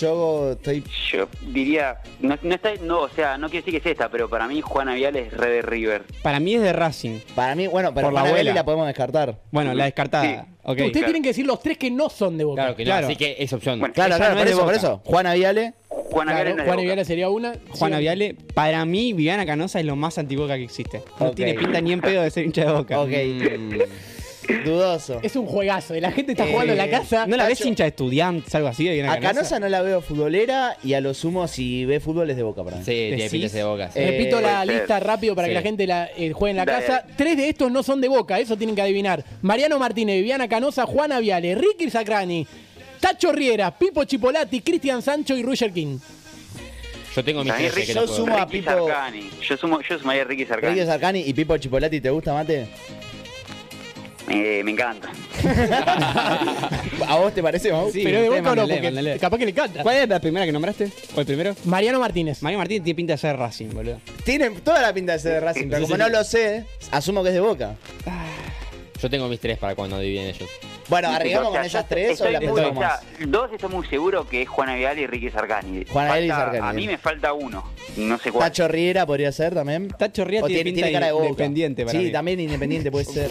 [SPEAKER 8] Yo estoy.
[SPEAKER 5] Yo diría. No, no está, no, o sea, no quiero decir que es esta, pero para mí Juana Vial es re de River.
[SPEAKER 4] Para mí es de Racing.
[SPEAKER 8] Para mí, bueno, pero
[SPEAKER 4] Por la
[SPEAKER 8] Juana Belli
[SPEAKER 4] abuela.
[SPEAKER 8] la podemos descartar.
[SPEAKER 4] Bueno, la descartada. Ok.
[SPEAKER 3] Ustedes tienen que decir los tres que no son de Boca.
[SPEAKER 6] Claro que no,
[SPEAKER 4] Claro.
[SPEAKER 6] así que es opción.
[SPEAKER 8] Claro,
[SPEAKER 4] Ella
[SPEAKER 8] claro,
[SPEAKER 4] no
[SPEAKER 8] por
[SPEAKER 4] es de
[SPEAKER 8] eso, por
[SPEAKER 4] Boca.
[SPEAKER 8] eso. Juana Viale.
[SPEAKER 5] Juana
[SPEAKER 3] Claro, Juana Viale sería una.
[SPEAKER 4] Juana
[SPEAKER 3] Sí.
[SPEAKER 4] Viale, para mí, Viviana Canosa es lo más antiboca que existe. No
[SPEAKER 8] Ok.
[SPEAKER 4] tiene pinta ni en pedo de ser hincha de boca.
[SPEAKER 8] Ok. Dudoso.
[SPEAKER 3] Es un juegazo. y La gente está
[SPEAKER 8] Eh,
[SPEAKER 3] jugando en la casa.
[SPEAKER 4] ¿No la ves
[SPEAKER 8] Tacho.
[SPEAKER 4] hincha de estudiantes, algo así, de Viviana
[SPEAKER 8] A
[SPEAKER 4] Canosa?
[SPEAKER 8] Canosa no la veo futbolera y a lo sumo si ve fútbol es de boca para mí.
[SPEAKER 6] Sí, tiene
[SPEAKER 4] ¿Decís?
[SPEAKER 6] pinta de boca. sí.
[SPEAKER 8] Eh,
[SPEAKER 3] Repito la
[SPEAKER 8] puede ser.
[SPEAKER 3] lista rápido para que
[SPEAKER 6] Sí.
[SPEAKER 3] la gente la, eh, juegue en la
[SPEAKER 6] Dale,
[SPEAKER 3] casa. Tres de estos no son de Boca, eso tienen que adivinar. Mariano Martínez, Viviana Canosa, Juana Viale, Ricky Sacrani, Tacho Riera, Pipo Chipolati, Cristian Sancho y Roger King.
[SPEAKER 6] Yo tengo mis
[SPEAKER 5] Para mí
[SPEAKER 6] gente
[SPEAKER 5] Ricky-
[SPEAKER 6] que no puedo.
[SPEAKER 5] Ricky Sarcani. Yo sumo, yo sumaría a Ricky Sarcani.
[SPEAKER 8] Ricky Sarcani y Pipo Chipolati, ¿te gusta, Mate?
[SPEAKER 5] Eh, me encanta.
[SPEAKER 8] ¿A vos te parece, Mau?
[SPEAKER 4] Sí,
[SPEAKER 3] Pero de
[SPEAKER 4] ustedes
[SPEAKER 3] Boca no,
[SPEAKER 4] mándenle,
[SPEAKER 3] porque
[SPEAKER 4] mándenle.
[SPEAKER 3] capaz que le canta.
[SPEAKER 4] ¿Cuál es la primera que nombraste? ¿O el primero?
[SPEAKER 3] Mariano Martínez.
[SPEAKER 4] Mario Martínez tiene pinta de ser Racing, boludo.
[SPEAKER 8] Tiene toda la pinta de ser de Racing, pero
[SPEAKER 4] Sí,
[SPEAKER 8] como
[SPEAKER 4] sí,
[SPEAKER 8] no
[SPEAKER 4] sí.
[SPEAKER 8] lo sé, asumo que es de boca.
[SPEAKER 6] Yo tengo mis tres para cuando adivinen ellos.
[SPEAKER 8] Bueno, ¿arribamos con esas tres o
[SPEAKER 5] estoy
[SPEAKER 8] las
[SPEAKER 5] muy-
[SPEAKER 8] metemos?
[SPEAKER 5] o sea, dos estoy muy seguro que es Juana Vial y Ricky Sargani.
[SPEAKER 8] Juana Vial y
[SPEAKER 5] Falta-
[SPEAKER 8] Sargani.
[SPEAKER 5] A mí me falta uno. No sé cuál.
[SPEAKER 8] Tacho Riera podría ser también. Tacho
[SPEAKER 4] Riera tiene pinta de independiente para
[SPEAKER 8] Sí,
[SPEAKER 4] mí.
[SPEAKER 8] también independiente puede ser.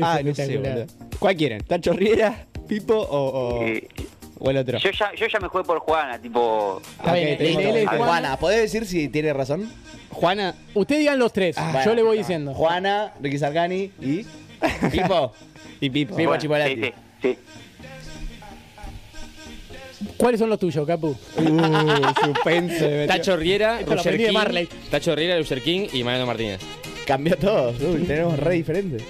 [SPEAKER 4] Ah, no sé, boludo. ¿Cuál quieren? ¿Tacho Riera, Pipo o, o, o el otro?
[SPEAKER 5] Eh,
[SPEAKER 4] Ah,
[SPEAKER 5] Yo ya, yo ya me jugué por Juana, tipo.
[SPEAKER 4] Está bien,
[SPEAKER 5] Ok,
[SPEAKER 4] listo.
[SPEAKER 5] listo.
[SPEAKER 8] Juana, ¿podés decir si tiene razón?
[SPEAKER 4] Juana. ah,
[SPEAKER 3] Ustedes digan los tres.
[SPEAKER 8] yo le voy diciendo. Juana, Ricky Sargani y. Pipo.
[SPEAKER 4] y Pipo.
[SPEAKER 8] Pipo
[SPEAKER 5] Bueno,
[SPEAKER 8] Chipolati.
[SPEAKER 5] sí, sí,
[SPEAKER 3] ¿Cuáles son los tuyos, Capu?
[SPEAKER 4] Uh, suspense.
[SPEAKER 6] Tacho Riera,
[SPEAKER 3] Esto lo
[SPEAKER 6] Roger
[SPEAKER 3] aprendí de
[SPEAKER 6] King,
[SPEAKER 3] Marley.
[SPEAKER 6] Tacho Riera, Roger King y Mariano Martínez.
[SPEAKER 8] Cambió todo. Uy, tenemos re diferentes.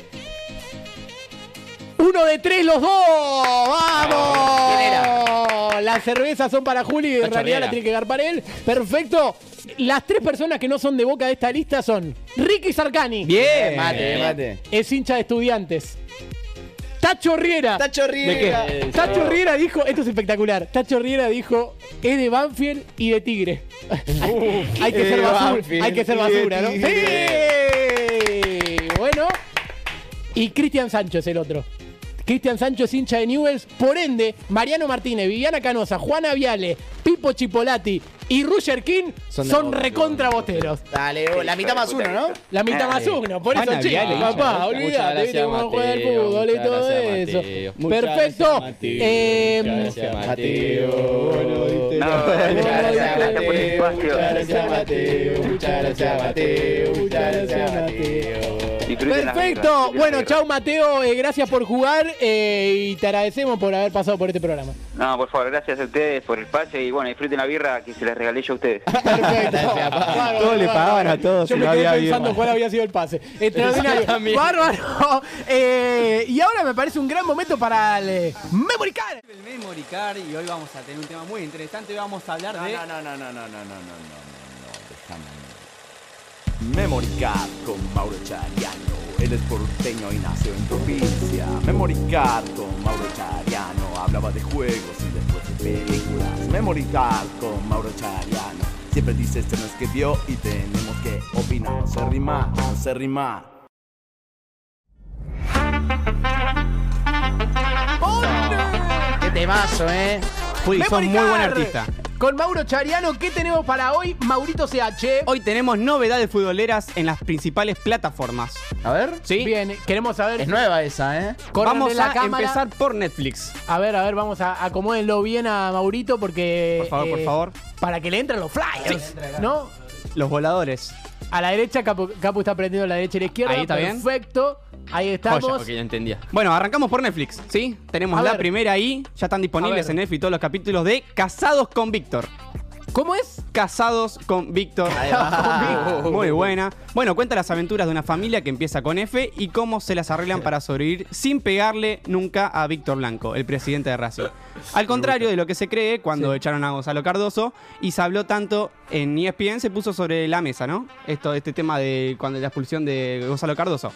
[SPEAKER 3] Uno de tres los dos. ¡Vamos! Las cervezas son para Juli, en
[SPEAKER 6] Tacho
[SPEAKER 3] realidad
[SPEAKER 6] Riera.
[SPEAKER 3] las tiene que garpar él. Perfecto. Las tres personas que no son de boca de esta lista son Ricky Sarcani.
[SPEAKER 4] Bien.
[SPEAKER 8] Mate, mate.
[SPEAKER 3] Es hincha de estudiantes. Tacho Riera.
[SPEAKER 8] Tacho Riera.
[SPEAKER 3] ¿De qué? Tacho Riera dijo, esto es espectacular. Tacho Riera dijo, es de Banfield y de Tigre. hay que
[SPEAKER 9] de
[SPEAKER 3] ser basura,
[SPEAKER 9] Banfield
[SPEAKER 3] hay que ser
[SPEAKER 9] y de
[SPEAKER 3] basura, ¿no?
[SPEAKER 9] Tigre.
[SPEAKER 3] Sí. Bueno. Y Cristian Sancho es el otro. Cristian Sancho es hincha de Newells, por ende, Mariano Martínez, Viviana Canosa, Juana Viale, Pipo Chipolati y Roger King
[SPEAKER 8] Son
[SPEAKER 3] son,
[SPEAKER 8] de Boca.
[SPEAKER 3] recontra boteros.
[SPEAKER 8] Dale, oh, la mitad más uno, ¿no?
[SPEAKER 3] La mitad más uno, por eso,
[SPEAKER 8] Juana Ah,
[SPEAKER 3] chicos,
[SPEAKER 8] Viale, hincha de
[SPEAKER 3] papá,
[SPEAKER 8] Boca. Muchas
[SPEAKER 3] olvídate,
[SPEAKER 8] gracias,
[SPEAKER 3] viste cómo juega el
[SPEAKER 8] Mateo,
[SPEAKER 3] fútbol y
[SPEAKER 8] muchas
[SPEAKER 3] todo
[SPEAKER 8] gracias,
[SPEAKER 3] eso.
[SPEAKER 8] Mateo. Muchas
[SPEAKER 3] Perfecto. Eh, Perfecto. Bueno, chau Mateo, eh, gracias por jugar eh, y te agradecemos por haber pasado por este programa.
[SPEAKER 5] No, por favor, gracias a ustedes por el espacio y bueno, disfruten la birra que se les regalé yo a ustedes.
[SPEAKER 4] Todos le pagaban a todos.
[SPEAKER 3] Yo
[SPEAKER 4] si
[SPEAKER 3] me
[SPEAKER 4] no
[SPEAKER 3] quedé
[SPEAKER 4] había
[SPEAKER 3] pensando
[SPEAKER 4] birra.
[SPEAKER 3] cuál había sido el pase. Extraordinario.
[SPEAKER 4] Yo también.
[SPEAKER 3] Bárbaro. Eh, y ahora me parece un gran momento para el eh, Memory Card.
[SPEAKER 4] El Memory Card y hoy vamos a tener un tema muy interesante. Hoy vamos a hablar de. No, no, no, no, no, no,
[SPEAKER 21] Memory Card con Mauro Chariano. Él es porteño y nació en provincia. Memory Card con Mauro Chariano. Hablaba de juegos y después de películas. Memory Card con Mauro Chariano. Siempre dice este no escribió y tenemos que opinar. Se rima, se rima.
[SPEAKER 8] Qué temazo, eh.
[SPEAKER 4] Juli, sos
[SPEAKER 3] Memory
[SPEAKER 4] muy buen
[SPEAKER 3] Card.
[SPEAKER 4] artista.
[SPEAKER 3] Con Mauro Chariano, ¿qué tenemos para hoy, Maurito CH?
[SPEAKER 4] Hoy tenemos novedades futboleras en las principales plataformas.
[SPEAKER 8] A ver.
[SPEAKER 4] Sí.
[SPEAKER 3] Bien, queremos saber.
[SPEAKER 8] Es nueva esa, ¿eh?
[SPEAKER 3] Corran
[SPEAKER 4] vamos
[SPEAKER 3] de la
[SPEAKER 4] a
[SPEAKER 3] cámara.
[SPEAKER 4] empezar por Netflix.
[SPEAKER 3] A ver, a ver, vamos a acomódenlo bien a Maurito porque. eh,
[SPEAKER 4] Por favor, por favor.
[SPEAKER 3] Para que le entren los flyers. ¿No?
[SPEAKER 4] Los voladores.
[SPEAKER 3] A la derecha, Capu, Capu está prendiendo la derecha y la izquierda.
[SPEAKER 4] Ahí está bien.
[SPEAKER 3] Perfecto. Ahí estamos.
[SPEAKER 4] Joya, ok, ya entendía. Bueno, arrancamos por Netflix, ¿sí? Tenemos
[SPEAKER 3] A
[SPEAKER 4] la
[SPEAKER 3] ver.
[SPEAKER 4] primera ahí. Ya
[SPEAKER 3] A
[SPEAKER 4] están disponibles
[SPEAKER 3] ver.
[SPEAKER 4] en Netflix todos los capítulos de Casados con Víctor.
[SPEAKER 3] ¿Cómo es?
[SPEAKER 4] Casados con Víctor. Muy buena. Bueno, cuenta las aventuras de una familia que empieza con F y cómo se las arreglan para sobrevivir sin pegarle nunca a Víctor Blanco, el presidente de Racing. Al contrario de lo que se cree cuando echaron a Gonzalo Cardoso y se habló tanto en E ESPN, se puso sobre la mesa, ¿no? Esto, este tema de cuando la expulsión de Gonzalo Cardoso.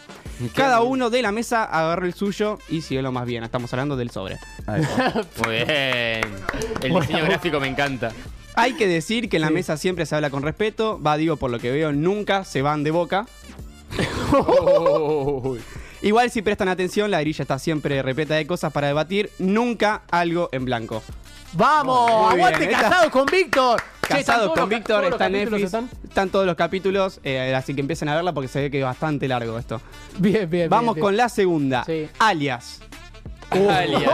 [SPEAKER 4] Cada uno de la mesa agarró el suyo y siguió lo más bien. Estamos hablando del sobre.
[SPEAKER 6] Muy bien. El diseño gráfico me encanta.
[SPEAKER 4] Hay que decir que en la mesa siempre se habla con respeto. Va, digo, por lo que veo, nunca se van de boca. Igual si prestan atención, la grilla está siempre repleta de cosas para debatir. Nunca algo en blanco.
[SPEAKER 3] ¡Vamos!
[SPEAKER 4] Muy bien,
[SPEAKER 3] ¡Aguante
[SPEAKER 4] esta-
[SPEAKER 3] Casados con Víctor! Che, ¿están
[SPEAKER 4] Casados
[SPEAKER 3] todos los-
[SPEAKER 4] con Víctor,
[SPEAKER 3] todos los
[SPEAKER 4] está en
[SPEAKER 3] capítulos
[SPEAKER 4] Netflix. Están? todos los capítulos, eh, así que empiecen a verla porque se ve que es bastante largo esto.
[SPEAKER 3] Bien, bien.
[SPEAKER 4] Vamos
[SPEAKER 3] bien,
[SPEAKER 4] con
[SPEAKER 3] bien.
[SPEAKER 4] la segunda.
[SPEAKER 3] Sí.
[SPEAKER 4] Alias.
[SPEAKER 6] Alias.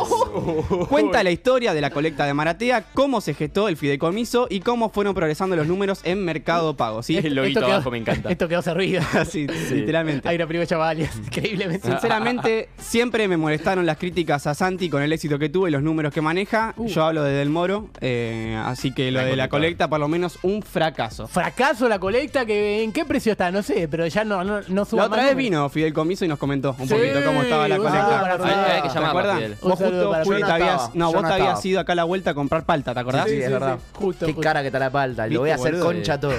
[SPEAKER 4] Cuenta la historia de la colecta de Maratea, cómo se gestó el fideicomiso y cómo fueron progresando los números en Mercado Pago. ¿sí?
[SPEAKER 6] El loguito abajo me encanta.
[SPEAKER 3] Esto quedó servido.
[SPEAKER 4] Sí, literalmente.
[SPEAKER 3] Hay una prima chavales,
[SPEAKER 4] Mm.
[SPEAKER 3] increíblemente.
[SPEAKER 4] Ah, Sinceramente, siempre me molestaron las críticas a Santi con el éxito que tuvo y los números que maneja.
[SPEAKER 3] Uh.
[SPEAKER 4] Yo hablo de Del Moro, eh, así que lo de la colecta, por lo menos, un fracaso.
[SPEAKER 3] Fracaso la colecta, que ¿en qué precio está? No sé, pero ya no, no, no suba
[SPEAKER 4] La otra
[SPEAKER 3] más
[SPEAKER 4] vez
[SPEAKER 3] números.
[SPEAKER 4] vino Fidel Comiso y nos comentó un
[SPEAKER 3] Sí,
[SPEAKER 4] poquito cómo estaba la
[SPEAKER 3] bueno,
[SPEAKER 4] colecta.
[SPEAKER 3] para- Hay- hay que
[SPEAKER 4] ¿Te
[SPEAKER 3] llamarlo,
[SPEAKER 4] Jordán,
[SPEAKER 6] Fidel.
[SPEAKER 4] vos justo fuiste, te habías- no, vos te habías
[SPEAKER 8] ido
[SPEAKER 4] ido acá a la vuelta a comprar palta, ¿te acordás?
[SPEAKER 8] Sí, sí, es verdad. Qué cara que está la palta. Lo
[SPEAKER 4] ¿Viste,
[SPEAKER 8] voy a hacer
[SPEAKER 4] boludo?
[SPEAKER 8] concha a todo.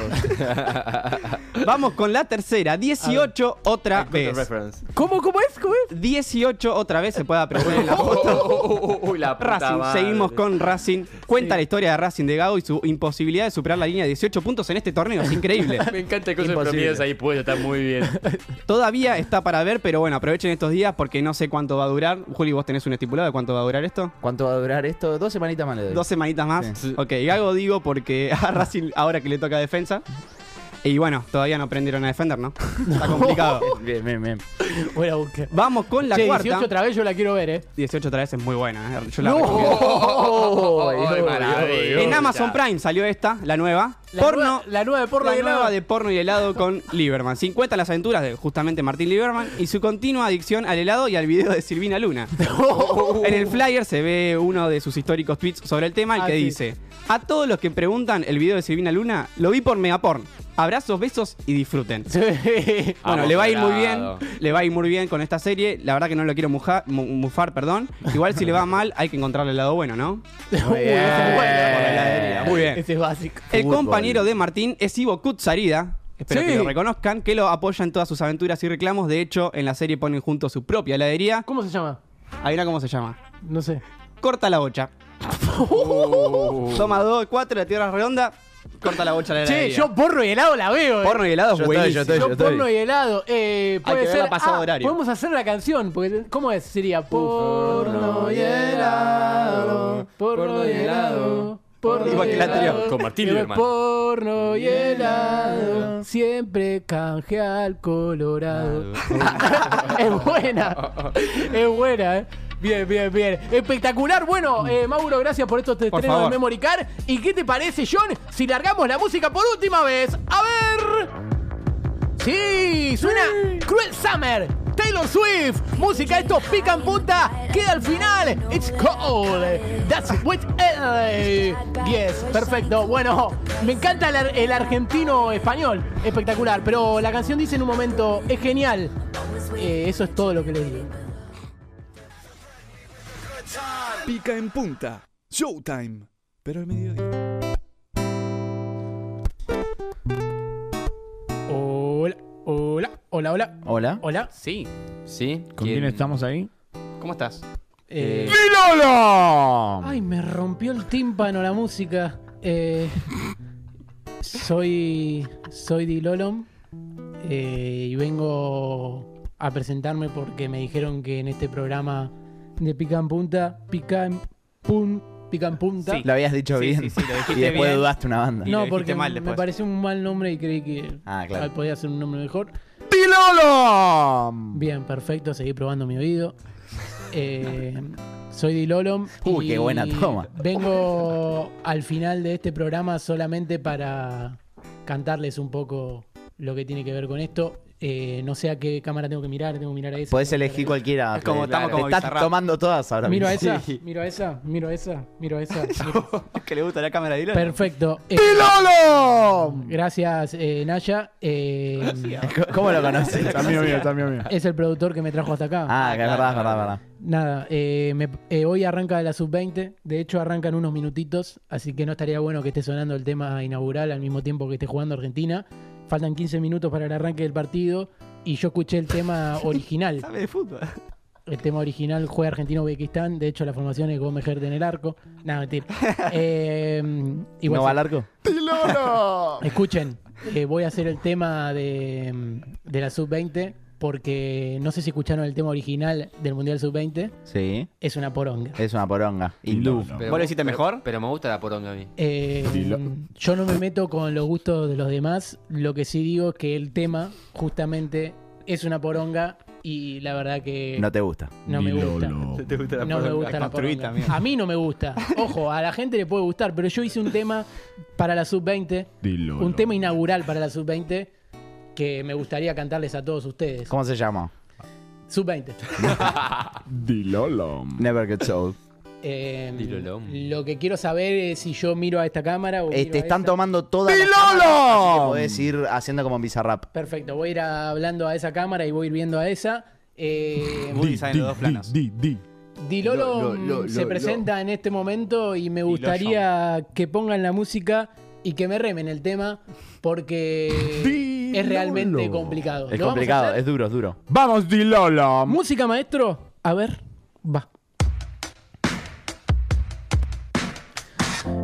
[SPEAKER 4] Vamos con la tercera. 18 otra vez.
[SPEAKER 11] ¿Cómo, cómo es? ¿Cómo
[SPEAKER 4] es? 18 otra vez se puede aprender en la foto. Racing,
[SPEAKER 6] madre.
[SPEAKER 4] seguimos con Racing. Cuenta la historia de Racing de Gago y su imposibilidad de superar la línea de 18 puntos en este torneo. Es increíble.
[SPEAKER 6] Me encanta que usen
[SPEAKER 4] Imposible.
[SPEAKER 6] promedios ahí puesto, está muy bien.
[SPEAKER 4] Todavía está para ver, pero bueno, aprovechen estos días porque no sé cuánto va a durar. Juli, ¿vos tenés un estipulado de cuánto va a durar esto?
[SPEAKER 8] ¿Cuánto va a durar esto? Dos semanitas más le doy.
[SPEAKER 4] Dos semanitas más. Ok, Gago digo porque a Racing ahora que le toca defensa. Y bueno, todavía no aprendieron a defender, ¿no? Está complicado.
[SPEAKER 8] bien, bien, bien.
[SPEAKER 4] Voy a buscar. Vamos con la
[SPEAKER 3] Che,
[SPEAKER 4] cuarta.
[SPEAKER 3] 18 otra vez yo la quiero ver, eh.
[SPEAKER 4] 18 otra vez es muy buena, ¿eh? Yo la
[SPEAKER 3] No.
[SPEAKER 4] recomiendo.
[SPEAKER 3] Ay, ay, maravilloso.
[SPEAKER 4] En Amazon Prime salió esta, la nueva. porno.
[SPEAKER 3] la nueva de porno
[SPEAKER 4] la
[SPEAKER 3] y helado.
[SPEAKER 4] nueva de porno y helado con Lieberman. 50 las aventuras de justamente Martín Lieberman y su continua adicción al helado y al video de Silvina Luna. en el flyer se ve uno de sus históricos tweets sobre el tema, el
[SPEAKER 3] Ah,
[SPEAKER 4] que
[SPEAKER 3] sí.
[SPEAKER 4] dice: A todos los que preguntan el video de Silvina Luna, lo vi por Megaporn. Abrazos, besos y disfruten. Bueno,
[SPEAKER 6] Vamos,
[SPEAKER 4] le va a ir muy bien.
[SPEAKER 6] Colorado.
[SPEAKER 4] Le va a ir muy bien con esta serie. La verdad que no lo quiero muja- mu- mufar, perdón. Igual si le va mal, hay que encontrarle el lado bueno, ¿no?
[SPEAKER 3] Uy, esa es buena.
[SPEAKER 4] Por la heladería. Muy bien.
[SPEAKER 3] Ese es básico.
[SPEAKER 4] El compañero de Martín es Ivo Kutsarida. Espero
[SPEAKER 3] Sí.
[SPEAKER 4] que lo reconozcan, que lo apoya en todas sus aventuras y reclamos. De hecho, en la serie ponen junto su propia heladería.
[SPEAKER 3] ¿Cómo se llama?
[SPEAKER 4] Adivina cómo se llama.
[SPEAKER 3] No sé.
[SPEAKER 4] Corta la bocha. Toma dos, cuatro, la tierra es redonda. Corta la bocha a la
[SPEAKER 3] Che,
[SPEAKER 4] heladería.
[SPEAKER 3] yo porno y helado la veo, eh.
[SPEAKER 4] Porno y helado es
[SPEAKER 3] Yo estoy,
[SPEAKER 4] buenísimo.
[SPEAKER 3] yo estoy, yo porno y helado. Eh,
[SPEAKER 4] Hay
[SPEAKER 3] puede
[SPEAKER 4] que
[SPEAKER 3] ser.
[SPEAKER 4] verla pasado
[SPEAKER 3] ah,
[SPEAKER 4] horario.
[SPEAKER 3] Podemos hacer la canción. Porque, ¿Cómo es? Sería porno y helado. Porno y helado. Porno
[SPEAKER 6] Igual
[SPEAKER 3] y
[SPEAKER 6] que la anterior,
[SPEAKER 3] helado.
[SPEAKER 6] con Martín
[SPEAKER 3] Y luego
[SPEAKER 6] Lieberman.
[SPEAKER 3] Porno y helado. Siempre canje al colorado. es buena. Es buena, eh. Bien, bien, bien. Espectacular. Bueno, eh, Mauro, gracias por estos
[SPEAKER 4] Por
[SPEAKER 3] estrenos de
[SPEAKER 4] favor.
[SPEAKER 3] Memory Card. ¿Y qué te parece, John, si largamos la música por última vez? A ver. Sí, suena Cruel Summer, Taylor Swift. Música, esto pica en punta. Queda al final. It's cold. That's with LA. Yes, perfecto. Bueno, me encanta el, ar- el argentino español. Espectacular. Pero la canción dice en un momento, es genial. Eh, eso es todo lo que le digo.
[SPEAKER 12] Pica en punta. Showtime. Pero al mediodía.
[SPEAKER 3] Hola, hola, hola, hola.
[SPEAKER 8] Hola.
[SPEAKER 3] Hola.
[SPEAKER 6] Sí. Sí.
[SPEAKER 18] ¿Con quién estamos ahí?
[SPEAKER 4] ¿Cómo estás?
[SPEAKER 3] Eh,
[SPEAKER 18] ¡Milolo!
[SPEAKER 3] Ay, me rompió el tímpano la música. Eh, soy. Soy Dilolom. eh, y vengo a presentarme porque me dijeron que en este programa de Pica en Punta, Pica en Pun. Pica en Punta.
[SPEAKER 8] Lo habías dicho
[SPEAKER 4] Sí,
[SPEAKER 8] bien.
[SPEAKER 4] sí, sí, lo dijiste
[SPEAKER 8] y después
[SPEAKER 4] bien.
[SPEAKER 8] dudaste una banda.
[SPEAKER 3] No, porque me pareció un mal nombre y creí que
[SPEAKER 8] Ah, claro.
[SPEAKER 3] ah, podía ser un nombre mejor.
[SPEAKER 8] ¡Pilolom!
[SPEAKER 3] Bien, perfecto. Seguí probando mi oído. Eh, soy Dilolom.
[SPEAKER 8] Uy,
[SPEAKER 3] y
[SPEAKER 8] qué buena toma.
[SPEAKER 3] Vengo al final de este programa solamente para cantarles un poco lo que tiene que ver con esto. Eh, no sé a qué cámara tengo que mirar, tengo que mirar a esa.
[SPEAKER 8] Podés
[SPEAKER 3] tengo que
[SPEAKER 8] elegir
[SPEAKER 3] mirar a esa.
[SPEAKER 8] cualquiera.
[SPEAKER 4] Es como-
[SPEAKER 8] Te-
[SPEAKER 4] estamos
[SPEAKER 8] te
[SPEAKER 4] como
[SPEAKER 8] estás
[SPEAKER 4] Bizarrap.
[SPEAKER 8] tomando todas ahora
[SPEAKER 3] Miro a
[SPEAKER 8] mismo.
[SPEAKER 3] esa, miro a esa, miro a esa, miro a esa.
[SPEAKER 4] que le gusta la cámara de Dylan.
[SPEAKER 3] Perfecto. Eh, Gracias, eh, Naya. Eh,
[SPEAKER 8] ¿Cómo lo conoces?
[SPEAKER 18] Está mío, mío, está mío, mío.
[SPEAKER 3] Es el productor que me trajo hasta acá.
[SPEAKER 8] Ah, que es verdad, es verdad, es verdad.
[SPEAKER 3] Nada, eh, me- eh, hoy arranca la sub-20, de hecho arrancan unos minutitos, así que no estaría bueno que esté sonando el tema inaugural al mismo tiempo que esté jugando Argentina. Faltan 15 minutos para el arranque del partido y yo escuché el tema original.
[SPEAKER 4] Sabe de fútbol.
[SPEAKER 3] El tema original juega Argentina-Uzbekistán, de hecho la formación es Gómez Gerd en el arco. Nada, mentira. Eh, igual
[SPEAKER 8] ¿No va
[SPEAKER 3] sí.
[SPEAKER 8] al arco?
[SPEAKER 3] Escuchen, eh, voy a hacer el tema de, mm, de la sub-20 porque no sé si escucharon el tema original del Mundial sub-20.
[SPEAKER 8] Sí.
[SPEAKER 3] Es una poronga.
[SPEAKER 8] Es una poronga. Hindú.
[SPEAKER 6] Pero-
[SPEAKER 4] ¿Vos lo hiciste
[SPEAKER 6] pero-
[SPEAKER 4] mejor?
[SPEAKER 6] Pero me gusta la poronga a mí.
[SPEAKER 3] Eh, yo no me meto con los gustos de los demás. Lo que sí digo es que el tema justamente es una poronga y la verdad que
[SPEAKER 8] No te gusta.
[SPEAKER 3] no me gusta.
[SPEAKER 4] ¿Te gusta la
[SPEAKER 3] No me
[SPEAKER 4] poronga?
[SPEAKER 3] gusta la
[SPEAKER 4] Construí
[SPEAKER 3] poronga.
[SPEAKER 4] también.
[SPEAKER 3] A mí no me gusta. Ojo, a la gente le puede gustar, pero yo hice un tema para la sub-20,
[SPEAKER 18] Dilolo.
[SPEAKER 3] un tema inaugural para la sub-20 que me gustaría cantarles a todos ustedes.
[SPEAKER 8] ¿Cómo se llama?
[SPEAKER 3] Sub-20.
[SPEAKER 18] Dilolom.
[SPEAKER 8] Never gets old.
[SPEAKER 3] Eh,
[SPEAKER 8] Dilolom.
[SPEAKER 3] lo que quiero saber es si yo miro a esta cámara o
[SPEAKER 8] Eh,
[SPEAKER 3] miro
[SPEAKER 8] te
[SPEAKER 3] a
[SPEAKER 8] están
[SPEAKER 3] esa.
[SPEAKER 8] tomando todas las
[SPEAKER 3] ¡Pilolo!
[SPEAKER 8] cámaras, así que podés ir haciendo como Bizarrap.
[SPEAKER 3] Perfecto, voy a ir a- hablando a esa cámara y voy a ir viendo a esa. Eh,
[SPEAKER 4] Woody sabe los dos planos.
[SPEAKER 3] Dilolo
[SPEAKER 18] Lo- lo- lo-
[SPEAKER 3] mm, se
[SPEAKER 18] lo-
[SPEAKER 3] presenta en este momento y me gustaría que pongan la música y que me remen el tema porque es realmente complicado.
[SPEAKER 8] Es
[SPEAKER 3] ¿Lo vamos a
[SPEAKER 8] complicado,
[SPEAKER 3] hacer?
[SPEAKER 8] es duro, es duro.
[SPEAKER 18] Vamos, Dilolo.
[SPEAKER 3] Música, maestro. A ver, va.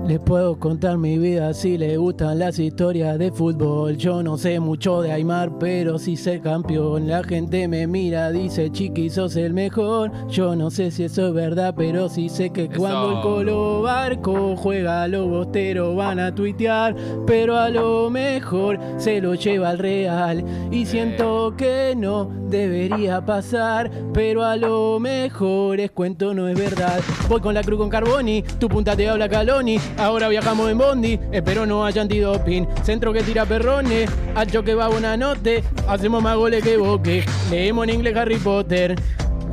[SPEAKER 3] Les puedo contar mi vida si les gustan las historias de fútbol. Yo no sé mucho de Aymar, pero si sé campeón. La gente me mira, dice chiqui, sos el mejor. Yo no sé si eso es verdad, pero sí sé que cuando el Colo Barco juega, los bosteros van a tuitear. Pero a lo mejor se lo lleva al Real. Y siento que no debería pasar, pero a lo mejor es cuento, no es verdad. Voy con la cruz con Carboni, tu punta te habla Caloni. Ahora viajamos en Bondi, espero no haya antidoping. Centro que tira perrones, Hacho que va note hacemos más goles que boque. Leemos en inglés Harry Potter.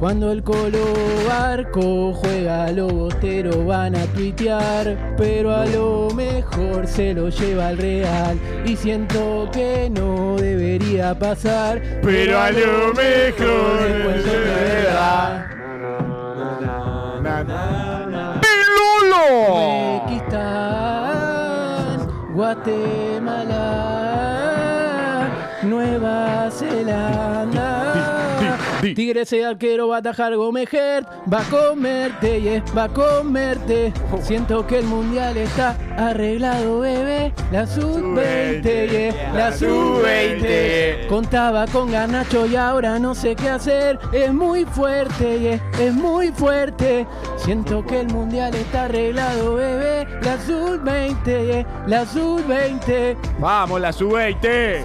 [SPEAKER 3] Cuando el Colo Barco juega, los bosteros van a tuitear, pero a lo mejor se lo lleva al Real. Y siento que no debería pasar,
[SPEAKER 9] Pero a lo mejor
[SPEAKER 3] es cuento de verdad. Uzbekistán, Guatemala, Nueva Zelanda. Tigre ese arquero va a atajar Gomejert, va a comerte, yes, va a comerte. Siento que el mundial está arreglado, bebé. La sub-20, yes, la sub-20. Contaba con Garnacho y ahora no sé qué hacer. Es muy fuerte, yes, es muy fuerte. Siento que el mundial está arreglado, bebé. La sub-20, yes, la sub-20.
[SPEAKER 18] Vamos, la suerte.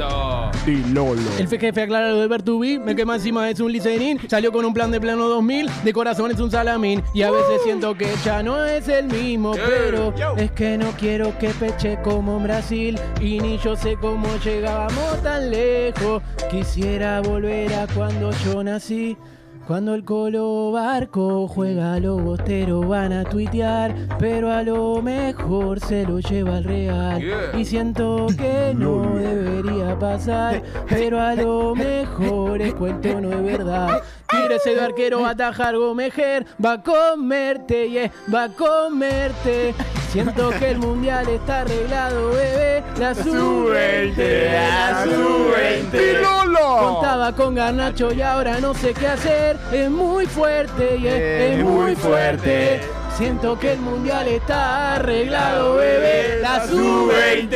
[SPEAKER 18] Dilolo.
[SPEAKER 3] El jefe aclara lo de Bertubi, me quema encima es un licerín, salió con un plan de plano 2000, de corazón es un salamín, y a veces siento que ya no es el mismo, pero es que no quiero que peche como en Brasil, y ni yo sé cómo llegábamos tan lejos, quisiera volver a cuando yo nací. Cuando el Colo Barco juega, los bosteros van a tuitear, pero a lo mejor se lo lleva al Real. Y siento que no debería pasar, pero a lo mejor es cuento, no es verdad. Tigre ese arquero va a atajar Gomejer, va a comerte, yeah, va a comerte. Siento que el mundial está arreglado, bebé. La sube,
[SPEAKER 9] la sub-veinte.
[SPEAKER 3] Pirolo. Contaba con Garnacho y ahora no sé qué hacer. Es muy fuerte, yeah, Eh, es muy fuerte. Siento que el mundial está arreglado, bebé. La sub-20,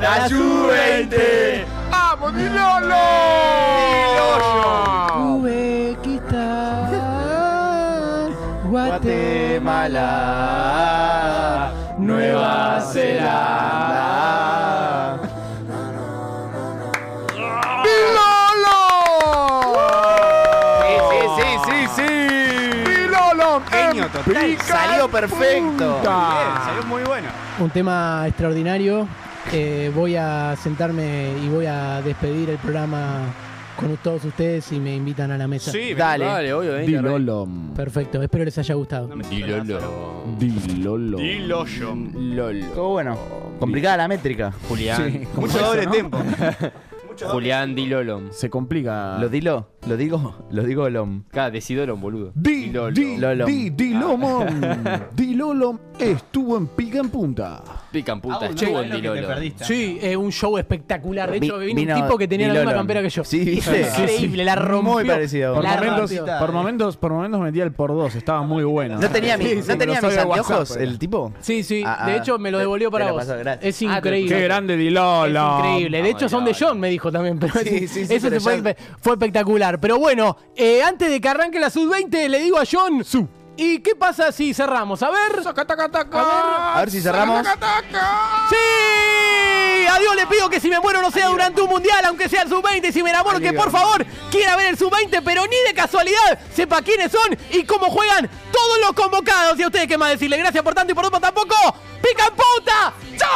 [SPEAKER 3] la sub-20. ¡Vamos, Dilolo! Uzbekistán, Guatemala, Nueva Zelanda.
[SPEAKER 8] Sí, sí, sí, sí, sí.
[SPEAKER 18] Dilolo.
[SPEAKER 8] Genio total. Salió perfecto.
[SPEAKER 4] salió muy bueno.
[SPEAKER 3] Un tema extraordinario. Eh, voy a sentarme y voy a despedir el programa con todos ustedes y me invitan a la mesa.
[SPEAKER 18] dale. Dilolo.
[SPEAKER 3] Perfecto, espero les haya gustado.
[SPEAKER 18] Dilolo. Dilolo.
[SPEAKER 8] Dilolo. Todo bueno. Complicada la métrica.
[SPEAKER 6] Julián.
[SPEAKER 8] Mucho doble tiempo.
[SPEAKER 6] Julián Dilolom.
[SPEAKER 18] Se complica.
[SPEAKER 8] Ah, Lo dilo, lo digo, lo digo lom. Ah.
[SPEAKER 6] Claro, decidolom, boludo.
[SPEAKER 18] Di, di,
[SPEAKER 8] Lolom.
[SPEAKER 18] di, Dilomon. Dilolom estuvo en pica en punta.
[SPEAKER 6] Pican puta,
[SPEAKER 3] no,
[SPEAKER 6] estuvo
[SPEAKER 3] no,
[SPEAKER 6] en
[SPEAKER 3] no, que te
[SPEAKER 6] Dilolo.
[SPEAKER 3] Sí, eh, un show espectacular. De hecho,
[SPEAKER 6] Vi-
[SPEAKER 3] vino,
[SPEAKER 6] vino
[SPEAKER 3] un tipo que tenía la misma
[SPEAKER 6] Dilolo.
[SPEAKER 3] campera que yo.
[SPEAKER 6] Sí,
[SPEAKER 8] ¿viste?
[SPEAKER 3] Increíble, la rompió.
[SPEAKER 8] Muy parecido.
[SPEAKER 18] Por
[SPEAKER 3] La
[SPEAKER 18] momentos,
[SPEAKER 3] rompió.
[SPEAKER 18] por momentos, por momentos metía el por dos, estaba muy bueno.
[SPEAKER 8] ¿No tenía, mi-
[SPEAKER 18] Sí, sí,
[SPEAKER 8] ¿no
[SPEAKER 18] pero
[SPEAKER 8] tenía mis
[SPEAKER 18] soy de
[SPEAKER 8] anteojos
[SPEAKER 18] WhatsApp,
[SPEAKER 8] el tipo?
[SPEAKER 3] Sí, sí.
[SPEAKER 8] Ah,
[SPEAKER 3] de
[SPEAKER 8] ah.
[SPEAKER 3] hecho, me lo devolvió para
[SPEAKER 8] te la
[SPEAKER 3] vos.
[SPEAKER 8] paso, gracias.
[SPEAKER 3] es increíble.
[SPEAKER 18] Qué grande
[SPEAKER 3] Es
[SPEAKER 18] Dilolo.
[SPEAKER 3] increíble. De hecho, son de John, me dijo también. Pero
[SPEAKER 8] Sí, sí, sí,
[SPEAKER 3] eso
[SPEAKER 8] pero
[SPEAKER 3] se fue,
[SPEAKER 8] ya-
[SPEAKER 3] espe- fue espectacular. Pero bueno, eh, antes de que arranque la sub-20, le digo a John. ¿Y qué pasa si cerramos? A ver.
[SPEAKER 8] A ver si cerramos.
[SPEAKER 3] ¡Sí! Adiós, le pido que si me muero no sea durante un mundial, aunque sea el sub-20. Si me enamoro, que por favor quiera ver el sub-20, pero ni de casualidad sepa quiénes son y cómo juegan todos los convocados. Y a ustedes, ¿qué más decirle? Gracias por tanto y por otro tampoco. ¡Pica en punta! ¡Chau!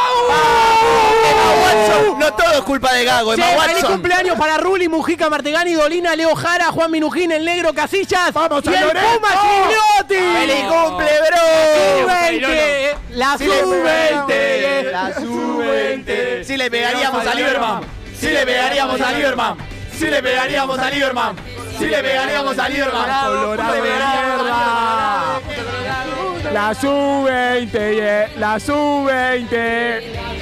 [SPEAKER 8] No todo es culpa de Gago,
[SPEAKER 3] Che,
[SPEAKER 8] Emma
[SPEAKER 3] feliz
[SPEAKER 8] Watson.
[SPEAKER 3] cumpleaños para Ruli, Mujica, Martegani, Dolina, Leo Jara, Juan Minujín, El Negro, Casillas ¡Vamos y
[SPEAKER 8] a
[SPEAKER 3] el
[SPEAKER 8] Loreto.
[SPEAKER 3] Puma Gigliotti.
[SPEAKER 8] ¡Feliz cumple, bro!
[SPEAKER 3] Sub-20, La
[SPEAKER 8] Sí, le
[SPEAKER 3] sub-20.
[SPEAKER 8] La sub-20. Si le pegaríamos a Lieberman. Si le pegaríamos a Lieberman. Si le pegaríamos a Lieberman.
[SPEAKER 3] Si le pegaríamos al líder Colorado, de mierda. La sub-20, yeah, la sub-20.